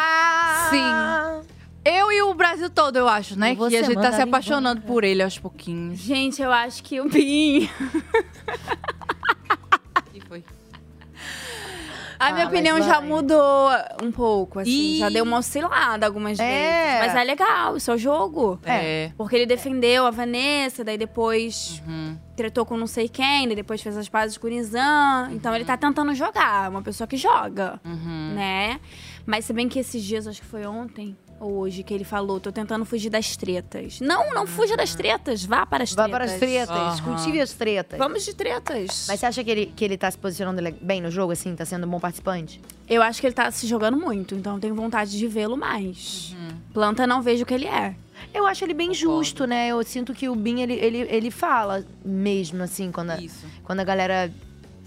Speaker 3: Sim. Eu e o Brasil todo, eu acho, né?
Speaker 4: você
Speaker 3: que a gente tá
Speaker 4: manda
Speaker 3: se
Speaker 4: vir
Speaker 3: apaixonando por ele aos pouquinhos.
Speaker 4: Gente, eu acho que o Bin.
Speaker 3: E foi.
Speaker 4: A minha
Speaker 3: Fala,
Speaker 4: opinião já
Speaker 3: Slane.
Speaker 4: mudou um pouco, assim.
Speaker 3: Ih.
Speaker 4: Já deu uma oscilada algumas
Speaker 2: É.
Speaker 4: vezes. Mas é legal, isso é o jogo.
Speaker 3: É.
Speaker 4: Porque ele defendeu a Vanessa, daí depois
Speaker 3: Uhum.
Speaker 4: tretou com não sei quem, daí depois fez as pazes com o Nizam. Então ele tá
Speaker 2: Uhum.
Speaker 4: tentando jogar, é uma pessoa que joga, né? Mas se bem que esses dias, acho que foi ontem ou hoje, que ele falou, tô tentando fugir das tretas. Não, não fuja das tretas, vá para as
Speaker 2: Uhum. Vá
Speaker 4: tretas.
Speaker 2: para as tretas. Cultive as tretas.
Speaker 4: Vamos de tretas.
Speaker 2: Mas você acha que ele, que ele tá se posicionando le- bem no jogo, assim? Tá sendo um bom participante?
Speaker 4: Eu
Speaker 2: Uhum.
Speaker 4: acho que ele tá se jogando muito, então eu tenho vontade de vê-lo mais. Planta não vejo o que ele é.
Speaker 2: Eu acho ele bem justo, né? Eu sinto que o Bin, ele, ele, ele fala mesmo, assim, quando a, quando a galera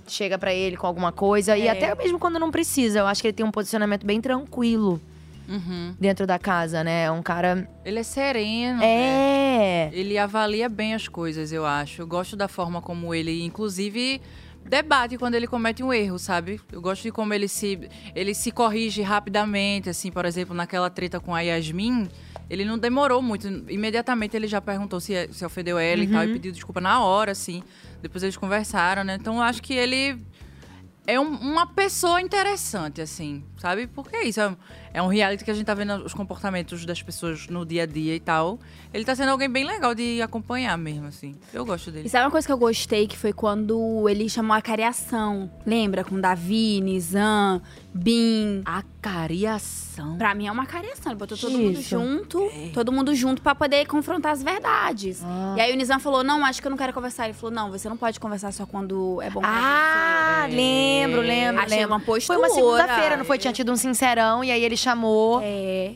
Speaker 2: chega pra ele com alguma coisa. E
Speaker 3: É.
Speaker 2: até mesmo quando não precisa. Eu acho que ele tem um posicionamento bem tranquilo
Speaker 3: Uhum.
Speaker 2: dentro da casa, né? É um cara.
Speaker 3: Ele é sereno.
Speaker 2: É.
Speaker 3: né? Ele avalia bem as coisas, eu acho. Eu gosto da forma como ele, inclusive, debate quando ele comete um erro, sabe? Eu gosto de como ele se, ele se corrige rapidamente, assim, por exemplo, naquela treta com a Yasmin. Ele não demorou muito, imediatamente ele já perguntou se, se ofendeu ela e tal, e
Speaker 2: Uhum.
Speaker 3: pediu desculpa na hora, assim. Depois eles conversaram, né? Então eu acho que ele é um- uma pessoa interessante, assim, sabe? Porque é isso. É um, é um reality que a gente tá vendo os comportamentos das pessoas no dia a dia e tal. Ele tá sendo alguém bem legal de acompanhar mesmo, assim. Eu gosto dele.
Speaker 4: E
Speaker 2: é um
Speaker 4: sabe uma coisa que eu gostei? Que foi quando ele chamou a cariação. Lembra? Com Davi, Nizam, Bin.
Speaker 3: A cariação?
Speaker 4: Pra mim é uma cariação. Ele botou todo
Speaker 2: Que
Speaker 4: mundo
Speaker 2: isso? É.
Speaker 4: junto. Todo mundo junto pra poder confrontar as verdades.
Speaker 2: Ah.
Speaker 4: E aí o Nizam falou, não, acho que eu não quero conversar. Ele falou, não, você não pode conversar só quando é bom pra
Speaker 2: Ah,
Speaker 4: você.
Speaker 2: lembro, lembro,
Speaker 4: Achei
Speaker 2: lembro.
Speaker 4: uma postura.
Speaker 2: Foi uma segunda-feira, não foi? Tinha tido um sincerão e aí ele chamou.
Speaker 4: É.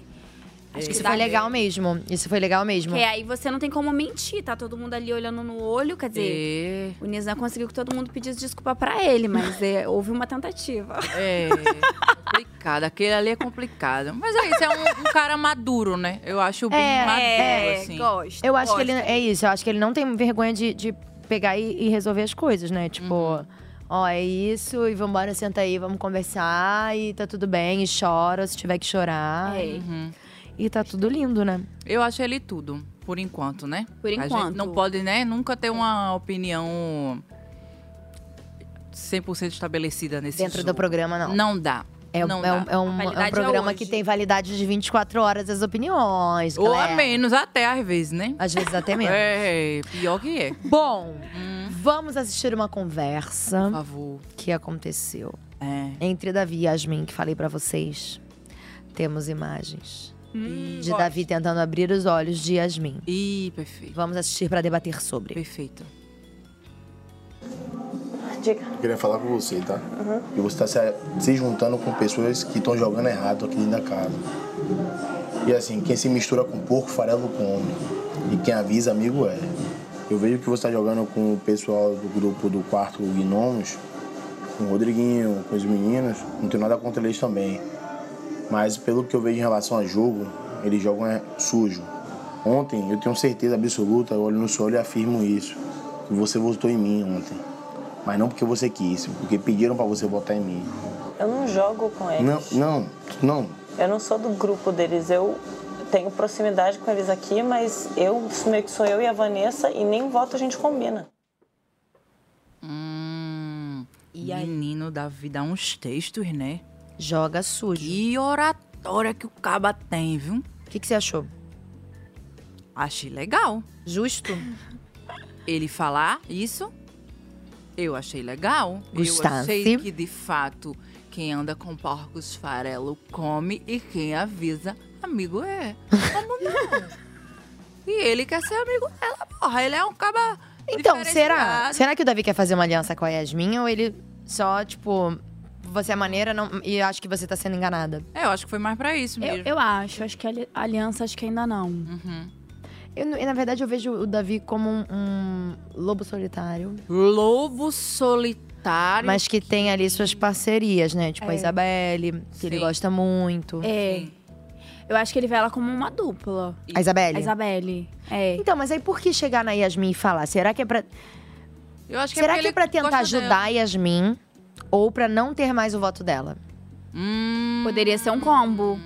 Speaker 2: Acho
Speaker 4: É.
Speaker 2: que isso foi legal mesmo. Isso foi legal mesmo.
Speaker 4: Porque é aí você não tem como mentir, tá todo mundo ali olhando no olho, quer dizer,
Speaker 2: É.
Speaker 4: o Nizam conseguiu que todo mundo pedisse desculpa pra ele, mas é, houve uma tentativa.
Speaker 3: É. complicado. Aquele ali é complicado. Mas é isso, é um, um cara maduro, né? Eu acho bem maduro,
Speaker 4: né?
Speaker 3: assim.
Speaker 2: É, Eu acho que ele é isso, eu acho que ele não tem vergonha de, de pegar e, e resolver as coisas, né? Tipo,
Speaker 3: Uhum.
Speaker 2: ó, é isso, e vambora, senta aí, vamos conversar, e tá tudo bem, e chora se tiver que chorar.
Speaker 3: É.
Speaker 2: E, e tá tudo lindo, né?
Speaker 3: Eu acho ele tudo, por enquanto, né?
Speaker 2: Por
Speaker 3: A
Speaker 2: enquanto.
Speaker 3: gente não pode, né, nunca ter uma opinião 100% estabelecida nesse
Speaker 2: Dentro
Speaker 3: jogo.
Speaker 2: do programa, não.
Speaker 3: Não dá.
Speaker 2: É, um-
Speaker 3: não
Speaker 2: é um,
Speaker 3: dá.
Speaker 2: é um- é um programa que tem validade de 24 horas as opiniões.
Speaker 3: Ou
Speaker 2: galera.
Speaker 3: a menos, até às vezes, né?
Speaker 2: Às vezes até menos.
Speaker 3: É, pior que é.
Speaker 2: Bom, vamos assistir uma conversa. Por
Speaker 3: Hum. favor.
Speaker 2: Que aconteceu.
Speaker 3: É.
Speaker 2: Entre Davi e Yasmin, que falei pra vocês. Temos imagens.
Speaker 3: Uhum.
Speaker 4: Hum.
Speaker 2: de Davi tentando abrir os olhos de Yasmin.
Speaker 3: Ih, perfeito.
Speaker 2: Vamos assistir pra debater sobre.
Speaker 3: Perfeito.
Speaker 12: Eu queria falar com você, tá? E você tá se, se juntando com pessoas que estão jogando errado aqui dentro da casa. E assim, quem se mistura com porco, farelo come. E quem avisa, amigo é. Eu vejo que você tá jogando com o pessoal do grupo do quarto Gnomos, com o Rodriguinho, com os meninos. Não tenho nada contra eles também. Mas pelo que eu vejo em relação a jogo, eles jogam é, sujo. Ontem, eu tenho certeza absoluta, eu olho no seu olho e afirmo isso. Que você votou em mim ontem. Mas não porque você quis, porque pediram pra você votar em mim.
Speaker 5: Eu não jogo com eles.
Speaker 12: Não, não, não.
Speaker 5: Eu não sou do grupo deles. Eu tenho proximidade com eles aqui, mas eu meio que sou eu e a Vanessa e nem voto a gente combina.
Speaker 3: Hum, Menino Davi dá uns textos, né?
Speaker 2: Joga sujo.
Speaker 3: Que oratória que o caba tem, viu?
Speaker 2: O que, que você achou?
Speaker 3: Achei legal.
Speaker 2: Justo.
Speaker 3: Ele falar isso, eu achei legal. Eu
Speaker 2: Gostasse.
Speaker 3: achei que, de fato, quem anda com porcos farelo come e quem avisa, amigo é. Como não? e ele quer ser amigo dela, porra. Ele é um caba.
Speaker 2: Então, será?
Speaker 3: diferenciado.
Speaker 2: Será que o Davi quer fazer uma aliança com a Yasmin? Ou ele só, tipo, você é maneira não- e acho que você tá sendo enganada?
Speaker 3: É, eu acho que foi mais pra isso
Speaker 4: Eu,
Speaker 3: mesmo.
Speaker 4: eu acho, acho que a ali- aliança acho que ainda não.
Speaker 3: Uhum.
Speaker 2: Eu, na verdade, eu vejo o Davi como um, um lobo solitário.
Speaker 3: Lobo solitário.
Speaker 2: Mas que tem ali suas parcerias, né? Tipo a
Speaker 4: É.
Speaker 2: Isabelle, que ele gosta muito.
Speaker 4: É. Eu acho que ele vê ela como uma dupla.
Speaker 2: A Isabelle?
Speaker 4: A Isabelle.
Speaker 2: Então, mas aí por que chegar na Yasmin e falar? Será que é pra.
Speaker 3: Eu acho que
Speaker 2: Será
Speaker 3: é
Speaker 2: que
Speaker 3: porque
Speaker 2: é pra
Speaker 3: ele
Speaker 2: tentar
Speaker 3: gosta
Speaker 2: ajudar
Speaker 3: dela.
Speaker 2: a Yasmin ou pra não ter mais o voto dela?
Speaker 3: Hum.
Speaker 4: Poderia ser um combo.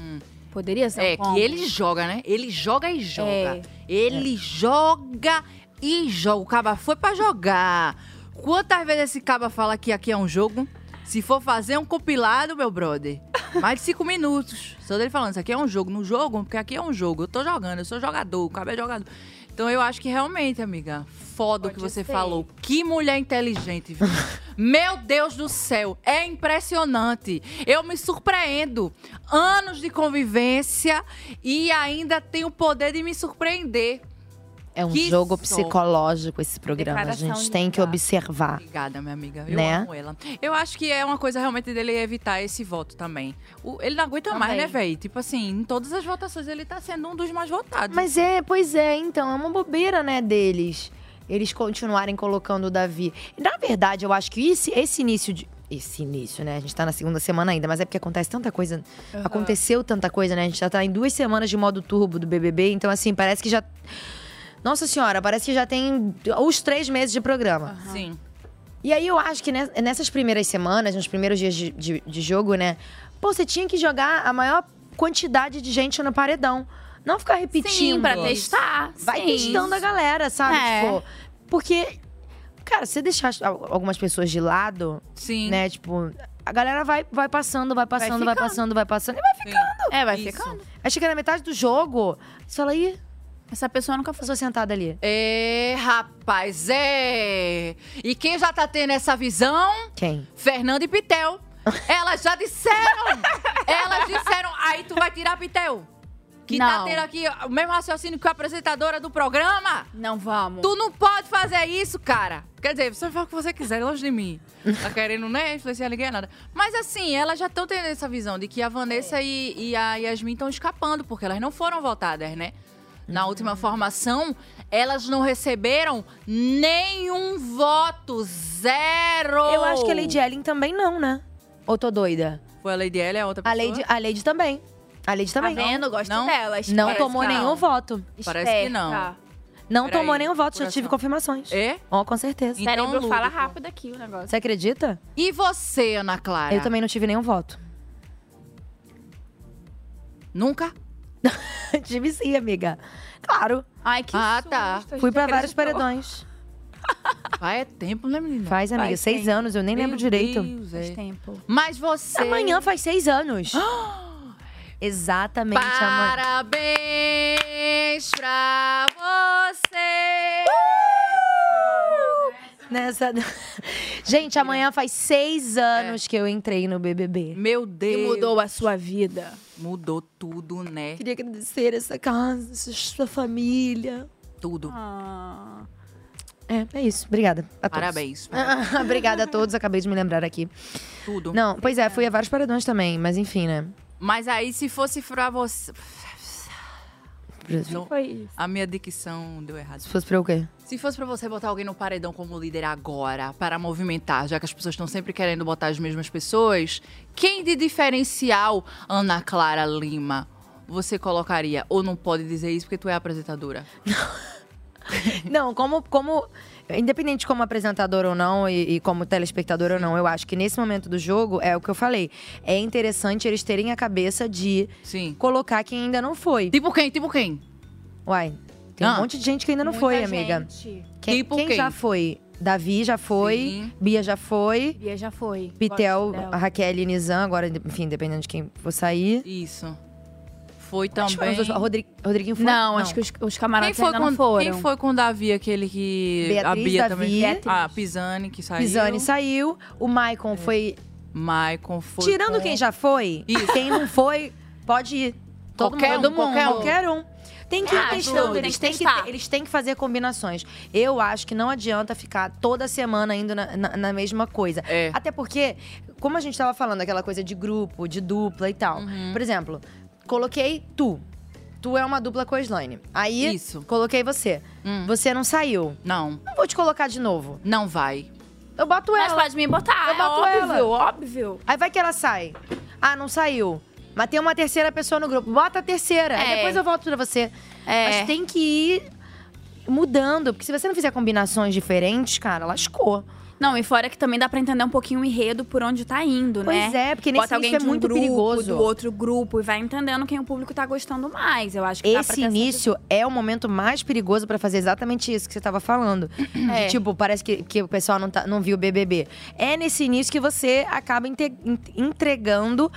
Speaker 4: Poderia ser
Speaker 3: É,
Speaker 4: um É. combo.
Speaker 3: que ele joga, né? Ele joga e joga. Ele joga e joga. O caba foi pra jogar. Quantas vezes esse caba fala que aqui é um jogo? Se for fazer um compilado, meu brother, mais de cinco minutos. Só dele falando, isso aqui é um jogo. No jogo, porque aqui é um jogo. Eu tô jogando, eu sou jogador, o caba é jogador. Então eu acho que realmente, amiga, foda o que você
Speaker 4: ser.
Speaker 3: falou. Que mulher inteligente, viu? Meu Deus do céu, é impressionante. Eu me surpreendo. Anos de convivência e ainda tem o poder de me surpreender.
Speaker 2: É um
Speaker 3: Que
Speaker 2: jogo
Speaker 3: som.
Speaker 2: psicológico esse programa. A
Speaker 3: Declaração
Speaker 2: gente
Speaker 3: de
Speaker 2: tem que observar.
Speaker 3: Obrigada, minha amiga. Eu
Speaker 2: Né?
Speaker 3: amo ela. Eu acho que é uma coisa realmente dele evitar esse voto também. O- ele não aguenta mais,
Speaker 2: Também.
Speaker 3: né, véi? Tipo assim, em todas as votações ele tá sendo um dos mais votados.
Speaker 2: Mas é, pois é, então, é uma bobeira, né, deles. Eles continuarem colocando o Davi. Na verdade, eu acho que esse, esse início de. Esse início, né? A gente tá na segunda semana ainda, mas é porque acontece tanta coisa.
Speaker 18: Aham.
Speaker 2: Aconteceu tanta coisa, né? A gente já tá em duas semanas de modo turbo do BBB, então, assim, parece que já. Nossa Senhora, parece que já tem os três meses de programa.
Speaker 3: Sim.
Speaker 2: E aí eu acho que ne- nessas primeiras semanas, nos primeiros dias de, de- de jogo, né? Pô, você tinha que jogar a maior quantidade de gente no paredão. Não ficar repetindo.
Speaker 4: Sim, pra testar,
Speaker 2: Vai
Speaker 4: sim.
Speaker 2: testando a galera, sabe?
Speaker 4: É.
Speaker 2: Tipo, porque, cara, se você deixar al- algumas pessoas de lado,
Speaker 3: Sim.
Speaker 2: né? Tipo, a galera vai, vai passando, vai passando, vai,
Speaker 4: ficando.
Speaker 2: passando, vai passando e vai ficando.
Speaker 4: É, vai Isso. ficando.
Speaker 2: Aí chega na metade do jogo, você fala, ih, essa pessoa nunca foi. sentada ali.
Speaker 3: É, rapaz, é. E quem já tá tendo essa visão?
Speaker 2: Quem?
Speaker 3: Fernanda e Pitel. Elas já disseram! elas disseram, aí tu vai tirar Pitel. Que tá
Speaker 4: Não.
Speaker 3: tendo aqui o mesmo raciocínio que a apresentadora do programa.
Speaker 4: Não vamos.
Speaker 3: Tu não pode fazer isso, cara. Quer dizer, você fala o que você quiser, longe de mim. Tá querendo, né? Influenciar ninguém, nada. Mas assim, elas já estão tendo essa visão de que a
Speaker 4: É.
Speaker 3: Vanessa e, e a Yasmin estão escapando, porque elas não foram votadas, né? Na
Speaker 4: Uhum.
Speaker 3: última formação, elas não receberam nenhum voto. Zero!
Speaker 2: Eu acho que a Lady Ellen também não, né? Ou tô doida?
Speaker 3: Foi a Lady Ellen, a outra
Speaker 2: A
Speaker 3: pessoa?
Speaker 2: Lady, a Lady também. A Lady
Speaker 3: Tá
Speaker 2: também.
Speaker 4: Tá vendo? Gosto
Speaker 2: não,
Speaker 4: dela,
Speaker 2: Não
Speaker 4: esperta.
Speaker 2: tomou nenhum voto.
Speaker 3: Parece que não.
Speaker 2: Não
Speaker 3: Peraí,
Speaker 2: tomou nenhum voto, já tive confirmações.
Speaker 3: É?
Speaker 2: Ó, com certeza.
Speaker 4: Então, Cérebro fala rápido aqui o negócio.
Speaker 2: Você acredita?
Speaker 3: E você, Ana Clara?
Speaker 2: Eu também não tive nenhum voto.
Speaker 3: Nunca?
Speaker 2: tive sim, amiga. Claro.
Speaker 4: Ai, que
Speaker 3: Ah, tá.
Speaker 2: Fui pra vários paredões.
Speaker 3: Faz tempo, né, menina?
Speaker 2: Faz, amiga.
Speaker 3: Faz
Speaker 2: seis
Speaker 3: tempo.
Speaker 2: anos, eu nem
Speaker 3: Meu
Speaker 2: lembro direito.
Speaker 3: Deus, é. Faz
Speaker 4: tempo.
Speaker 3: Mas você.
Speaker 2: Amanhã faz seis anos. Exatamente, amanhã.
Speaker 3: Parabéns pra você!
Speaker 2: Nessa... Gente, amanhã faz seis anos que eu entrei no BBB.
Speaker 3: É. Meu Deus.
Speaker 2: mudou a sua vida.
Speaker 3: Mudou
Speaker 2: Uh!
Speaker 3: tudo, né?
Speaker 2: Queria agradecer essa casa, essa sua família. Ah.
Speaker 3: Tudo.
Speaker 2: É, é isso. Obrigada a todos.
Speaker 3: Parabéns.
Speaker 2: Obrigada a todos, acabei de me lembrar aqui.
Speaker 3: Tudo.
Speaker 2: Não, pois é, fui a vários paredões também, mas enfim, né?
Speaker 3: Mas aí, se fosse pra você. Não,
Speaker 2: Foi
Speaker 3: A minha dicção deu errado.
Speaker 2: Se fosse pra eu o quê?
Speaker 3: Se fosse pra você botar alguém no paredão como líder agora, para movimentar, já que as pessoas estão sempre querendo botar as mesmas pessoas, quem de diferencial, Ana Clara Lima, você colocaria? Ou não pode dizer isso porque tu é apresentadora?
Speaker 2: Não, como, como. Independente de como apresentador ou não, e, e como telespectador ou não, eu acho que nesse momento do jogo, é o que eu falei. É interessante eles terem a cabeça de colocar quem ainda não foi.
Speaker 3: Tipo quem? Tipo quem?
Speaker 2: Uai, tem um
Speaker 3: Ah.
Speaker 2: monte de gente que ainda não
Speaker 4: Muita
Speaker 2: foi, amiga.
Speaker 4: gente.
Speaker 2: Quem,
Speaker 4: Tipo
Speaker 2: quem
Speaker 4: quem?
Speaker 2: já foi? Davi já foi, Bia já foi.
Speaker 4: Bia já foi.
Speaker 2: Pitel,
Speaker 4: Gosto
Speaker 2: a
Speaker 4: dela.
Speaker 2: Raquel e Nizam, agora, enfim, dependendo de quem for sair.
Speaker 3: Isso. Foi
Speaker 2: Acho que foram
Speaker 3: também.
Speaker 2: os dois. Rodri- Rodriguinho foi?
Speaker 4: Não, acho que os, os camarotes
Speaker 3: Quem foi
Speaker 4: ainda
Speaker 3: com-
Speaker 4: não foram.
Speaker 3: quem foi com o Davi, aquele que. a
Speaker 2: Beatriz,
Speaker 3: Bia
Speaker 2: Davi.
Speaker 3: também.
Speaker 2: Beatriz.
Speaker 3: Ah, Pisani, que saiu.
Speaker 2: Pisani saiu, o Maicon foi.
Speaker 3: É. Maicon foi.
Speaker 2: Tirando
Speaker 3: com-
Speaker 2: quem já foi, quem não foi, pode ir. Todo
Speaker 3: Qualquer
Speaker 2: mundo,
Speaker 3: um, qualquer um.
Speaker 2: qualquer um. Tem que
Speaker 3: É,
Speaker 2: ir
Speaker 3: acho
Speaker 2: testando,
Speaker 3: tudo,
Speaker 2: eles
Speaker 3: tem
Speaker 2: têm
Speaker 3: que
Speaker 2: que,
Speaker 3: testar.
Speaker 2: eles têm que fazer combinações. Eu acho que não adianta ficar toda semana indo na, na- na mesma coisa.
Speaker 3: É.
Speaker 2: Até porque, como a gente tava falando, aquela coisa de grupo, de dupla e tal.
Speaker 3: Uhum.
Speaker 2: Por exemplo, coloquei tu. Tu é uma dupla com a Slane. Aí,
Speaker 3: Isso. Hum.
Speaker 2: coloquei você. Você não saiu.
Speaker 3: Não.
Speaker 2: Não vou te colocar de novo.
Speaker 3: Não vai.
Speaker 2: Eu boto
Speaker 4: Mas
Speaker 2: ela.
Speaker 4: pode me botar,
Speaker 2: Eu
Speaker 4: é
Speaker 2: boto
Speaker 4: óbvio,
Speaker 2: ela.
Speaker 4: óbvio.
Speaker 2: Aí vai que ela sai. Ah, não saiu. Mas tem uma terceira pessoa no grupo. Bota a terceira. Aí
Speaker 4: É.
Speaker 2: depois eu volto pra você.
Speaker 4: É.
Speaker 2: Mas tem que ir mudando. Porque se você não fizer combinações diferentes, cara, lascou.
Speaker 4: Não, e fora que também dá pra entender um pouquinho o enredo por onde tá indo, né?
Speaker 2: Pois é, porque nesse
Speaker 4: Bota alguém
Speaker 2: início é
Speaker 4: de um
Speaker 2: muito
Speaker 4: grupo,
Speaker 2: perigoso.
Speaker 4: do outro grupo, e vai entendendo quem o público tá gostando mais. Eu acho que dá pra
Speaker 2: Esse
Speaker 4: ter essa-
Speaker 2: início é o momento mais perigoso pra fazer exatamente isso que você tava falando.
Speaker 4: É.
Speaker 2: De, tipo, parece que, que o pessoal não, tá- não viu o BBB. É nesse início que você acaba inte- en- entregando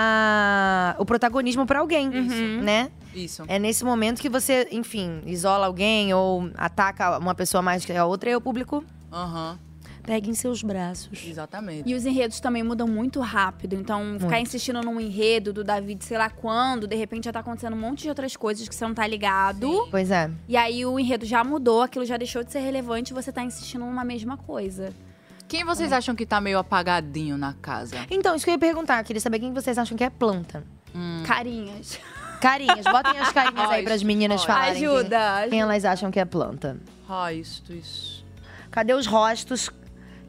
Speaker 2: a- o protagonismo pra alguém,
Speaker 4: Uhum.
Speaker 2: né?
Speaker 3: Isso.
Speaker 2: É nesse momento que você, enfim, isola alguém ou ataca uma pessoa mais que a outra e o público
Speaker 3: Aham.
Speaker 2: Pegue em seus braços.
Speaker 3: Exatamente.
Speaker 4: E os enredos também mudam muito rápido. Então, ficar
Speaker 2: Muito.
Speaker 4: insistindo num enredo do David, sei lá quando, de repente já tá acontecendo um monte de outras coisas que você não tá ligado.
Speaker 2: Pois é.
Speaker 4: E aí o enredo já mudou, aquilo já deixou de ser relevante e você tá insistindo numa mesma coisa. Hum.
Speaker 3: Quem vocês acham que tá meio apagadinho na casa?
Speaker 2: Então, isso que eu ia perguntar. Eu queria saber quem vocês acham que é planta.
Speaker 4: Hum. Carinhas.
Speaker 2: Carinhas, botem as carinhas aí pras meninas
Speaker 3: Nós.
Speaker 2: falarem. quem-
Speaker 3: Ajuda,
Speaker 2: Quem, elas acham que é planta.
Speaker 3: Ah, Rostos.
Speaker 2: Cadê os rostos?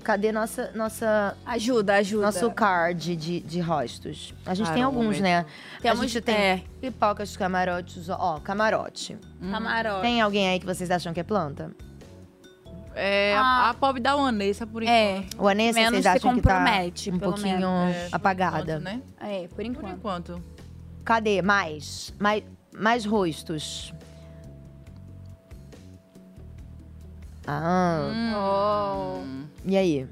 Speaker 2: Cadê nossa. nossa
Speaker 4: ajuda, ajuda. um
Speaker 2: Nosso card de, de rostos. A gente tem
Speaker 3: Caramba,
Speaker 2: alguns, né?
Speaker 4: Temos-
Speaker 2: a gente tem
Speaker 4: é. Uhum.
Speaker 2: pipocas, camarotes, ó, camarote.
Speaker 4: Camarote.
Speaker 2: Tem alguém aí que vocês acham que é planta?
Speaker 3: É, a- a pobre da Vanessa, por enquanto.
Speaker 2: O Anessa,
Speaker 3: É. Menos
Speaker 2: vocês
Speaker 3: se
Speaker 2: acham que tá
Speaker 3: compromete,
Speaker 2: um
Speaker 3: pelo
Speaker 2: pouquinho
Speaker 3: menos. É, por
Speaker 2: apagada.
Speaker 3: enquanto, né?
Speaker 4: É, por enquanto.
Speaker 3: Por enquanto.
Speaker 2: Cadê? Mais, mais, mais rostos. Ah.
Speaker 4: Hum.
Speaker 2: Hum. E aí?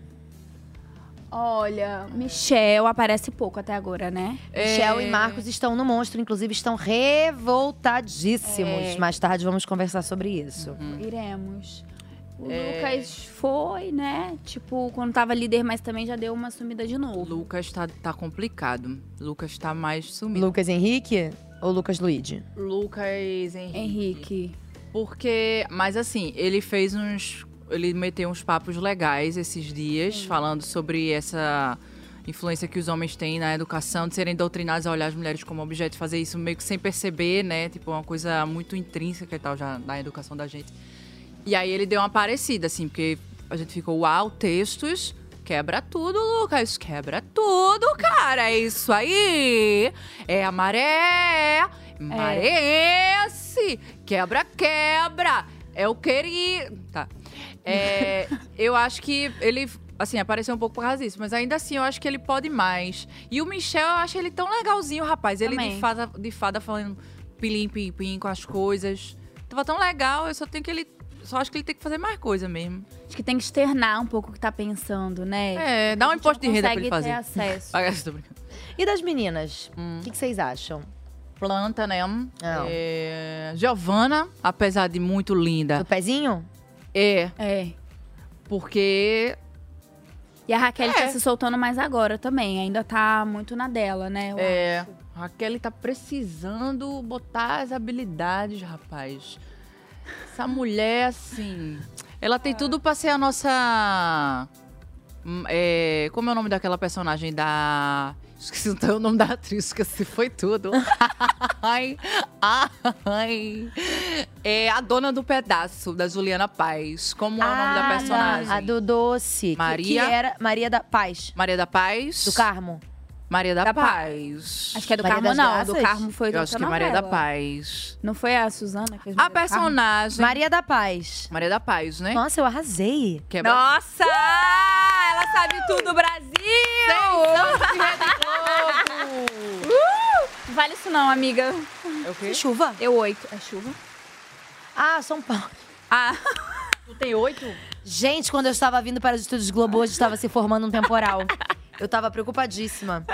Speaker 4: Oh. Olha, Michel aparece pouco até agora, né?
Speaker 3: É.
Speaker 2: Michel e Marcos estão no monstro, inclusive estão revoltadíssimos.
Speaker 4: É.
Speaker 2: Mais tarde vamos conversar sobre isso.
Speaker 4: Iremos. O
Speaker 3: Hum. É.
Speaker 4: Lucas foi, né? Tipo, quando tava líder, mas também já deu uma sumida de novo.
Speaker 3: Lucas tá, tá complicado. Lucas tá mais sumido.
Speaker 2: Lucas Henrique ou Lucas Luigi?
Speaker 3: Lucas Henrique.
Speaker 4: Henrique.
Speaker 3: Porque, mas assim, ele fez uns. Ele meteu uns papos legais esses dias, falando sobre essa influência que os homens têm na educação, de serem doutrinados a olhar as mulheres como objeto, fazer isso meio que sem perceber, né? Tipo, uma coisa muito intrínseca e tal, já na educação da gente. E aí ele deu uma parecida, assim, porque a gente ficou, uau, textos. Quebra tudo, Lucas. Quebra tudo, cara. É isso aí. É a maré. Maré é esse. Quebra, quebra. É o querido. Tá. É, eu acho que ele, assim, apareceu um pouco por causa disso. Mas ainda assim, eu acho que ele pode mais. E o Michel, eu acho ele tão legalzinho, rapaz. Ele de
Speaker 4: Também.
Speaker 3: fada, de fada falando pilim, pim, pim com as coisas. Tava tão legal, eu só tenho que ele... Só acho que ele tem que fazer mais coisa mesmo.
Speaker 4: Acho que tem que externar um pouco o que tá pensando, né?
Speaker 3: É, dá um
Speaker 4: A gente
Speaker 3: imposto de
Speaker 4: não
Speaker 3: renda pra ele
Speaker 4: consegue
Speaker 3: fazer.
Speaker 4: ter acesso.
Speaker 3: Paga essa, tô brincando.
Speaker 2: E das meninas? O que, que vocês acham?
Speaker 3: Hum. Planta, né? É, Giovana, apesar de muito linda. Do
Speaker 2: pezinho?
Speaker 3: É.
Speaker 4: É.
Speaker 3: Porque.
Speaker 4: E a Raquel
Speaker 3: É.
Speaker 4: tá se soltando mais agora também. Ainda tá muito na dela, né? eu
Speaker 3: É. Raquel tá precisando botar as habilidades, rapaz. Essa mulher, assim. Ela tem tudo pra ser a nossa. hum, é, como é o nome daquela personagem da. Esqueci até o nome da atriz, esqueci, foi tudo. ai, ai. É a dona do pedaço, da Juliana Paz. Como é o nome da
Speaker 2: Ah,
Speaker 3: personagem?
Speaker 2: A do doce. que-
Speaker 3: Maria.
Speaker 2: Que, era Maria da Paz.
Speaker 3: Maria da Paz.
Speaker 2: Do Carmo.
Speaker 3: Maria da,
Speaker 2: Da
Speaker 3: Paz.
Speaker 4: Acho que é do
Speaker 3: Maria
Speaker 4: Carmo,
Speaker 3: das
Speaker 4: não.
Speaker 3: Graças?
Speaker 4: Do Carmo foi do
Speaker 3: Eu acho que é Maria da Paz.
Speaker 4: Não foi a Suzana que fez
Speaker 3: A personagem.
Speaker 2: Maria da Paz.
Speaker 3: Maria da Paz, né?
Speaker 2: Nossa, eu arrasei.
Speaker 3: Quebra.
Speaker 4: Nossa! Ela sabe tudo, Brasil! Uh! Vale isso não, amiga.
Speaker 3: É o quê?
Speaker 2: Chuva?
Speaker 4: Eu oito. É chuva?
Speaker 2: Ah, São Paulo.
Speaker 4: Ah.
Speaker 3: Tu tem oito?
Speaker 2: Gente, quando eu estava vindo para os estúdios Globo, hoje estava se formando um temporal. Eu tava preocupadíssima.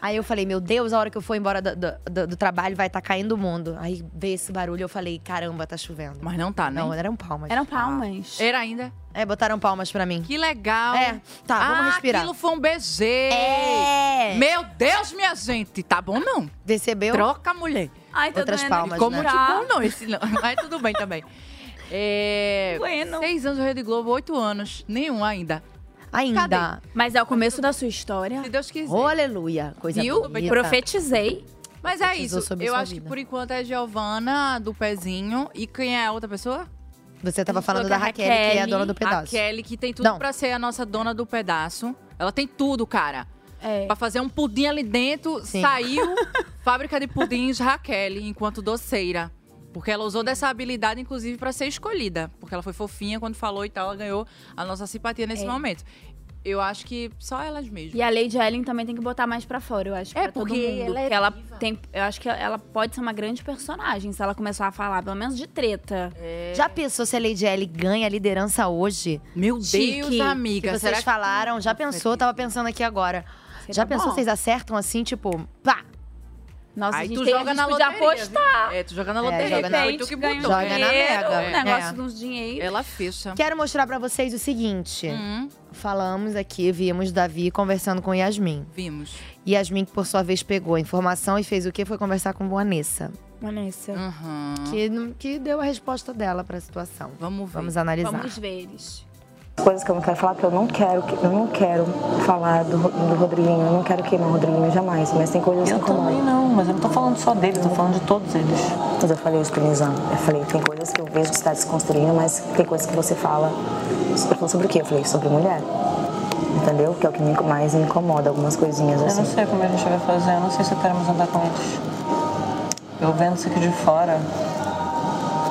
Speaker 2: Aí eu falei, meu Deus, a hora que eu for embora do, do- do- do trabalho vai estar caindo o mundo. Aí veio esse barulho, eu falei, caramba, tá chovendo.
Speaker 3: Mas não tá, né?
Speaker 2: Não, eram palmas.
Speaker 4: Eram palmas.
Speaker 3: Era ainda?
Speaker 2: É, botaram palmas pra mim.
Speaker 3: Que legal.
Speaker 2: É, tá,
Speaker 3: ah,
Speaker 2: vamos respirar.
Speaker 3: aquilo foi um BG.
Speaker 2: É.
Speaker 3: Meu Deus, minha gente, tá bom não?
Speaker 2: Percebeu?
Speaker 3: Troca, mulher.
Speaker 4: Ai, tô Outras doendo aqui. palmas,
Speaker 3: Como
Speaker 4: né?
Speaker 3: muito bom não, esse não. Mas tudo bem também. É,
Speaker 4: Bueno.
Speaker 3: Seis anos de Rede Globo, oito anos. Nenhum ainda.
Speaker 2: Ainda.
Speaker 4: Mas é o começo da sua história. Se
Speaker 3: Deus quiser.
Speaker 2: Oh, aleluia. Coisa
Speaker 3: Viu?
Speaker 2: bonita.
Speaker 4: Profetizei.
Speaker 3: Mas é
Speaker 2: Profetizou
Speaker 3: isso.
Speaker 2: sobre
Speaker 3: Eu
Speaker 2: sua
Speaker 3: acho
Speaker 2: vida.
Speaker 3: que por enquanto é Giovana do pezinho. E quem é a outra pessoa?
Speaker 2: Você tava falando
Speaker 3: Falou
Speaker 2: da
Speaker 3: que a
Speaker 2: Raquel, que é a dona do pedaço.
Speaker 3: A Kelly, que tem tudo
Speaker 2: Não.
Speaker 3: pra ser a nossa dona do pedaço. Ela tem tudo, cara.
Speaker 4: É.
Speaker 3: Pra fazer um pudim ali dentro,
Speaker 2: Sim.
Speaker 3: saiu fábrica de pudins Raquel, enquanto doceira. Porque ela usou dessa habilidade, inclusive, pra ser escolhida. Porque ela foi fofinha quando falou e tal, ela ganhou a nossa simpatia nesse
Speaker 4: É.
Speaker 3: momento. Eu acho que só elas mesmas.
Speaker 4: E a Lady Ellen também tem que botar mais pra fora, eu acho. É,
Speaker 3: porque ela é
Speaker 4: porque ela tem. Eu acho que ela pode ser uma grande personagem se ela começar a falar, pelo menos de treta.
Speaker 3: É.
Speaker 2: Já pensou se a Lady L ganha a liderança hoje?
Speaker 3: Meu Deus, amiga,
Speaker 2: Que vocês
Speaker 3: será que-
Speaker 2: falaram, já pensou? Tava pensando aqui agora. já pensou,
Speaker 3: bom?
Speaker 2: vocês acertam assim, tipo, pá!
Speaker 4: Nossa, a
Speaker 3: Aí
Speaker 4: gente
Speaker 3: tu
Speaker 4: tem,
Speaker 3: joga
Speaker 4: a gente
Speaker 3: na
Speaker 4: podia
Speaker 3: loteria,
Speaker 4: apostar.
Speaker 3: É, tu joga na
Speaker 4: É,
Speaker 3: loteria.
Speaker 4: joga na-
Speaker 3: foi tu que
Speaker 4: ganha um
Speaker 3: botou. né?
Speaker 2: Joga na
Speaker 4: dinheiro,
Speaker 2: Mega.
Speaker 4: um negócio
Speaker 2: É.
Speaker 4: de uns dinheiros.
Speaker 3: Ela fecha.
Speaker 2: Quero mostrar pra vocês o seguinte.
Speaker 3: Hum.
Speaker 2: Falamos aqui, vimos Davi conversando com Yasmin.
Speaker 3: Vimos.
Speaker 2: Yasmin, que por sua vez, pegou a informação e fez o quê? Foi conversar com Vanessa.
Speaker 4: Vanessa.
Speaker 2: Que, não- que deu a resposta dela pra situação.
Speaker 3: Vamos
Speaker 2: ver. Vamos analisar.
Speaker 4: Vamos ver eles.
Speaker 20: Coisas que eu não quero falar, porque eu não quero, que- eu não quero falar do, Ro- do Rodriguinho, eu não quero queimar o Rodriguinho jamais, mas tem coisas que incomodam. Eu também não, mas eu não tô falando só dele, eu tô falando de todos eles. Mas eu falei isso pro Nizam, eu falei, tem coisas que eu vejo que você tá desconstruindo, mas tem coisas que você fala. Você falou sobre o quê? Eu falei, sobre mulher. Entendeu? Que é o que me- mais me incomoda, algumas coisinhas
Speaker 5: Eu
Speaker 20: assim.
Speaker 5: não sei como a gente vai fazer, eu não sei se eu quero mais andar com eles. Eu vendo isso aqui de fora,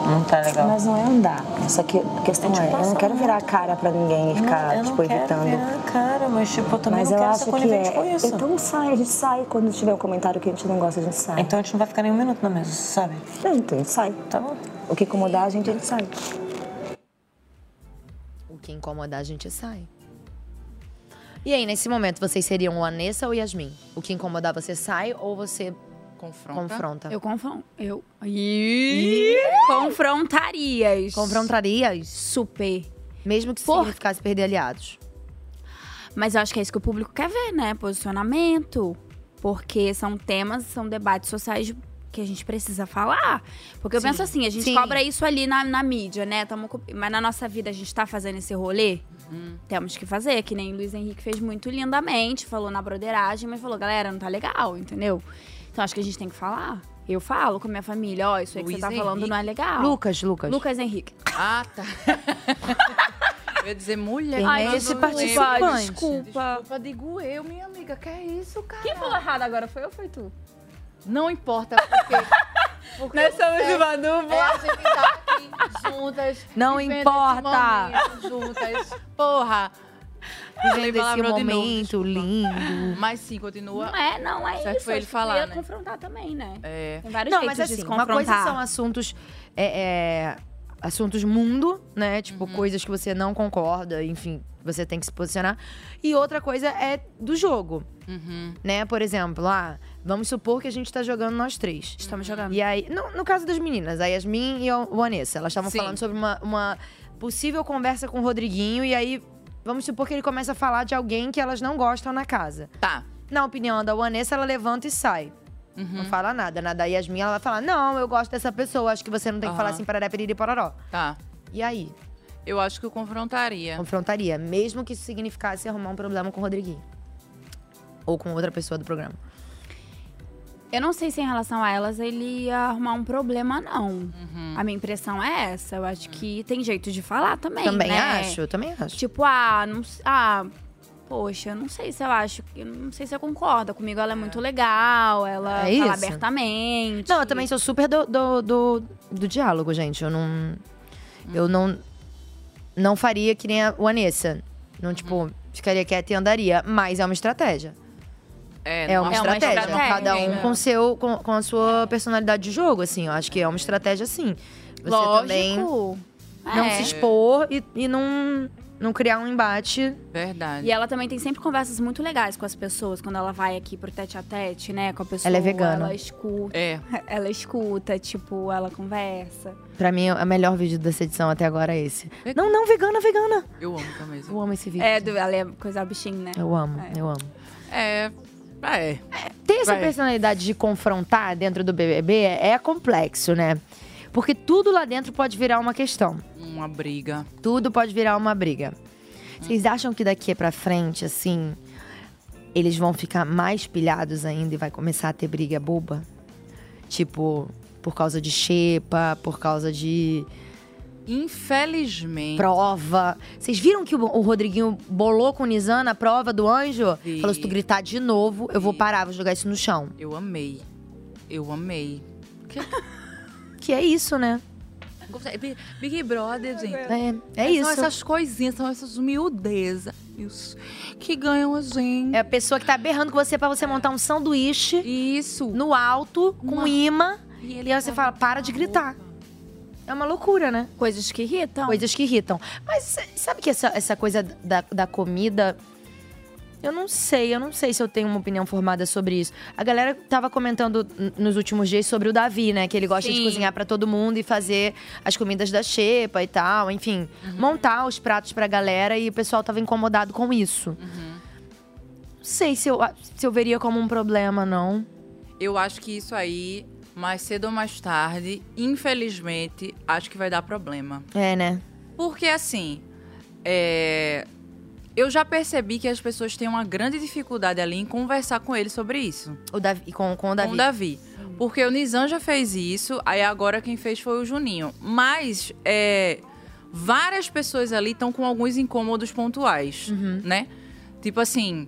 Speaker 5: não tá legal.
Speaker 20: Mas não é andar. Só que a questão é, eu não quero virar a cara pra ninguém e ficar,
Speaker 5: eu não
Speaker 20: tipo,
Speaker 5: quero
Speaker 20: evitando.
Speaker 5: virar a cara, mas, tipo, eu também
Speaker 20: Mas
Speaker 5: não
Speaker 20: eu
Speaker 5: quero
Speaker 20: acho
Speaker 5: ser
Speaker 20: que
Speaker 5: conivente
Speaker 20: é.
Speaker 5: com tipo isso.
Speaker 20: Então sai, a gente sai. Quando tiver um comentário que a gente não gosta, a gente sai.
Speaker 5: Então a gente não vai ficar nem um minuto na mesa, sabe?
Speaker 20: É, então a gente sai. Tá bom. O que incomodar a gente, a gente sai.
Speaker 2: O que incomodar, a gente sai. E aí, nesse momento, vocês seriam Vanessa ou Yasmin? O que incomodar, você sai ou você
Speaker 3: confronta?
Speaker 4: Eu confronto. Eu. Ih! Confrontarias.
Speaker 2: Confrontarias?
Speaker 4: Super.
Speaker 2: Mesmo que significasse perder aliados.
Speaker 4: Mas eu acho que é isso que o público quer ver, né? Posicionamento. Porque são temas, são debates sociais que a gente precisa falar. Porque eu
Speaker 2: Sim.
Speaker 4: penso assim, a gente
Speaker 2: Sim.
Speaker 4: cobra isso ali na, na mídia, né? Tamo co- mas na nossa vida a gente tá fazendo esse rolê?
Speaker 3: Hum.
Speaker 4: Temos que fazer, que nem Luiz Henrique fez muito lindamente, falou na broderagem, mas falou, galera, não tá legal, entendeu? Então acho que a gente tem que falar. Eu falo com a minha família, ó, isso aí que
Speaker 3: Luiz
Speaker 4: você tá falando
Speaker 3: Henrique.
Speaker 4: não é legal.
Speaker 2: Lucas, Lucas.
Speaker 4: Lucas Henrique.
Speaker 3: Ah, tá. Eu ia dizer mulher.
Speaker 4: Quem é
Speaker 3: eu não
Speaker 4: esse
Speaker 3: lembro.
Speaker 4: participante?
Speaker 3: Desculpa. um Desculpa, digo eu, minha amiga. Que é isso, cara?
Speaker 4: Quem falou errado agora? Foi eu ou foi tu?
Speaker 3: Não importa, porque... porque
Speaker 4: Nós somos
Speaker 3: é-
Speaker 4: uma dupla.
Speaker 3: É, a gente tá aqui juntas.
Speaker 2: Não
Speaker 3: vivendo
Speaker 2: importa.
Speaker 3: esse momento juntas. Porra.
Speaker 2: Vivendo
Speaker 3: Falei
Speaker 2: esse
Speaker 3: palavrão de novo,
Speaker 2: momento lindo.
Speaker 3: Mas sim, continua.
Speaker 4: Não é, não é
Speaker 3: Será
Speaker 4: isso.
Speaker 3: que foi ele
Speaker 4: acho que tu ia
Speaker 3: falar, né?
Speaker 4: confrontar também, né?
Speaker 3: É.
Speaker 4: Tem vários
Speaker 2: não,
Speaker 4: jeitos
Speaker 2: mas
Speaker 4: de
Speaker 2: assim,
Speaker 4: se
Speaker 2: uma coisa
Speaker 4: confrontar.
Speaker 2: são assuntos. é, é, assuntos mundo, né?
Speaker 4: Uhum.
Speaker 2: Tipo, coisas que você não concorda, enfim, você tem que se posicionar. E outra coisa é do jogo.
Speaker 3: Uhum.
Speaker 2: Né? Por exemplo, ah, vamos supor que a gente tá jogando nós três.
Speaker 4: Estamos jogando.
Speaker 2: E aí, no, no caso das meninas, a Yasmin e a Vanessa, elas estavam
Speaker 3: Sim.
Speaker 2: falando sobre uma, uma possível conversa com o Rodriguinho, e aí, vamos supor que ele começa a falar de alguém que elas não gostam na casa.
Speaker 3: Tá.
Speaker 2: Na opinião da Vanessa, ela levanta e sai. Não fala nada. Na da Yasmin, ela vai falar: Não, eu gosto dessa pessoa, acho que você não tem que falar
Speaker 3: Aham.
Speaker 2: assim, parará, piriri, pororó.
Speaker 3: Tá.
Speaker 2: E aí?
Speaker 3: Eu acho que eu confrontaria.
Speaker 2: Confrontaria, mesmo que isso significasse arrumar um problema com o Rodriguinho. Ou com outra pessoa do programa.
Speaker 4: Eu não sei se em relação a elas ele ia arrumar um problema, não. A minha impressão é essa. Eu acho que tem jeito de falar também.
Speaker 2: Também
Speaker 4: né?
Speaker 2: acho, eu também acho.
Speaker 4: Tipo, ah, não. s- Ah, poxa, eu não sei se eu acho. Eu não sei se eu concordo. Comigo ela é muito legal, ela
Speaker 2: É
Speaker 4: fala
Speaker 2: isso.
Speaker 4: abertamente.
Speaker 2: Não, eu também sou super do, do, do, do diálogo, gente. Eu
Speaker 3: Hum.
Speaker 2: não. Eu não. Não faria que nem a Vanessa. Não,
Speaker 3: Uhum.
Speaker 2: tipo, ficaria quieta e andaria. Mas é uma estratégia.
Speaker 3: É,
Speaker 2: É uma, estratégia. Cada um
Speaker 3: né?
Speaker 2: com, seu, com, com a sua personalidade de jogo, assim. Eu acho que é uma estratégia, sim. Você
Speaker 4: Lógico.
Speaker 2: também não
Speaker 4: É.
Speaker 2: se expor e, e não, não criar um embate.
Speaker 3: Verdade.
Speaker 4: E ela também tem sempre conversas muito legais com as pessoas quando ela vai aqui pro tete a tete, né? Com a pessoa.
Speaker 2: Ela é vegana.
Speaker 4: Ela escuta.
Speaker 3: É.
Speaker 4: Ela escuta, tipo, ela conversa.
Speaker 2: Pra mim, o melhor vídeo dessa edição até agora é esse. Não, não, vegana, vegana.
Speaker 3: Eu amo também.
Speaker 2: Eu amo esse vídeo.
Speaker 4: É, do, ela é coisa bichinho, né?
Speaker 2: Eu amo, eu amo.
Speaker 3: É. É.
Speaker 2: Ter essa
Speaker 3: Vai.
Speaker 2: personalidade de confrontar dentro do BBB é, é complexo, né? Porque tudo lá dentro pode virar uma questão.
Speaker 3: Uma briga.
Speaker 2: Tudo pode virar uma briga. Vocês acham que daqui pra frente, assim, eles vão ficar mais pilhados ainda e vai começar a ter briga boba? Tipo, por causa de xepa, por causa de
Speaker 3: Infelizmente.
Speaker 2: prova. Vocês viram que o, o Rodriguinho bolou com o Nizam na prova do anjo?
Speaker 3: Vi.
Speaker 2: Falou: se tu gritar de novo, eu vou parar, vou jogar isso no chão.
Speaker 3: Eu amei. Eu amei.
Speaker 2: Que é isso, né?
Speaker 3: Gostei. Big- Big Brother, gente.
Speaker 2: É, é
Speaker 3: São
Speaker 2: isso.
Speaker 3: essas coisinhas, são essas miudezas. Isso. Que ganham a gente.
Speaker 2: É a pessoa que tá berrando com você pra você montar um sanduíche.
Speaker 3: Isso.
Speaker 2: No alto, com
Speaker 3: Uma- tá
Speaker 2: imã. E, aí você fala, para de gritar. É uma loucura, né?
Speaker 4: Coisas que irritam.
Speaker 2: Coisas que irritam. Mas s- sabe que essa, essa coisa da, da comida. Eu não sei, eu não sei se eu tenho uma opinião formada sobre isso. A galera tava comentando n- nos últimos dias sobre o Davi, né? Que ele gosta de
Speaker 21: Sim.
Speaker 2: cozinhar pra todo mundo e fazer as comidas da xepa e tal. Enfim, montar os pratos pra galera e o pessoal tava incomodado com isso. Não sei se eu, se eu veria como um problema, não.
Speaker 3: Eu acho que isso aí, mais cedo ou mais tarde, infelizmente, acho que vai dar problema.
Speaker 2: É, né?
Speaker 3: Porque assim, é, eu já percebi que as pessoas têm uma grande dificuldade ali em conversar com ele sobre isso.
Speaker 2: O Davi, com, com o Davi.
Speaker 3: Com o Davi. Porque o Nizam já fez isso, aí agora quem fez foi o Juninho. Mas é, várias pessoas ali estão com alguns incômodos pontuais,
Speaker 2: Uhum.
Speaker 3: né? Tipo assim,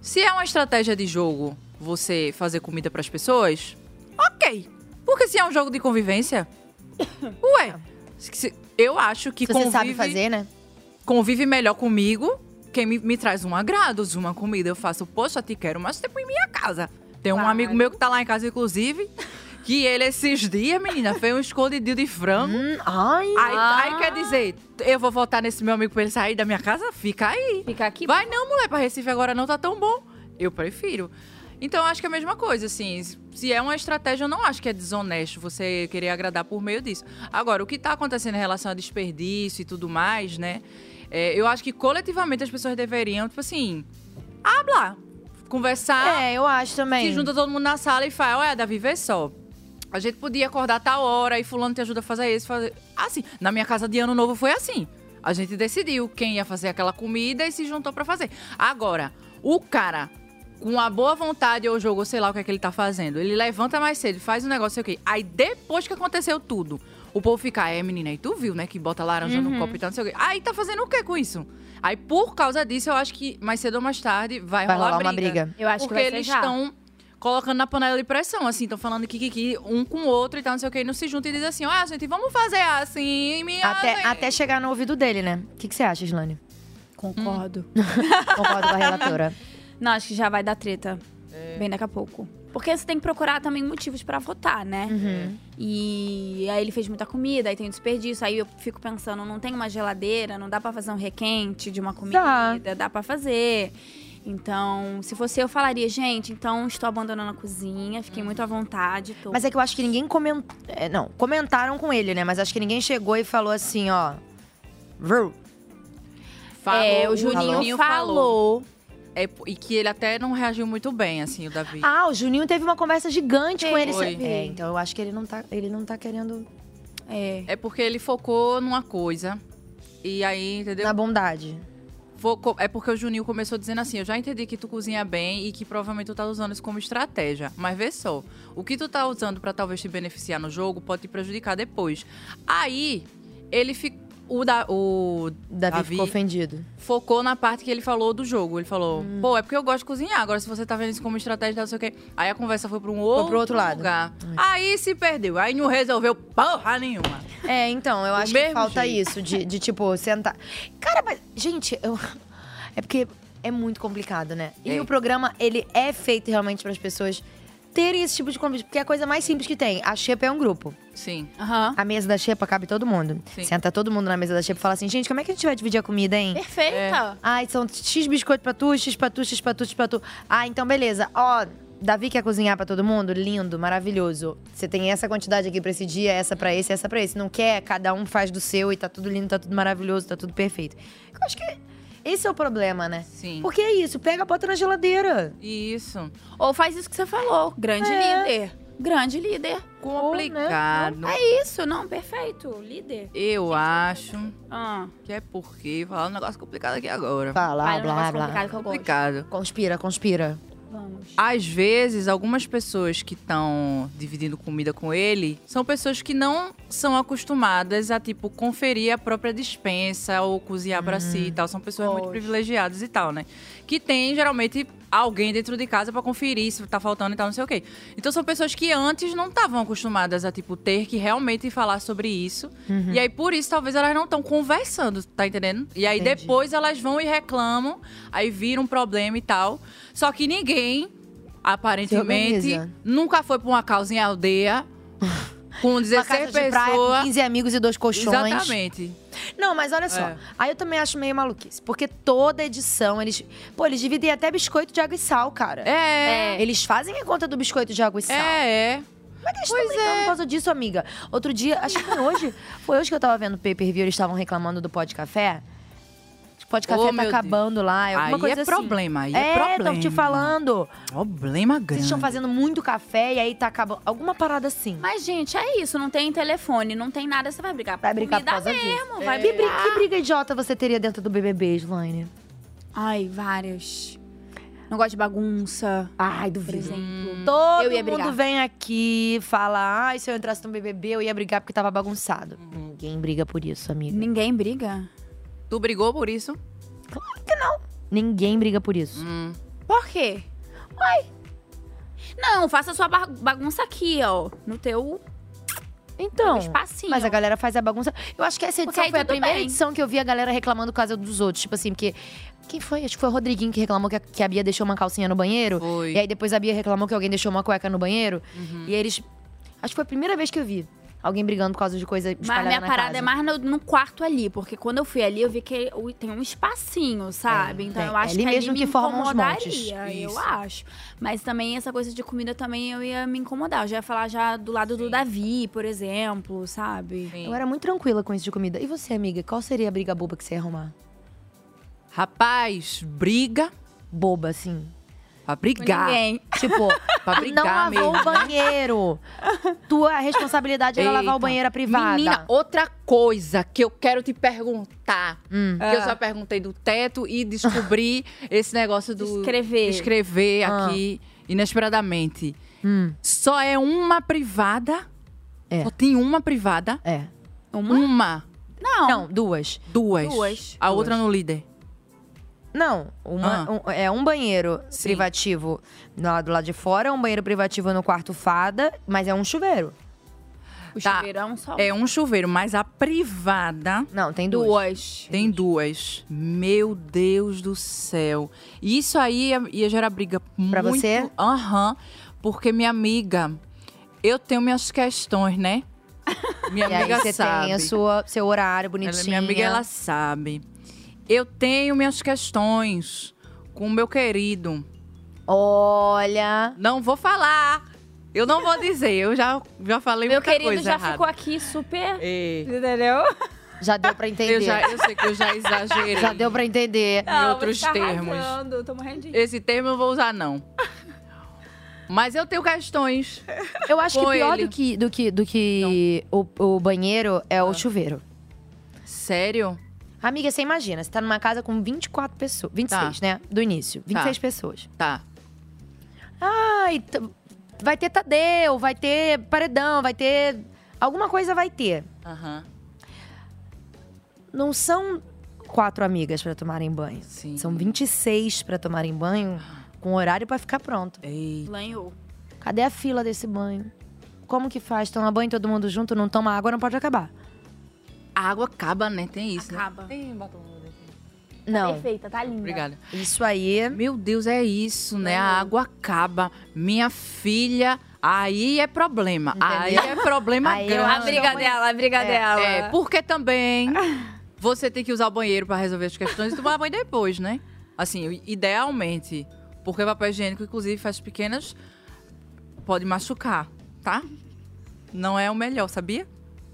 Speaker 3: se é uma estratégia de jogo você fazer comida pras pessoas, ok. Porque se é um jogo de convivência, ué, se- se- eu acho que
Speaker 2: Se você
Speaker 3: convive,
Speaker 2: sabe fazer, né?
Speaker 3: convive melhor comigo quem me, me traz um agrado, uma comida. Eu faço, poxa, te quero mais tempo em minha casa. Tem um amigo meu que tá lá em casa, inclusive, que ele esses dias, menina, fez um escondidinho de frango.
Speaker 2: Hum,
Speaker 3: aí, aí
Speaker 2: ah.
Speaker 3: quer dizer, eu vou votar nesse meu amigo pra ele sair da minha casa? Fica aí. Fica aqui. Vai não, mulher, pra Recife agora não tá tão bom. Eu prefiro. Então, eu acho que é a mesma coisa, assim. Se é uma estratégia, eu não acho que é desonesto você querer agradar por meio disso. Agora, o que tá acontecendo em relação a desperdício e tudo mais, né? é, eu acho que coletivamente as pessoas deveriam, tipo assim, hablar, conversar.
Speaker 2: É, eu acho também.
Speaker 3: Se junta todo mundo na sala e fala, olha, Davi, vê só. A gente podia acordar tal hora e fulano te ajuda a fazer isso, fazer... Assim, na minha casa de ano novo foi assim. A gente decidiu quem ia fazer aquela comida e se juntou pra fazer. Agora, o cara, com a boa vontade ou jogo, sei lá o que é que ele tá fazendo, ele levanta mais cedo, faz um negócio, sei o quê. Aí depois que aconteceu tudo, o povo fica, é menina, e tu viu, né, que bota laranja
Speaker 2: Uhum.
Speaker 3: no copo e tal, não sei o quê. Aí tá fazendo o que com isso? Aí por causa disso, eu acho que mais cedo ou mais tarde vai,
Speaker 2: Vai
Speaker 3: rolar,
Speaker 2: rolar uma briga. Eu acho que
Speaker 3: Porque
Speaker 2: vai ser
Speaker 3: eles
Speaker 2: já.
Speaker 3: estão colocando na panela de pressão, assim, estão falando que, que, que um com o outro e tal, não sei o que, e não se juntam e dizem assim, ó, gente, vamos fazer assim, me
Speaker 2: Até, até chegar no ouvido dele, né? O que, que você acha, Islane?
Speaker 4: Concordo.
Speaker 2: Hum. Concordo com a relatora.
Speaker 4: Não, acho que já vai dar treta.
Speaker 3: É.
Speaker 4: Bem daqui a pouco. Porque você tem que procurar também motivos pra votar, né?
Speaker 2: Uhum.
Speaker 3: É.
Speaker 4: E aí ele fez muita comida, aí tem o desperdício. Aí eu fico pensando, não tem uma geladeira, não dá pra fazer um requente de uma comida, dá, pra fazer. Então, se fosse eu, eu falaria, gente, então estou abandonando a cozinha,
Speaker 3: Uhum.
Speaker 4: fiquei muito à vontade. Tô...
Speaker 2: Mas é que eu acho que ninguém comentou. não, comentaram com ele, né? Mas acho que ninguém chegou e falou assim, ó. Vru.
Speaker 4: É, o Juninho falou.
Speaker 3: É, e que ele até não reagiu muito bem, assim, o Davi.
Speaker 2: Ah, o Juninho teve uma conversa gigante com ele.
Speaker 3: Foi.
Speaker 2: É, então eu acho que ele não tá, ele não tá querendo.
Speaker 4: É.
Speaker 3: É porque ele focou numa coisa. E aí, entendeu?
Speaker 2: Na bondade.
Speaker 3: Focou, é porque o Juninho começou dizendo assim: Eu já entendi que tu cozinha bem e que provavelmente tu tá usando isso como estratégia. Mas vê só, o que tu tá usando pra talvez te beneficiar no jogo pode te prejudicar depois. Aí, ele ficou. O, da, o
Speaker 2: Davi, ficou ofendido. Hum.
Speaker 3: focou na parte que ele falou do jogo. Ele falou, pô, é porque eu gosto de cozinhar. Agora, se você tá vendo isso como estratégia, não sei o quê. Aí a conversa foi pra um outro,
Speaker 2: pro outro lado.
Speaker 3: lugar. Aí se perdeu. Aí não resolveu porra nenhuma.
Speaker 2: É, então, eu acho que
Speaker 3: mesmo
Speaker 2: falta
Speaker 3: jeito.
Speaker 2: isso, de, de, tipo, sentar. Cara, mas, gente, eu. É porque é muito complicado, né? E
Speaker 3: É.
Speaker 2: o programa, ele é feito realmente para as pessoas terem esse tipo de convite, porque é a coisa mais simples que tem. A Xepa é um grupo.
Speaker 3: Sim.
Speaker 2: A mesa da Xepa cabe todo mundo.
Speaker 3: Sim.
Speaker 2: Senta todo mundo na mesa da Xepa e fala assim: gente, como é que a gente vai dividir a comida, hein?
Speaker 4: Perfeita. É.
Speaker 2: Ai, são X biscoito pra tu, X pra tu, X pra tu, X pra tu. Ah, então beleza. Ó, Davi quer cozinhar pra todo mundo? Lindo, maravilhoso. Você tem essa quantidade aqui pra esse dia, essa pra esse, essa pra esse. Não quer? Cada um faz do seu e tá tudo lindo, tá tudo maravilhoso, tá tudo perfeito. Eu acho que esse é o problema, né? Sim. Porque é isso, pega, bota na geladeira.
Speaker 3: Isso.
Speaker 4: Ou faz isso que você falou, grande
Speaker 2: É.
Speaker 4: líder. Grande líder.
Speaker 3: Complicado.
Speaker 4: Ou, né? É isso, não, perfeito, líder.
Speaker 3: Eu acho
Speaker 4: Ah.
Speaker 3: que é porque. Falar um negócio complicado aqui agora.
Speaker 2: Fala, blá, blá, blá.
Speaker 3: Complicado.
Speaker 2: Conspira, conspira.
Speaker 3: Às vezes, algumas pessoas que estão dividindo comida com ele são pessoas que não são acostumadas a, tipo, conferir a própria dispensa ou cozinhar pra si e tal. São pessoas muito privilegiadas e tal, né? Que tem, geralmente, alguém dentro de casa pra conferir se tá faltando e tal, não sei o quê. Então, são pessoas que antes não estavam acostumadas a, tipo, ter que realmente falar sobre isso.
Speaker 2: Uhum.
Speaker 3: E aí, por isso, talvez elas não estão conversando, tá entendendo? E aí,
Speaker 2: Entendi.
Speaker 3: depois, elas vão e reclamam, aí vira um problema e tal. Só que ninguém
Speaker 2: Se
Speaker 3: aparentemente,
Speaker 2: organiza.
Speaker 3: nunca foi pra uma causa em aldeia. Com
Speaker 2: uma casa
Speaker 3: 16
Speaker 2: de praia, com
Speaker 3: pessoas.
Speaker 2: 15 amigos e dois colchões.
Speaker 3: Exatamente.
Speaker 2: Não, mas olha só.
Speaker 3: É.
Speaker 2: Aí eu também acho meio maluquice. Porque toda edição, eles. Pô, eles dividem até biscoito de água e sal, cara.
Speaker 3: É.
Speaker 2: É, Eles fazem a conta do biscoito de água e sal.
Speaker 3: É, é.
Speaker 2: Mas eles estão brincando por causa disso, amiga. Outro dia, acho que foi hoje. foi hoje que eu tava vendo o pay per view, eles estavam reclamando do pó de café. Acho que O pó de
Speaker 3: Ô,
Speaker 2: café tá
Speaker 3: Oh, meu Deus.
Speaker 2: acabando lá. É alguma
Speaker 3: Aí
Speaker 2: coisa
Speaker 3: é
Speaker 2: assim.
Speaker 3: problema, aí é
Speaker 2: tô te
Speaker 3: problema.
Speaker 2: falando.
Speaker 3: Problema grande.
Speaker 2: Vocês estão fazendo muito café e aí tá acabando. Alguma parada assim.
Speaker 4: Mas, gente, é isso. Não tem telefone, não tem nada. Você vai brigar por
Speaker 2: Vai brigar por
Speaker 4: comida
Speaker 2: causa
Speaker 4: mesmo.
Speaker 2: disso. É.
Speaker 4: Vai
Speaker 2: que,
Speaker 4: brigar.
Speaker 2: briga, que briga idiota você teria dentro do BBB, Slane?
Speaker 4: Ai, várias. Não gosto de bagunça.
Speaker 2: Ai, duvido.
Speaker 4: Por
Speaker 3: Hum.
Speaker 4: exemplo.
Speaker 2: Todo
Speaker 4: eu ia brigar.
Speaker 2: mundo vem aqui, fala, ai, se eu entrasse no BBB, eu ia brigar porque tava bagunçado. Ninguém briga por isso, amiga.
Speaker 4: Ninguém briga?
Speaker 3: Tu brigou por isso?
Speaker 2: Ninguém briga por isso.
Speaker 4: Por quê? Uai. Não, faça sua ba- bagunça aqui, ó. No teu.
Speaker 2: Então.
Speaker 4: É. espacinho.
Speaker 2: Mas a galera faz a bagunça. Eu acho que essa
Speaker 4: Porque
Speaker 2: edição
Speaker 4: aí
Speaker 2: foi a
Speaker 4: tudo
Speaker 2: primeira
Speaker 4: bem.
Speaker 2: edição que eu vi a galera reclamando por causa dos outros. Tipo assim, porque. Quem foi? Acho que foi o Rodriguinho que reclamou que a, que a Bia deixou uma calcinha no banheiro.
Speaker 3: Foi.
Speaker 2: E aí depois a Bia reclamou que alguém deixou uma cueca no banheiro.
Speaker 4: Uhum.
Speaker 2: E eles. Acho que foi a primeira vez que eu vi alguém brigando por causa de coisa
Speaker 4: Mas
Speaker 2: espalhada
Speaker 4: minha
Speaker 2: na
Speaker 4: parada
Speaker 2: casa.
Speaker 4: é mais no, no quarto ali, porque quando eu fui ali, eu vi que o- tem um espacinho, sabe? então
Speaker 2: tem.
Speaker 4: eu acho
Speaker 2: É ali
Speaker 4: que
Speaker 2: mesmo
Speaker 4: ali
Speaker 2: que
Speaker 4: me
Speaker 2: formam os
Speaker 4: incomodaria,
Speaker 2: montes.
Speaker 4: eu
Speaker 2: Isso.
Speaker 4: acho. Mas também essa coisa de comida também eu ia me incomodar. Eu já ia falar já do lado do Davi, por exemplo, sabe?
Speaker 2: Eu era muito tranquila com isso de comida. E você, amiga, qual seria a briga boba que você ia arrumar?
Speaker 3: Rapaz, briga.
Speaker 2: Boba, assim.
Speaker 3: Pra brigar.
Speaker 2: Com ninguém. Tipo,
Speaker 3: pra
Speaker 2: não
Speaker 3: brigar
Speaker 2: lavou
Speaker 3: mesmo. né?
Speaker 2: o banheiro. Tua responsabilidade era lavar o
Speaker 3: Eita.
Speaker 2: banheiro a privada.
Speaker 3: Menina, outra coisa que eu quero te perguntar. Que eu
Speaker 2: Ah.
Speaker 3: só perguntei do teto e descobri esse negócio do.
Speaker 4: Escrever.
Speaker 3: Escrever
Speaker 4: Ah.
Speaker 3: aqui, inesperadamente.
Speaker 2: Hum.
Speaker 3: Só é uma privada? Só tem uma privada?
Speaker 2: É.
Speaker 3: Uma?
Speaker 4: Não.
Speaker 2: Não, duas.
Speaker 3: Duas.
Speaker 2: Duas.
Speaker 3: A outra
Speaker 2: Duas.
Speaker 3: no líder.
Speaker 2: Não, uma-
Speaker 3: Ah.
Speaker 2: um- é um banheiro privativo lá do lado de fora, um banheiro privativo no quarto fada, mas é um chuveiro.
Speaker 4: O chuveiro é um só.
Speaker 3: É um chuveiro, mas a privada.
Speaker 2: Não, tem
Speaker 3: duas.
Speaker 4: Duas.
Speaker 3: Tem duas. Meu Deus do céu. E isso aí ia, ia gerar briga
Speaker 2: Pra
Speaker 3: muito-
Speaker 2: você?
Speaker 3: Aham. porque minha amiga, eu tenho minhas questões, né? Minha
Speaker 2: e
Speaker 3: amiga
Speaker 2: aí você
Speaker 3: sabe.
Speaker 2: tem a sua, seu horário
Speaker 3: Ela é
Speaker 2: bonitinho.
Speaker 3: minha amiga, ela sabe. Eu tenho minhas questões com o meu querido.
Speaker 2: Olha.
Speaker 3: Não vou falar. Eu não vou dizer. Eu já, já falei
Speaker 4: Meu
Speaker 3: muita
Speaker 4: querido
Speaker 3: coisa
Speaker 4: já
Speaker 3: errada.
Speaker 4: ficou aqui super.
Speaker 3: Ei.
Speaker 4: Entendeu?
Speaker 2: Já deu pra entender.
Speaker 3: Eu, já, eu sei que eu já exagerei.
Speaker 2: Já deu pra entender.
Speaker 3: Em outros termos.
Speaker 4: tá Tô morrendo de
Speaker 3: Esse termo eu vou usar, não. Mas eu tenho questões.
Speaker 2: Eu acho que
Speaker 3: com
Speaker 2: pior
Speaker 3: ele.
Speaker 2: do que, do que, do que o, o banheiro é o chuveiro.
Speaker 3: Ah. Sério?
Speaker 2: Amiga, você imagina, você tá numa casa com 24 pessoas. 26, né? Do início. 26 pessoas.
Speaker 3: Tá.
Speaker 2: Ai, t- vai ter Tadeu, vai ter paredão, vai ter. Alguma coisa vai ter.
Speaker 3: Aham.
Speaker 2: Não são quatro amigas pra tomarem banho.
Speaker 3: Sim.
Speaker 2: São 26 pra tomarem banho, com horário pra ficar pronto.
Speaker 4: Lanhou.
Speaker 2: Cadê a fila desse banho? Como que faz? Toma banho todo mundo junto, não toma água, não pode acabar.
Speaker 3: A água acaba, né? Tem isso.
Speaker 4: Acaba.
Speaker 3: Tem batom no
Speaker 2: Não.
Speaker 4: Perfeita, tá linda. Uhum.
Speaker 3: Obrigada.
Speaker 2: Isso aí.
Speaker 3: Meu Deus, é isso, né? A água acaba. Minha filha. Aí é problema. Aí é problema
Speaker 4: Aí eu
Speaker 3: grande.
Speaker 4: acho que é uma- A briga dela, a briga
Speaker 3: É,
Speaker 4: dela.
Speaker 3: É, porque também você tem que usar o banheiro pra resolver as questões e tomar banho depois, né? Assim, idealmente. Porque papel higiênico, inclusive, faz pequenas. Pode machucar, tá? Não é o melhor, sabia?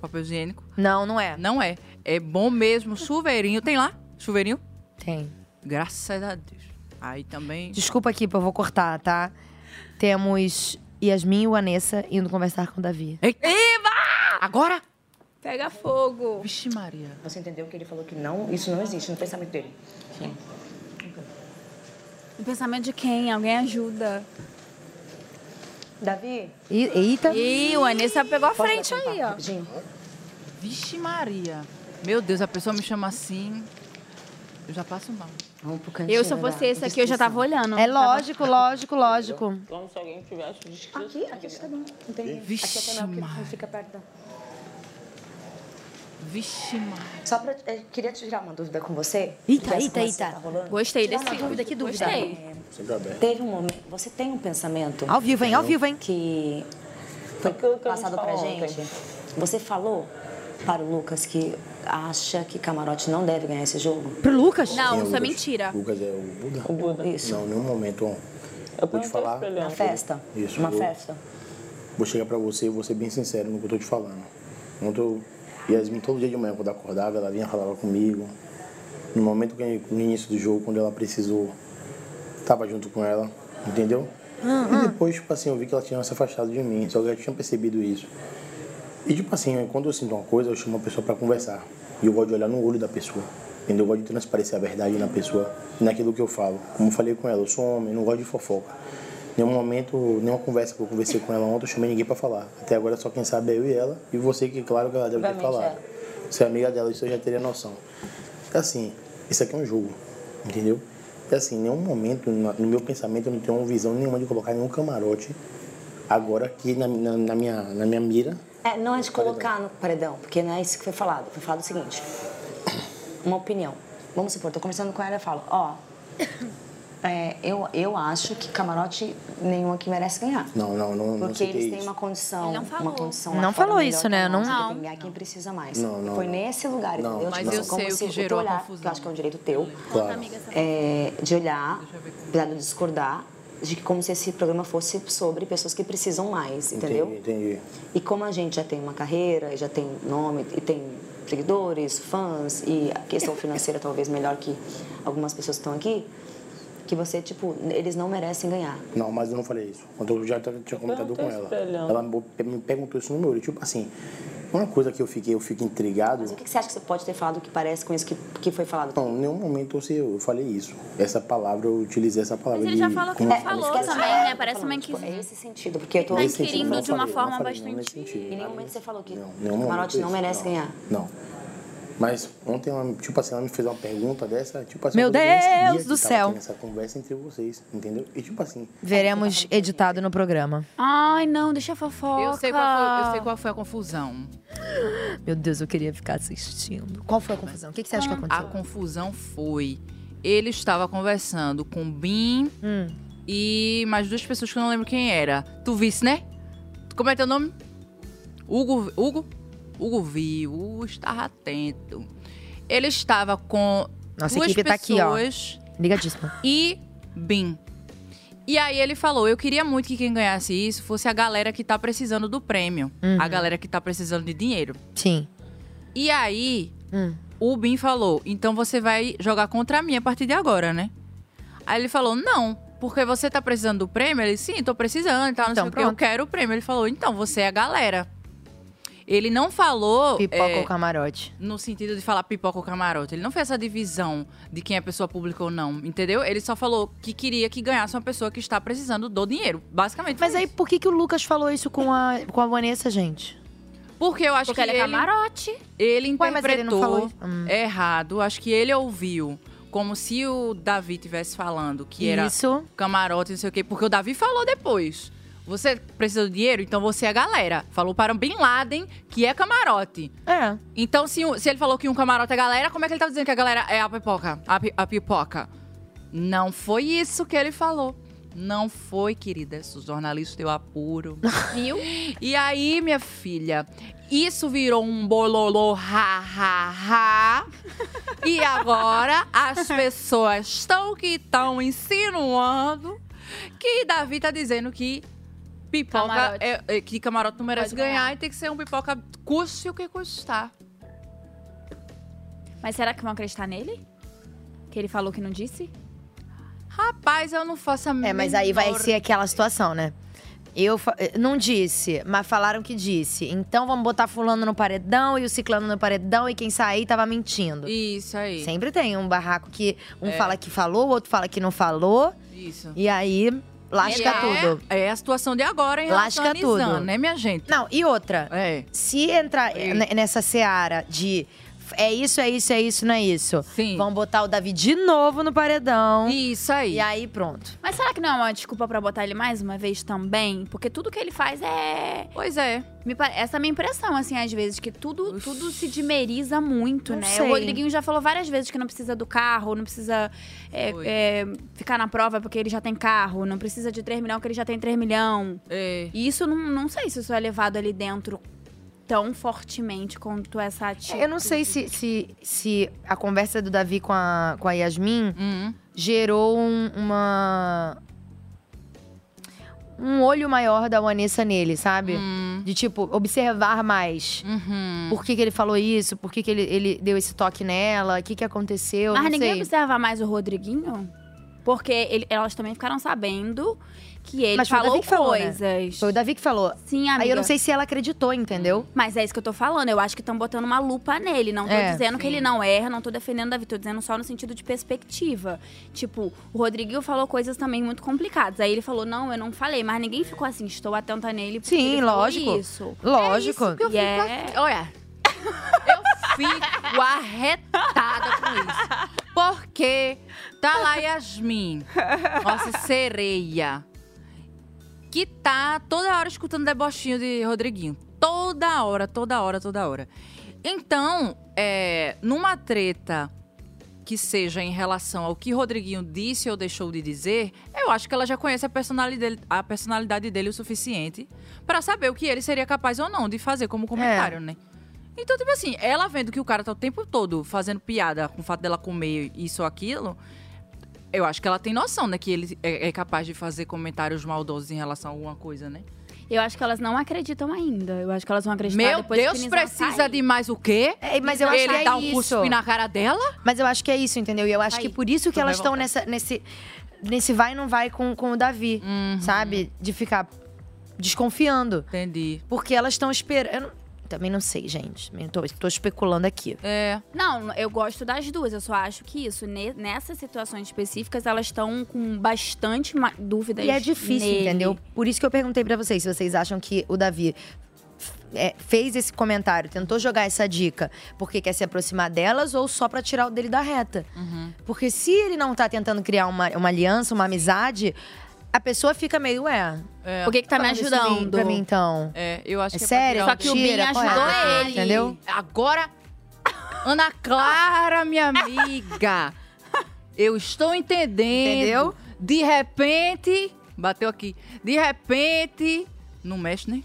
Speaker 3: Papel higiênico.
Speaker 2: Não, não é.
Speaker 3: Não é. É bom mesmo. Chuveirinho. Tem lá? Chuveirinho?
Speaker 2: Tem.
Speaker 3: Graças a Deus. Aí também.
Speaker 2: Desculpa aqui, eu vou cortar, tá? Temos Yasmin e o Anessa indo conversar com o Davi.
Speaker 3: Eba! Agora?
Speaker 4: Pega fogo.
Speaker 3: Vixe, Maria.
Speaker 20: Você entendeu que ele falou que não, isso não existe no pensamento dele. Sim.
Speaker 4: O Um pensamento de quem? Alguém ajuda.
Speaker 20: Davi?
Speaker 2: E, eita.
Speaker 4: Ih, o Anessa pegou a
Speaker 20: Posso
Speaker 4: frente
Speaker 20: bater um
Speaker 4: aí,
Speaker 20: papo
Speaker 4: ó.
Speaker 20: rapidinho?
Speaker 3: Vixe, Maria. Meu Deus, a pessoa me chama assim. Eu já passo mal.
Speaker 20: Vamos pro
Speaker 4: Eu, se eu fosse esse aqui, eu já tava olhando.
Speaker 2: É lógico, lógico, lógico.
Speaker 20: Como Então, se alguém tivesse Aqui, aqui está bom. Entendi.
Speaker 3: Vixe,
Speaker 20: aqui é o canal que não fica perto da...
Speaker 3: Vixe, Maria.
Speaker 20: Só pra... eh, queria tirar uma dúvida com você.
Speaker 2: Eita,
Speaker 20: Dessa conversa
Speaker 2: eita,
Speaker 20: que
Speaker 2: eita.
Speaker 20: Tá rolando.
Speaker 2: Gostei
Speaker 20: Tirar uma
Speaker 2: desse-
Speaker 20: dúvida, que dúvida?
Speaker 2: gostei.
Speaker 20: É, Teve um momento... Você tem um pensamento...
Speaker 2: Ao vivo, hein? Ao vivo, hein?
Speaker 20: Que
Speaker 21: foi passado pra gente. Você falou para o Lucas que acha que Camarote não deve ganhar esse jogo? Pro Lucas?
Speaker 4: Não, isso é
Speaker 21: mentira.
Speaker 4: mentira.
Speaker 22: Lucas é o Buda?
Speaker 21: O Buda. Isso.
Speaker 22: Não, em nenhum momento, ó. Eu vou te falar.
Speaker 21: ele,
Speaker 5: um.
Speaker 21: Uma festa.
Speaker 22: Isso.
Speaker 21: Uma
Speaker 22: vou-
Speaker 21: festa.
Speaker 22: Vou chegar pra você e vou ser bem sincero no que eu tô te falando. Ontem eu. Yasmin, todo dia de manhã, quando eu acordava, ela vinha falava comigo. No momento que no início do jogo, quando ela precisou, tava junto com ela, entendeu? E depois, tipo assim, eu vi que ela tinha se afastado de mim, só que eu já tinha percebido isso. E tipo assim, quando eu sinto uma coisa, eu chamo a pessoa pra conversar. E eu gosto de olhar no olho da pessoa. Entendeu? Eu gosto de transparecer a verdade na pessoa, naquilo que eu falo. Como eu falei com ela, eu sou homem, não gosto de fofoca. Nenhum momento, nenhuma conversa que eu conversei com ela ontem, eu chamei ninguém pra falar. Até agora só quem sabe é eu e ela, e você que claro que ela deve ter
Speaker 21: Obviamente,
Speaker 22: falado. Você é amiga dela, isso eu já teria noção. Assim, isso aqui é um jogo, entendeu? E assim, em nenhum momento, na- no meu pensamento, eu não tenho visão nenhuma de colocar nenhum camarote agora aqui na, na- na minha, na minha mira.
Speaker 21: É, não é de colocar no paredão, porque não é isso que foi falado. Foi falado o seguinte: uma opinião. Vamos supor, tô conversando com ela e falo: ó, é, eu, eu acho que camarote nenhum aqui merece ganhar.
Speaker 22: Não, não, não. não
Speaker 21: Porque eles
Speaker 22: citei
Speaker 21: têm
Speaker 22: isso.
Speaker 21: uma condição. Não Uma condição lá fora
Speaker 2: Não falou
Speaker 21: melhor
Speaker 2: isso,
Speaker 21: que a
Speaker 2: né?
Speaker 21: nossa,
Speaker 2: Não-
Speaker 21: de Quem ganhar, quem precisa mais.
Speaker 22: Não, não,
Speaker 21: Foi
Speaker 22: não.
Speaker 21: nesse lugar,
Speaker 22: Não,
Speaker 21: entendeu?
Speaker 22: Mas
Speaker 21: Tipo,
Speaker 22: eu
Speaker 21: como
Speaker 22: sei o
Speaker 21: se
Speaker 22: que
Speaker 21: tu
Speaker 22: gerou a
Speaker 21: olhar, Que eu acho que é um direito teu.
Speaker 22: Claro.
Speaker 21: é, de olhar, apesar de eu discordar, de que como se esse programa fosse sobre pessoas que precisam mais, entendeu?
Speaker 22: Entendi, entendi.
Speaker 21: E como a gente já tem uma carreira, e já tem nome, e tem seguidores, fãs, e a questão financeira talvez melhor que algumas pessoas que estão aqui, que você, tipo, eles não merecem ganhar.
Speaker 22: Não, mas eu não falei isso. Quando eu já t- tinha comentado com
Speaker 21: perguntei
Speaker 22: ela.
Speaker 21: isso pra ele, ó.
Speaker 22: Ela me bo- me perguntou isso no meu olho. Tipo assim, uma coisa que eu fiquei, eu fico intrigado.
Speaker 21: Mas o que que você acha que você pode ter falado que parece com isso que, que foi falado?
Speaker 22: Não, em nenhum momento eu, sei- eu falei isso. Essa palavra, eu utilizei essa palavra.
Speaker 21: ele
Speaker 22: de-
Speaker 21: já falou que
Speaker 22: como
Speaker 21: ele
Speaker 22: eu falei.
Speaker 4: Falou
Speaker 21: esquece-
Speaker 4: também, né? Parece também que.
Speaker 21: É esse sentido, porque eu tô...
Speaker 22: Tá Nesse sentido, inferindo não de uma falei, não forma falei, não bastante- nesse sentido.
Speaker 21: Em nenhum momento você falou que
Speaker 22: nenhum
Speaker 21: o
Speaker 22: momento
Speaker 21: camarote não
Speaker 22: isso,
Speaker 21: merece
Speaker 22: não.
Speaker 21: ganhar.
Speaker 22: Não. Mas ontem, ela, tipo assim, ela me fez uma pergunta dessa, tipo assim...
Speaker 2: Meu
Speaker 22: quando eu nem sabia
Speaker 2: Deus
Speaker 22: que
Speaker 2: do
Speaker 22: tava
Speaker 2: céu.
Speaker 22: tendo Essa conversa entre vocês, entendeu? E tipo assim...
Speaker 2: Veremos editado no programa.
Speaker 4: Ai, não, deixa a fofoca.
Speaker 3: Eu sei qual foi, eu sei qual foi a confusão.
Speaker 2: Meu Deus, eu queria ficar assistindo. Qual foi a confusão? O que, que você acha que aconteceu?
Speaker 3: Ah, A confusão foi. Ele estava conversando com o Bim
Speaker 2: Hum.
Speaker 3: e mais duas pessoas que eu não lembro quem era. Tu visse, né? Como é teu nome? Hugo. Hugo? Hugo viu, Hugo estava atento. Ele estava com
Speaker 2: Nossa
Speaker 3: duas
Speaker 2: equipe tá aqui, ó.
Speaker 3: pessoas
Speaker 2: Ligadíssima.
Speaker 3: e Bim. E aí ele falou: eu queria muito que quem ganhasse isso fosse a galera que tá precisando do prêmio.
Speaker 2: Uhum.
Speaker 3: A galera que tá precisando de dinheiro.
Speaker 2: Sim.
Speaker 3: E aí,
Speaker 2: Hum.
Speaker 3: o Bin falou: então você vai jogar contra mim a partir de agora, né? Aí ele falou: não, porque você tá precisando do prêmio? Ele sim, tô precisando e tal, não
Speaker 2: Então,
Speaker 3: sei o que, eu
Speaker 2: pronto.
Speaker 3: quero o prêmio. Ele falou: então você é a galera. Ele não falou.
Speaker 2: Pipoca
Speaker 3: é,
Speaker 2: ou camarote.
Speaker 3: no sentido de falar pipoca ou camarote. Ele não fez essa divisão de quem é pessoa pública ou não, entendeu? Ele só falou que queria que ganhasse uma pessoa que está precisando do dinheiro, basicamente.
Speaker 2: Mas aí, por que, que o Lucas falou isso com a, com a Vanessa, gente?
Speaker 3: Porque eu acho
Speaker 2: Porque
Speaker 3: que
Speaker 2: ele é camarote.
Speaker 3: Ele
Speaker 2: Ué, mas ele não falou
Speaker 3: interpretou
Speaker 2: isso. Hum.
Speaker 3: errado. Acho que ele ouviu como se o Davi tivesse falando que era
Speaker 2: Isso.
Speaker 3: camarote, não sei o quê. Porque o Davi falou depois. Você precisa de dinheiro? Então você é a galera. Falou para o Bin Laden que é camarote.
Speaker 2: É.
Speaker 3: Então, se, o- se ele falou que um camarote é galera, como é que ele tá dizendo que a galera é a pipoca? A, pi- a pipoca. Não foi isso que ele falou. Não foi, querida. O jornalista deu apuro. Viu? E aí, minha filha, isso virou um bololô, ha, ha, ha. E agora as pessoas estão que estão insinuando que Davi tá dizendo que pipoca
Speaker 4: Camarote.
Speaker 3: é, é, que camarote não merece
Speaker 4: Pode ganhar.
Speaker 3: ganhar. e tem que ser um pipoca custe o que custar.
Speaker 4: Mas será que vão acreditar nele? Que ele falou que não disse?
Speaker 3: Rapaz, eu não faço a
Speaker 2: É, mas aí vai ser aquela situação, né? Eu fa- eh, não disse, mas falaram que disse. Então vamos botar fulano no paredão e o ciclano no paredão e quem sair tava mentindo.
Speaker 3: Isso aí.
Speaker 2: Sempre tem um barraco que um
Speaker 3: É.
Speaker 2: fala que falou, o outro fala que não falou.
Speaker 3: Isso.
Speaker 2: E aí lasca
Speaker 3: E é-
Speaker 2: tudo.
Speaker 3: É a situação de agora em relação
Speaker 2: Lasca
Speaker 3: a Nizam,
Speaker 2: tudo.
Speaker 3: né, minha gente?
Speaker 2: Não, e outra.
Speaker 3: É.
Speaker 2: Se entrar ne- nessa seara de é isso, é isso, é isso, não é isso. Sim. Vão botar o Davi de novo no paredão.
Speaker 3: Isso aí.
Speaker 2: E aí pronto.
Speaker 4: Mas será que não é uma desculpa pra botar ele mais uma vez também? Porque tudo que ele faz é.
Speaker 3: Pois é.
Speaker 4: Essa é a minha impressão, assim, às vezes, que tudo, tudo se dimeriza muito,
Speaker 2: Não
Speaker 4: né?
Speaker 2: sei.
Speaker 4: O Rodriguinho já falou várias vezes que não precisa do carro, não precisa é, é, ficar na prova porque ele já tem carro, não precisa de 3 milhões porque ele já tem 3 milhões.
Speaker 3: É.
Speaker 4: E isso não, não sei se isso é levado ali dentro tão fortemente quanto essa atitude.
Speaker 2: É, Eu não sei se, se, se a conversa do Davi com a, com a Yasmin
Speaker 3: Hum.
Speaker 2: gerou um- uma. Um olho maior da Vanessa nele, sabe?
Speaker 3: Hum.
Speaker 2: De tipo, observar mais.
Speaker 3: Uhum.
Speaker 4: Hum.
Speaker 2: Por que, que ele falou isso? Por que, que ele, ele deu esse toque nela? O que, que aconteceu?
Speaker 4: Mas
Speaker 2: não
Speaker 4: Ah, ninguém
Speaker 2: sei.
Speaker 4: observa mais o Rodriguinho? Porque ele- elas também ficaram sabendo que ele
Speaker 2: Mas foi o
Speaker 4: falou
Speaker 2: Davi que falou, né?
Speaker 4: coisas.
Speaker 2: Foi o Davi que falou.
Speaker 4: Sim, amiga.
Speaker 2: Aí eu não sei se ela acreditou, entendeu?
Speaker 4: Mas é isso que eu tô falando. Eu acho que estão botando uma lupa nele. Não tô
Speaker 2: É,
Speaker 4: dizendo que
Speaker 2: sim.
Speaker 4: ele não erra, não tô defendendo o Davi. Tô dizendo só no sentido de perspectiva. Tipo, o Rodriguinho falou coisas também muito complicadas. Aí ele falou, não, eu não falei. Mas ninguém ficou assim, estou atenta nele. porque
Speaker 2: Sim,
Speaker 4: ele falou
Speaker 2: lógico.
Speaker 4: Isso.
Speaker 2: Lógico.
Speaker 4: É isso que eu
Speaker 2: E
Speaker 4: fico,
Speaker 2: é-
Speaker 4: Olha,
Speaker 3: Fico arretada com isso. Porque tá lá Yasmin, nossa sereia, que tá toda hora escutando debochinho de Rodriguinho. Toda hora, toda hora, toda hora. Então, é, numa treta que seja em relação ao que Rodriguinho disse ou deixou de dizer, eu acho que ela já conhece a personalidade dele, a personalidade dele o suficiente pra saber o que ele seria capaz ou não de fazer como comentário, né? Então, tipo assim, ela vendo que o cara tá o tempo todo fazendo piada com o fato dela comer isso ou aquilo, eu acho que ela tem noção, né? Que ele é é capaz de fazer comentários maldosos em relação a alguma coisa, né?
Speaker 4: eu acho que elas não acreditam ainda. Eu acho que elas vão acreditar
Speaker 3: Meu
Speaker 4: depois que o
Speaker 3: Deus,
Speaker 4: Nizam
Speaker 3: precisa
Speaker 4: sair.
Speaker 3: de mais o quê?
Speaker 2: É, mas eu acho
Speaker 3: ele
Speaker 2: que é
Speaker 3: dá um
Speaker 2: isso.
Speaker 3: cuspe na cara dela?
Speaker 2: Mas eu acho que é isso, entendeu? E eu acho
Speaker 4: Tá
Speaker 3: Aí,
Speaker 2: que por isso que
Speaker 3: tu
Speaker 2: elas
Speaker 3: Então vai
Speaker 2: estão
Speaker 3: voltar.
Speaker 2: nessa, nesse, nesse vai e não vai com, com o Davi,
Speaker 4: Uhum.
Speaker 2: sabe? De ficar desconfiando.
Speaker 3: Entendi.
Speaker 2: Porque elas estão esperando. eu não- Também não sei, gente. Também Tô, tô especulando aqui.
Speaker 3: É.
Speaker 4: Não, eu gosto das duas. Eu só acho que isso, ne- nessas situações específicas, elas estão com bastante ma- dúvidas.
Speaker 2: E é difícil,
Speaker 4: nele.
Speaker 2: entendeu? Por isso que eu perguntei pra vocês se vocês acham que o Davi f- é, fez esse comentário, tentou jogar essa dica porque quer se aproximar delas ou só pra tirar o dele da reta.
Speaker 3: Uhum.
Speaker 2: Porque se ele não tá tentando criar uma, uma aliança, uma amizade, a pessoa fica meio, ué.
Speaker 3: É.
Speaker 2: por tá
Speaker 3: Falando isso de mim,
Speaker 2: Pra mim, então.
Speaker 3: É, eu acho
Speaker 2: É
Speaker 3: que é
Speaker 2: sério?
Speaker 3: pra tirar
Speaker 2: Só que o Bin
Speaker 3: tira, qual é?
Speaker 2: ajudou ele. Entendeu?
Speaker 3: Agora, Ana Clara, minha amiga, eu estou entendendo.
Speaker 2: Entendeu?
Speaker 3: De repente, bateu aqui. De repente, não mexe, né?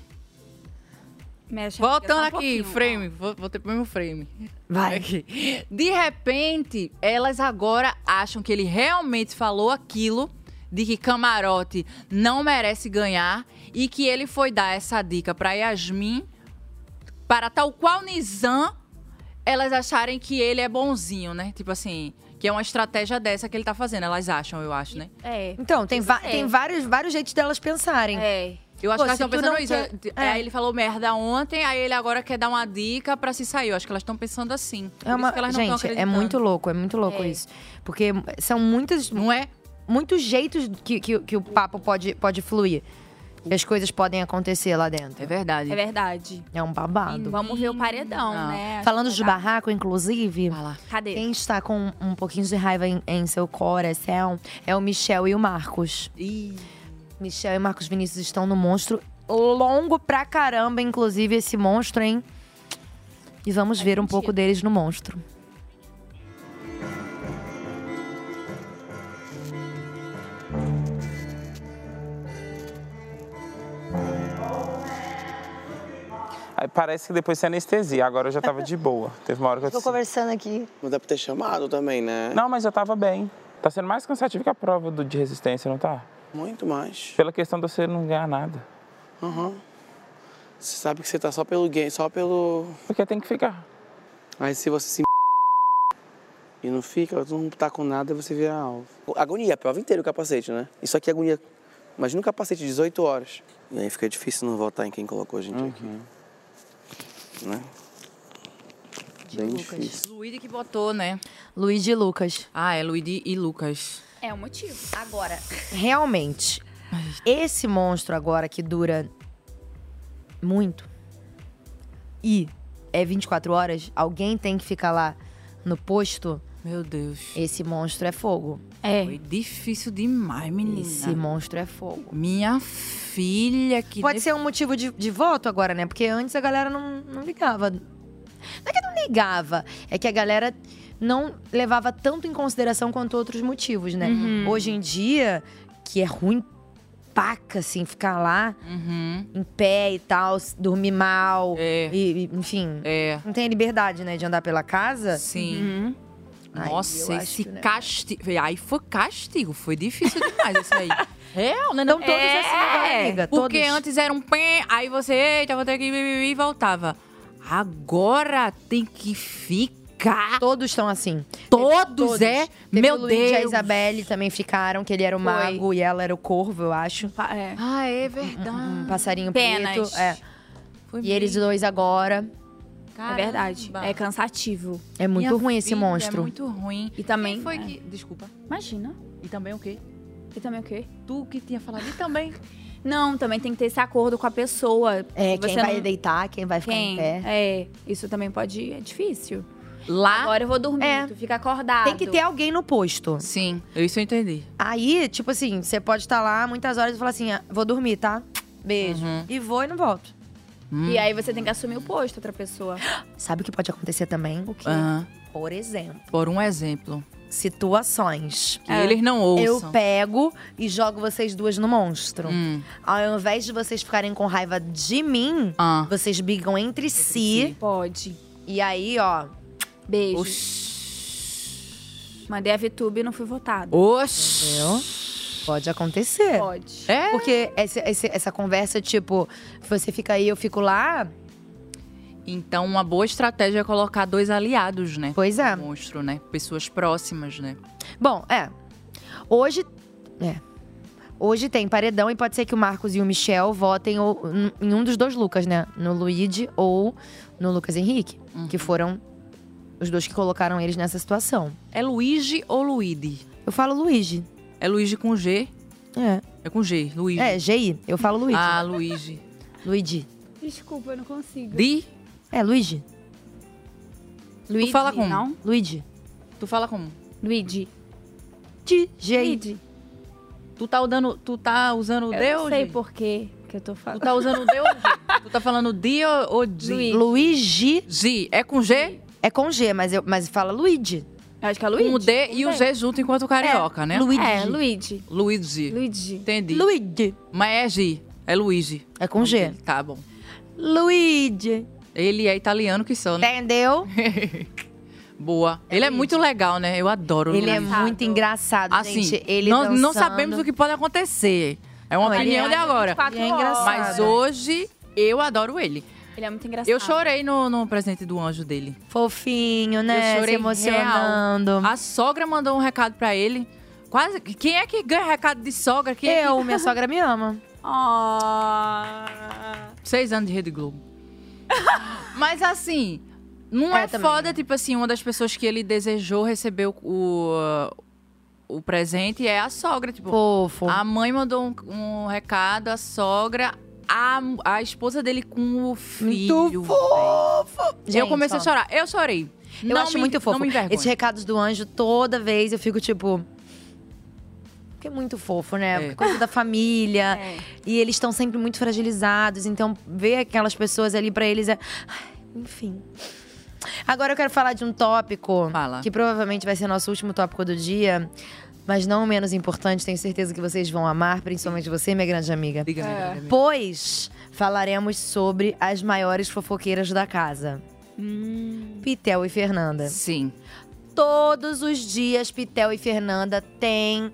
Speaker 4: Mexe
Speaker 3: Voltando
Speaker 4: só um
Speaker 3: aqui,
Speaker 4: pouquinho, ó.
Speaker 3: frame, vou, vou ter pro mesmo frame.
Speaker 2: Vai.
Speaker 3: Aqui. De repente, elas agora acham que ele realmente falou aquilo de que camarote não merece ganhar e que ele foi dar essa dica pra Yasmin para tal qual Nizam elas acharem que ele é bonzinho, né? Tipo assim, que é uma estratégia dessa que ele tá fazendo, elas acham, eu acho, né?
Speaker 4: É.
Speaker 2: Então, tem, va- tem vários, vários jeitos delas pensarem.
Speaker 4: É.
Speaker 3: Eu acho
Speaker 2: Pô,
Speaker 3: que elas
Speaker 2: se
Speaker 3: estão
Speaker 2: tu
Speaker 3: pensando
Speaker 2: não
Speaker 3: isso.
Speaker 2: quer-
Speaker 3: É, Aí ele falou merda ontem, aí ele agora quer dar uma dica pra se sair. Eu acho que elas estão pensando assim. Por
Speaker 2: É uma...
Speaker 3: isso que elas não
Speaker 2: Gente,
Speaker 3: estão
Speaker 2: é muito louco, é muito louco
Speaker 3: É.
Speaker 2: isso. Porque são muitas.
Speaker 3: Não é?
Speaker 2: Muitos jeitos que, que, que o papo pode, pode fluir. Que as coisas podem acontecer lá dentro.
Speaker 3: É verdade.
Speaker 4: É verdade.
Speaker 2: É um babado.
Speaker 4: Vamos ver o paredão, né?
Speaker 2: Falando de barraco, inclusive,
Speaker 4: Cadê?
Speaker 2: quem está com um pouquinho de raiva em, em seu coração é o Michel e o Marcos. Michel e Marcos Vinícius estão no monstro. Longo pra caramba, inclusive, esse monstro, hein? E vamos ver um pouco deles no monstro.
Speaker 1: Aí parece que depois se anestesia, agora eu já tava de boa. Teve uma hora que eu
Speaker 13: Tô conversando aqui.
Speaker 1: Não dá pra ter chamado também, né? Não, mas eu tava bem. Tá sendo mais cansativo que a prova do, de resistência, não tá?
Speaker 10: Muito mais.
Speaker 1: Pela questão de você não ganhar nada.
Speaker 10: Aham. Você sabe que você tá só pelo game, só pelo.
Speaker 1: Porque tem que ficar.
Speaker 10: Aí se você se. E não fica, tu não tá com nada e você vira alvo. Agonia, a prova inteira o capacete, né? Isso aqui é agonia. Imagina um capacete de 18 horas. E aí fica difícil não votar em quem colocou a gente aqui.
Speaker 1: Uhum.
Speaker 10: Né? Bem difícil.
Speaker 3: Luíde que botou, né?
Speaker 2: Luíde e Lucas.
Speaker 3: Ah, é Luíde e Lucas.
Speaker 4: É o motivo. Agora.
Speaker 2: Realmente, esse monstro agora que dura muito e é 24 horas, alguém tem que ficar lá no posto.
Speaker 3: Meu Deus.
Speaker 2: Esse monstro é fogo.
Speaker 3: É. Foi difícil demais, menina.
Speaker 2: Esse monstro é fogo.
Speaker 3: Minha filha que.
Speaker 2: Pode ser um motivo de, de voto agora, né? Porque antes a galera não, não ligava. Não é que não ligava, é que a galera não levava tanto em consideração quanto outros motivos, né?
Speaker 3: Uhum.
Speaker 2: Hoje em dia, que é ruim paca, assim, ficar lá
Speaker 3: Uhum.
Speaker 2: em pé e tal, s- dormir mal.
Speaker 3: É.
Speaker 2: E, e, enfim, não tem a liberdade, né, de andar pela casa.
Speaker 3: Sim.
Speaker 2: Ai,
Speaker 3: Nossa,
Speaker 2: eu acho né?
Speaker 3: esse
Speaker 2: que o negócio-
Speaker 3: castigo. Aí foi castigo, foi difícil demais isso aí. Real, né? Não
Speaker 2: Então, todos assim agora, amiga,
Speaker 3: Porque
Speaker 2: todos.
Speaker 3: antes era um pé, aí você, eita, vou ter que ir, e voltava. Agora tem que ficar.
Speaker 2: Todos estão assim.
Speaker 3: Todos, é?
Speaker 2: Teve
Speaker 3: Meu
Speaker 2: o Luigi e a
Speaker 3: Deus.
Speaker 2: Isabelle também ficaram, que ele era o
Speaker 3: Foi.
Speaker 2: mago e ela era o corvo, eu acho.
Speaker 3: é. Ah, é verdade.
Speaker 2: Um passarinho
Speaker 4: Penas.
Speaker 2: preto. É.
Speaker 3: Foi
Speaker 2: e eles dois agora.
Speaker 4: É verdade. É cansativo.
Speaker 2: É muito ruim esse monstro.
Speaker 4: É
Speaker 3: muito ruim.
Speaker 4: E também. é.
Speaker 3: Quem foi que. Desculpa.
Speaker 4: Imagina.
Speaker 3: E também o quê?
Speaker 4: E também o quê?
Speaker 3: Tu que tinha falado. E também.
Speaker 4: Não, também tem que ter esse acordo com a pessoa.
Speaker 2: É,
Speaker 4: Se
Speaker 2: quem
Speaker 4: você
Speaker 2: vai
Speaker 4: não-
Speaker 2: deitar, quem vai ficar em
Speaker 4: Quem?
Speaker 2: pé.
Speaker 4: É, isso também pode. É difícil.
Speaker 3: Lá.
Speaker 4: Agora eu vou dormir, tu fica acordado.
Speaker 2: Tem que ter alguém no posto.
Speaker 3: Sim, isso eu entendi.
Speaker 2: Aí, tipo assim, você pode estar lá muitas horas e falar assim: ah, vou dormir, tá? Beijo.
Speaker 3: Uhum.
Speaker 2: E vou e não volto.
Speaker 3: Hum.
Speaker 4: E aí você tem que assumir o posto, outra pessoa.
Speaker 2: Sabe o que pode acontecer também? O
Speaker 3: quê? Aham.
Speaker 2: Por exemplo,
Speaker 3: Por um exemplo.
Speaker 2: situações. É.
Speaker 3: Que eles não ouçam. Hum.
Speaker 2: Eu pego e jogo vocês duas no monstro. Ao invés de vocês ficarem com raiva de mim,
Speaker 3: Ah.
Speaker 2: vocês brigam entre, si.
Speaker 4: Pode.
Speaker 2: E aí, ó.
Speaker 4: Beijo. Mandei a VTube e não fui votada.
Speaker 3: Oxi.
Speaker 2: Entendeu? Pode acontecer.
Speaker 4: Pode.
Speaker 3: É.
Speaker 2: Porque esse- esse- essa conversa, tipo, você fica aí, eu fico lá.
Speaker 3: Então, uma boa estratégia é colocar dois aliados, né?
Speaker 2: Pois é.
Speaker 3: Monstro, né? Pessoas próximas, né?
Speaker 2: Bom, é. Hoje. É. Hoje tem paredão e pode ser que o Marcos e o Michel votem ou- n- em um dos dois Lucas, né? No Luigi ou no Lucas Henrique. Que
Speaker 3: Uhum.
Speaker 2: foram os dois que colocaram eles nessa situação.
Speaker 3: É Luigi ou Luíde?
Speaker 2: Eu falo Luigi.
Speaker 3: É Luigi com G?
Speaker 2: É.
Speaker 3: É com G, Luigi.
Speaker 2: É, GI. Eu falo Luigi.
Speaker 3: Ah, Luigi.
Speaker 2: Luigi.
Speaker 4: Desculpa, eu não consigo.
Speaker 3: Di?
Speaker 2: É, Luigi.
Speaker 3: Tu fala como?
Speaker 4: Não?
Speaker 2: Luigi.
Speaker 3: Tu fala um. como?
Speaker 4: Luigi.
Speaker 2: Di, G.
Speaker 3: Tu tá dando, tu tá usando o
Speaker 4: Eu
Speaker 3: D
Speaker 4: não
Speaker 3: ou
Speaker 4: sei
Speaker 3: G?
Speaker 4: por quê que eu tô falando.
Speaker 3: Tu tá usando o D ou G? Tu tá falando D ou, ou G?
Speaker 2: Luigi.
Speaker 3: G. É com G?
Speaker 2: É com G, mas, eu, mas fala Luigi.
Speaker 4: Acho que é
Speaker 3: Com o D e o G junto enquanto carioca, né?
Speaker 2: Luigi.
Speaker 3: É,
Speaker 4: Luigi.
Speaker 3: Luigi.
Speaker 4: Luigi.
Speaker 3: Entendi.
Speaker 2: Luigi.
Speaker 3: Mas é G. É Luigi.
Speaker 2: É com G.
Speaker 3: Tá bom.
Speaker 2: Luigi.
Speaker 3: Ele é italiano que são, né?
Speaker 2: Entendeu?
Speaker 3: Boa. ele é muito legal, né? Eu adoro o
Speaker 2: Ele é
Speaker 3: Luigi.
Speaker 2: muito engraçado,
Speaker 3: assim,
Speaker 2: gente. Ele
Speaker 3: não, não
Speaker 2: dançando.
Speaker 3: sabemos o que pode acontecer. É uma
Speaker 2: Não, ele
Speaker 3: opinião
Speaker 2: é
Speaker 3: de agora.
Speaker 2: 24 Ele é engraçado.
Speaker 3: Mas hoje eu adoro ele.
Speaker 4: Ele é muito engraçado.
Speaker 3: Eu chorei no, no presente do anjo dele.
Speaker 2: Fofinho, né?
Speaker 3: Eu
Speaker 2: Se
Speaker 3: chorei
Speaker 2: emocionando.
Speaker 3: real. A sogra mandou um recado pra ele. Quase. Quem é que ganha recado de sogra? Quem é
Speaker 2: Eu,
Speaker 3: que-
Speaker 2: minha sogra me ama.
Speaker 3: Seis anos de Rede Globo. Mas assim, não é, foda, tipo assim, uma das pessoas que ele desejou receber o, o, o presente é a sogra, tipo.
Speaker 2: Fofo.
Speaker 3: A mãe mandou um, um recado, a sogra, a, a esposa dele com o filho. Muito
Speaker 2: fofo!
Speaker 3: eu
Speaker 2: Gente,
Speaker 3: comecei
Speaker 2: ó.
Speaker 3: a chorar. Eu chorei.
Speaker 2: Eu
Speaker 3: Não
Speaker 2: acho
Speaker 3: me-
Speaker 2: muito fofo.
Speaker 3: Não me envergonha.
Speaker 2: Esses recados do anjo, toda vez eu fico tipo. Porque é muito fofo, né? Porque é coisa da família.
Speaker 3: É.
Speaker 2: E eles estão sempre muito fragilizados. Então, ver aquelas pessoas ali pra eles é. Ai, Enfim. Agora eu quero falar de um tópico que provavelmente vai ser nosso último tópico do dia. Mas não menos importante, tenho certeza que vocês vão amar, principalmente você, minha grande amiga.
Speaker 3: Diga, minha grande amiga.
Speaker 2: Pois falaremos sobre as maiores fofoqueiras da casa. Pitel e Fernanda.
Speaker 3: Hum. Sim.
Speaker 2: Todos os dias, Pitel e Fernanda têm.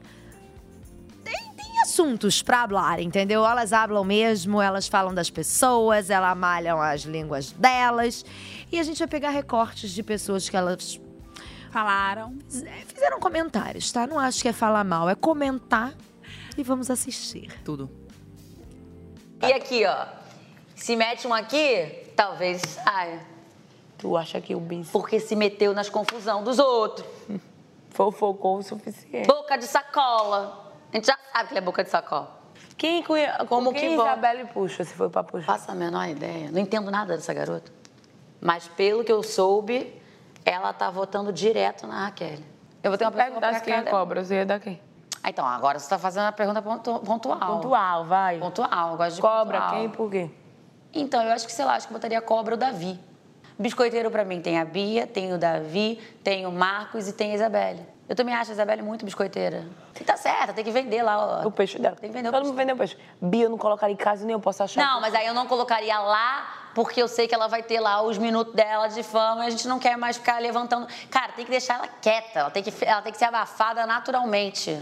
Speaker 2: têm- têm assuntos pra falar, entendeu? Elas hablam mesmo, elas falam das pessoas, elas malham as línguas delas. E a gente vai pegar recortes de pessoas que elas
Speaker 4: Falaram.
Speaker 2: fizeram comentários, tá? Não acho que é falar mal, é comentar e vamos assistir.
Speaker 3: Tudo.
Speaker 8: E aqui, ó. Se mete um aqui, talvez saia. Tu acha que o bis. Porque se meteu nas confusão dos outros.
Speaker 21: Fofocou o suficiente.
Speaker 8: Boca de sacola. A gente já sabe que ele é boca de sacola.
Speaker 21: Quem conhe... Como que
Speaker 8: quem
Speaker 21: Isabelle puxa, se foi pra puxar?
Speaker 8: Faça a menor ideia. Não entendo nada dessa garota. Mas pelo que eu soube, ela tá votando direto na Raquel. Eu vou ter uma pergunta assim,
Speaker 6: Perguntasse quem é cobra,
Speaker 8: você ia dar quem? Ah, então, agora você tá fazendo a pergunta pontu- pontual.
Speaker 6: Pontual,
Speaker 8: vai. Pontual, eu gosto de
Speaker 6: Cobra,
Speaker 8: pontual.
Speaker 6: quem e por quê?
Speaker 8: Então, eu acho que, sei lá, acho que eu botaria cobra ou Davi. Biscoiteiro pra mim tem a Bia, tem o Davi, tem o Marcos e tem a Isabelle. Eu também acho a Isabelle muito biscoiteira. E tá certa, tem que vender lá. ó.
Speaker 6: O peixe dela. Tem que vender o Todo mundo vendeu o peixe. Bia, eu não colocaria em casa e nem eu posso achar.
Speaker 8: Não, mas aí eu não colocaria lá, porque eu sei que ela vai ter lá os minutos dela de fama e a gente não quer mais ficar levantando. Cara, tem que deixar ela quieta, ela tem que, ela tem que ser abafada naturalmente.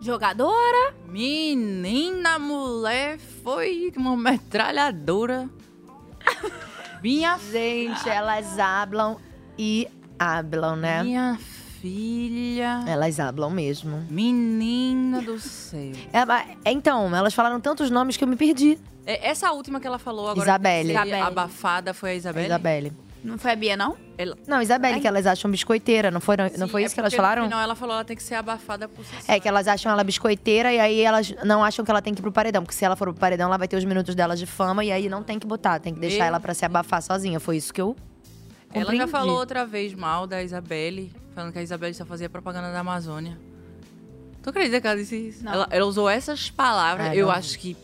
Speaker 3: Jogadora? Menina, mulher, foi uma metralhadora. Minha
Speaker 2: Gente, elas hablam e hablam, né?
Speaker 3: Minha filha.
Speaker 2: Elas hablam mesmo.
Speaker 3: Menina do céu.
Speaker 2: então, elas falaram tantos nomes que eu me perdi.
Speaker 3: É, Essa última que ela falou agora.
Speaker 2: Isabelle.
Speaker 3: que seria
Speaker 2: Isabelle.
Speaker 3: Abafada foi a Isabelle?
Speaker 2: Isabelle.
Speaker 3: Não foi a Bia, não? Ela... É
Speaker 2: Não, Isabelle, que elas acham biscoiteira, não, foram, não foi isso que elas
Speaker 3: Porque no
Speaker 2: falaram?
Speaker 3: final ela falou ela tem que ser abafada por si
Speaker 2: É, que elas acham ela biscoiteira e aí elas não acham que ela tem que ir pro paredão. Porque se ela for pro paredão, ela vai ter os minutos dela de fama e aí não tem que botar, tem que deixar
Speaker 3: Meu
Speaker 2: ela pra se abafar sozinha. Foi isso que eu.
Speaker 3: Ela já
Speaker 2: compreendi.
Speaker 3: falou outra vez mal da Isabelle, falando que a Isabelle só fazia propaganda da Amazônia. Tu
Speaker 8: kan
Speaker 3: acredita que ela disse isso?
Speaker 6: Não.
Speaker 3: Ela, ela usou essas palavras.
Speaker 6: Ah,
Speaker 3: eu
Speaker 6: não.
Speaker 3: acho que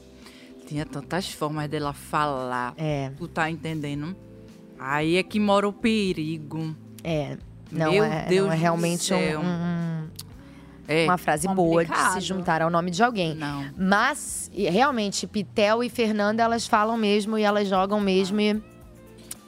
Speaker 3: tinha tantas formas dela falar.
Speaker 2: É.
Speaker 3: Tu tá entendendo? Aí é que mora o perigo.
Speaker 2: É. Não,
Speaker 3: Meu
Speaker 2: é,
Speaker 3: Deus
Speaker 2: não é
Speaker 3: do
Speaker 2: realmente um-
Speaker 3: céu.
Speaker 2: um-
Speaker 3: É
Speaker 2: uma frase boa de se
Speaker 3: complicado.
Speaker 2: juntar ao nome de alguém. Mas, e, realmente, Pitel e Fernanda, elas falam mesmo e elas jogam mesmo.
Speaker 3: Ah.
Speaker 2: E...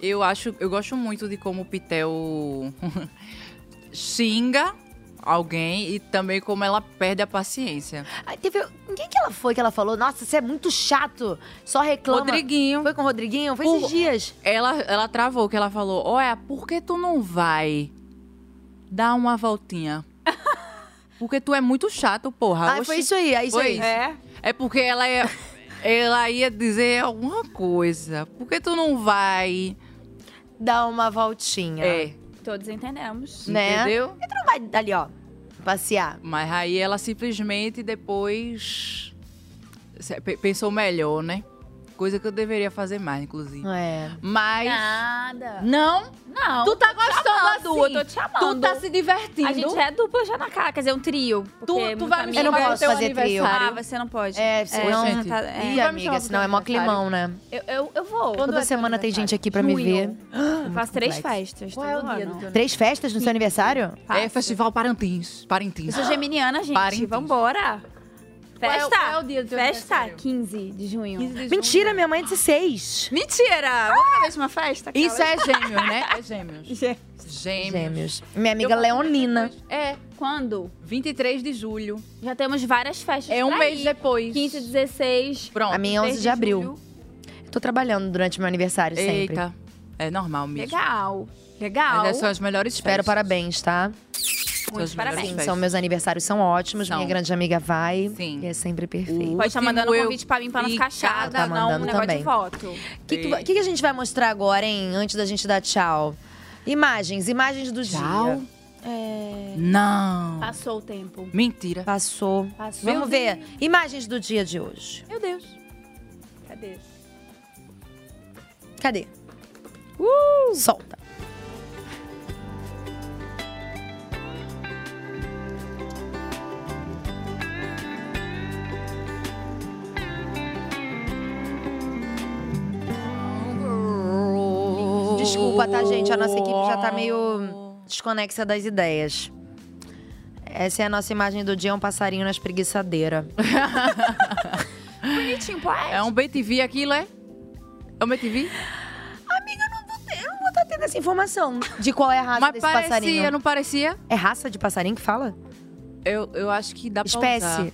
Speaker 3: Eu acho, eu gosto muito de como o Pitel xinga alguém e também como ela perde a paciência.
Speaker 2: Aí teve. Quem que ela foi que ela falou? Nossa, você é muito chato, só reclama.
Speaker 3: Rodriguinho.
Speaker 2: Foi com o Rodriguinho? Foi
Speaker 3: Por-
Speaker 2: esses dias.
Speaker 3: Ela, ela travou, que ela falou: Olha, por que tu não vai dar uma voltinha? Porque tu é muito chato, porra.
Speaker 2: Ah, foi isso aí, é isso
Speaker 3: Foi
Speaker 2: aí.
Speaker 3: É. é porque ela ia, ela ia dizer alguma coisa. Por que tu não vai.
Speaker 2: Dar uma voltinha.
Speaker 3: É.
Speaker 4: Todos entendemos.
Speaker 2: Né?
Speaker 3: Entendeu?
Speaker 2: Por que tu não vai ali, ó, passear?
Speaker 3: Mas aí ela simplesmente depois se- pe- pensou melhor, né? Coisa que eu deveria fazer mais, inclusive.
Speaker 2: É.
Speaker 3: Mas.
Speaker 4: Nada.
Speaker 3: Não?
Speaker 4: Não.
Speaker 3: Tu
Speaker 4: tô
Speaker 3: tá
Speaker 4: te
Speaker 3: gostando
Speaker 4: chamando,
Speaker 3: assim.
Speaker 4: Du, eu tô te chamando.
Speaker 3: Tu tá se divertindo.
Speaker 4: A gente é dupla já na cara, quer dizer, um trio. porque
Speaker 3: tu
Speaker 4: muita
Speaker 3: vai me
Speaker 4: amiga-
Speaker 3: chamar Eu não pro posso teu fazer aniversário.
Speaker 4: Ah,
Speaker 3: trio.
Speaker 4: você não pode.
Speaker 2: É, senão-
Speaker 4: você tá-
Speaker 2: Ih,
Speaker 4: Tu vai me
Speaker 2: amiga,
Speaker 4: chamar pro
Speaker 2: senão
Speaker 4: teu
Speaker 2: é mó climão,
Speaker 4: aniversário? Eu, eu, eu vou.
Speaker 2: Toda semana tem gente aqui pra me ver.
Speaker 4: Eu faço três festas. Qual é o dia
Speaker 2: Três festas no seu aniversário?
Speaker 3: É Festival Parintins. Parintins.
Speaker 4: Eu sou geminiana, gente. Vambora. Festa. Qual é o dia do teu Festa 15 de junho.
Speaker 2: Mentira, minha mãe é 16.
Speaker 4: Mentira! Vamos pra mesma festa?
Speaker 3: Isso é
Speaker 4: Carol?
Speaker 3: gêmeos, né? É gêmeos. Gêmeos.
Speaker 2: Gêmeos. Minha amiga Leonina.
Speaker 3: É.
Speaker 4: Quando?
Speaker 3: 23 de julho.
Speaker 4: Já temos várias festas.
Speaker 3: É um
Speaker 4: pra
Speaker 3: mês
Speaker 4: ir.
Speaker 3: depois.
Speaker 4: 15, 16.
Speaker 3: Pronto.
Speaker 2: A minha é 11 de abril. Tô trabalhando durante meu aniversário sempre.
Speaker 3: Eita. É normal mesmo.
Speaker 4: Legal. Legal.
Speaker 3: Mas são as melhores
Speaker 2: Espero
Speaker 3: festas.
Speaker 2: parabéns, tá?
Speaker 3: Muitos as melhores parabéns.
Speaker 2: Sim,
Speaker 3: festas.
Speaker 2: são meus aniversários são ótimos.
Speaker 3: São.
Speaker 2: Minha grande amiga vai. Sim. E é sempre perfeito.
Speaker 4: Pode estar mandando um convite pra mim pra não ficar chata,
Speaker 2: Tá
Speaker 4: não um
Speaker 2: mandando
Speaker 4: negócio
Speaker 2: também.
Speaker 4: de voto.
Speaker 2: O que, que va- que que a gente vai mostrar agora, hein? Antes da gente dar tchau. Imagens, imagens do
Speaker 3: Tchau?
Speaker 2: dia. É...
Speaker 3: Não.
Speaker 4: Passou o tempo.
Speaker 3: Mentira.
Speaker 2: Passou.
Speaker 4: Passou.
Speaker 2: Vamos ver. Imagens do dia de hoje.
Speaker 4: Meu Deus. Cadê?
Speaker 2: Cadê?
Speaker 3: Uh!
Speaker 2: Solta. Desculpa, tá, gente? A nossa equipe já tá meio desconexa das ideias. Essa é a nossa imagem do dia, é um passarinho na espreguiçadeira.
Speaker 4: Bonitinho, pai.
Speaker 3: É um BTV aquilo, é? É um BTV?
Speaker 2: Amiga, eu não vou ter, eu não vou
Speaker 4: tá
Speaker 2: estar tendo essa informação de qual é a raça
Speaker 3: Mas
Speaker 2: desse
Speaker 3: parecia,
Speaker 2: passarinho.
Speaker 3: não parecia?
Speaker 2: É raça de passarinho que fala?
Speaker 3: Eu, eu acho que dá pra
Speaker 2: Espécie.
Speaker 3: usar.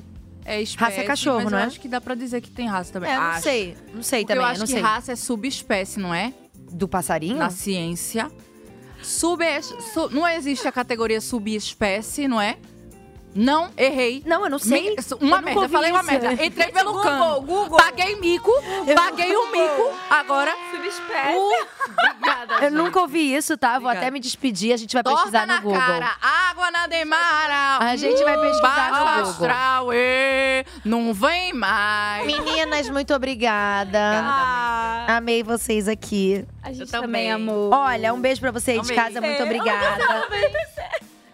Speaker 3: É espécie.
Speaker 2: Raça é cachorro,
Speaker 3: mas
Speaker 2: não
Speaker 3: eu
Speaker 2: é?
Speaker 3: acho que dá pra dizer que tem raça também.
Speaker 2: É, eu não
Speaker 3: Acho.
Speaker 2: sei. Não sei
Speaker 3: Porque
Speaker 2: também,
Speaker 3: eu
Speaker 2: eu
Speaker 3: acho
Speaker 2: não
Speaker 3: que
Speaker 2: sei.
Speaker 3: raça é subespécie, não é?
Speaker 2: Do passarinho?
Speaker 3: Na ciência. Sub su- não existe a categoria subespécie, não é? Não, errei.
Speaker 2: Não, eu não sei.
Speaker 3: uma
Speaker 2: Eu nunca
Speaker 3: merda,
Speaker 2: ouvi
Speaker 3: falei uma
Speaker 2: isso.
Speaker 3: merda. Entrei
Speaker 2: Gente,
Speaker 3: pelo
Speaker 2: Google,
Speaker 3: cano. Paguei mico, paguei o mico. Agora.
Speaker 4: Subespécie.
Speaker 3: Obrigada.
Speaker 2: Eu nunca ouvi isso, tá? Vou até me despedir, a gente vai
Speaker 3: Torta
Speaker 2: pesquisar no
Speaker 3: na
Speaker 2: Google.
Speaker 3: cara, água na demara.
Speaker 2: A gente vai pesquisar no
Speaker 3: baixo
Speaker 2: Google.
Speaker 3: astral, ê. você não vem mais.
Speaker 2: Meninas, muito obrigada. Amei vocês aqui.
Speaker 4: A gente também amou.
Speaker 2: Olha, um beijo pra você aí de
Speaker 3: Amei.
Speaker 2: casa, muito
Speaker 3: É,
Speaker 2: obrigada.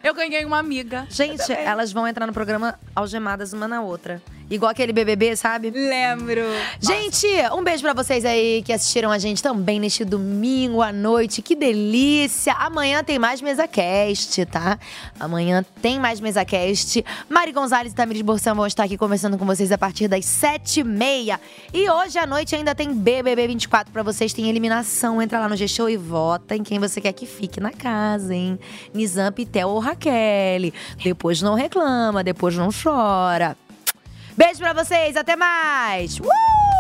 Speaker 3: Eu ganhei uma amiga.
Speaker 2: Gente, elas vão entrar no programa algemadas uma na outra. Igual aquele BBB, sabe?
Speaker 4: Lembro.
Speaker 2: Gente, um beijo pra vocês aí que assistiram a gente também neste domingo à noite. Que delícia! Amanhã tem mais mesa cast, tá? Amanhã tem mais mesa cast. Mari Gonzalez e Tamires Borsan vão estar aqui conversando com vocês a partir das sete e meia. E hoje à noite ainda tem BBB 24 pra vocês. Tem eliminação. Entra lá no G-Show e vota em quem você quer que fique na casa, hein? Nizam, Pitel ou Raquel. Depois não reclama, depois não chora. Beijo pra vocês, até mais! Uh!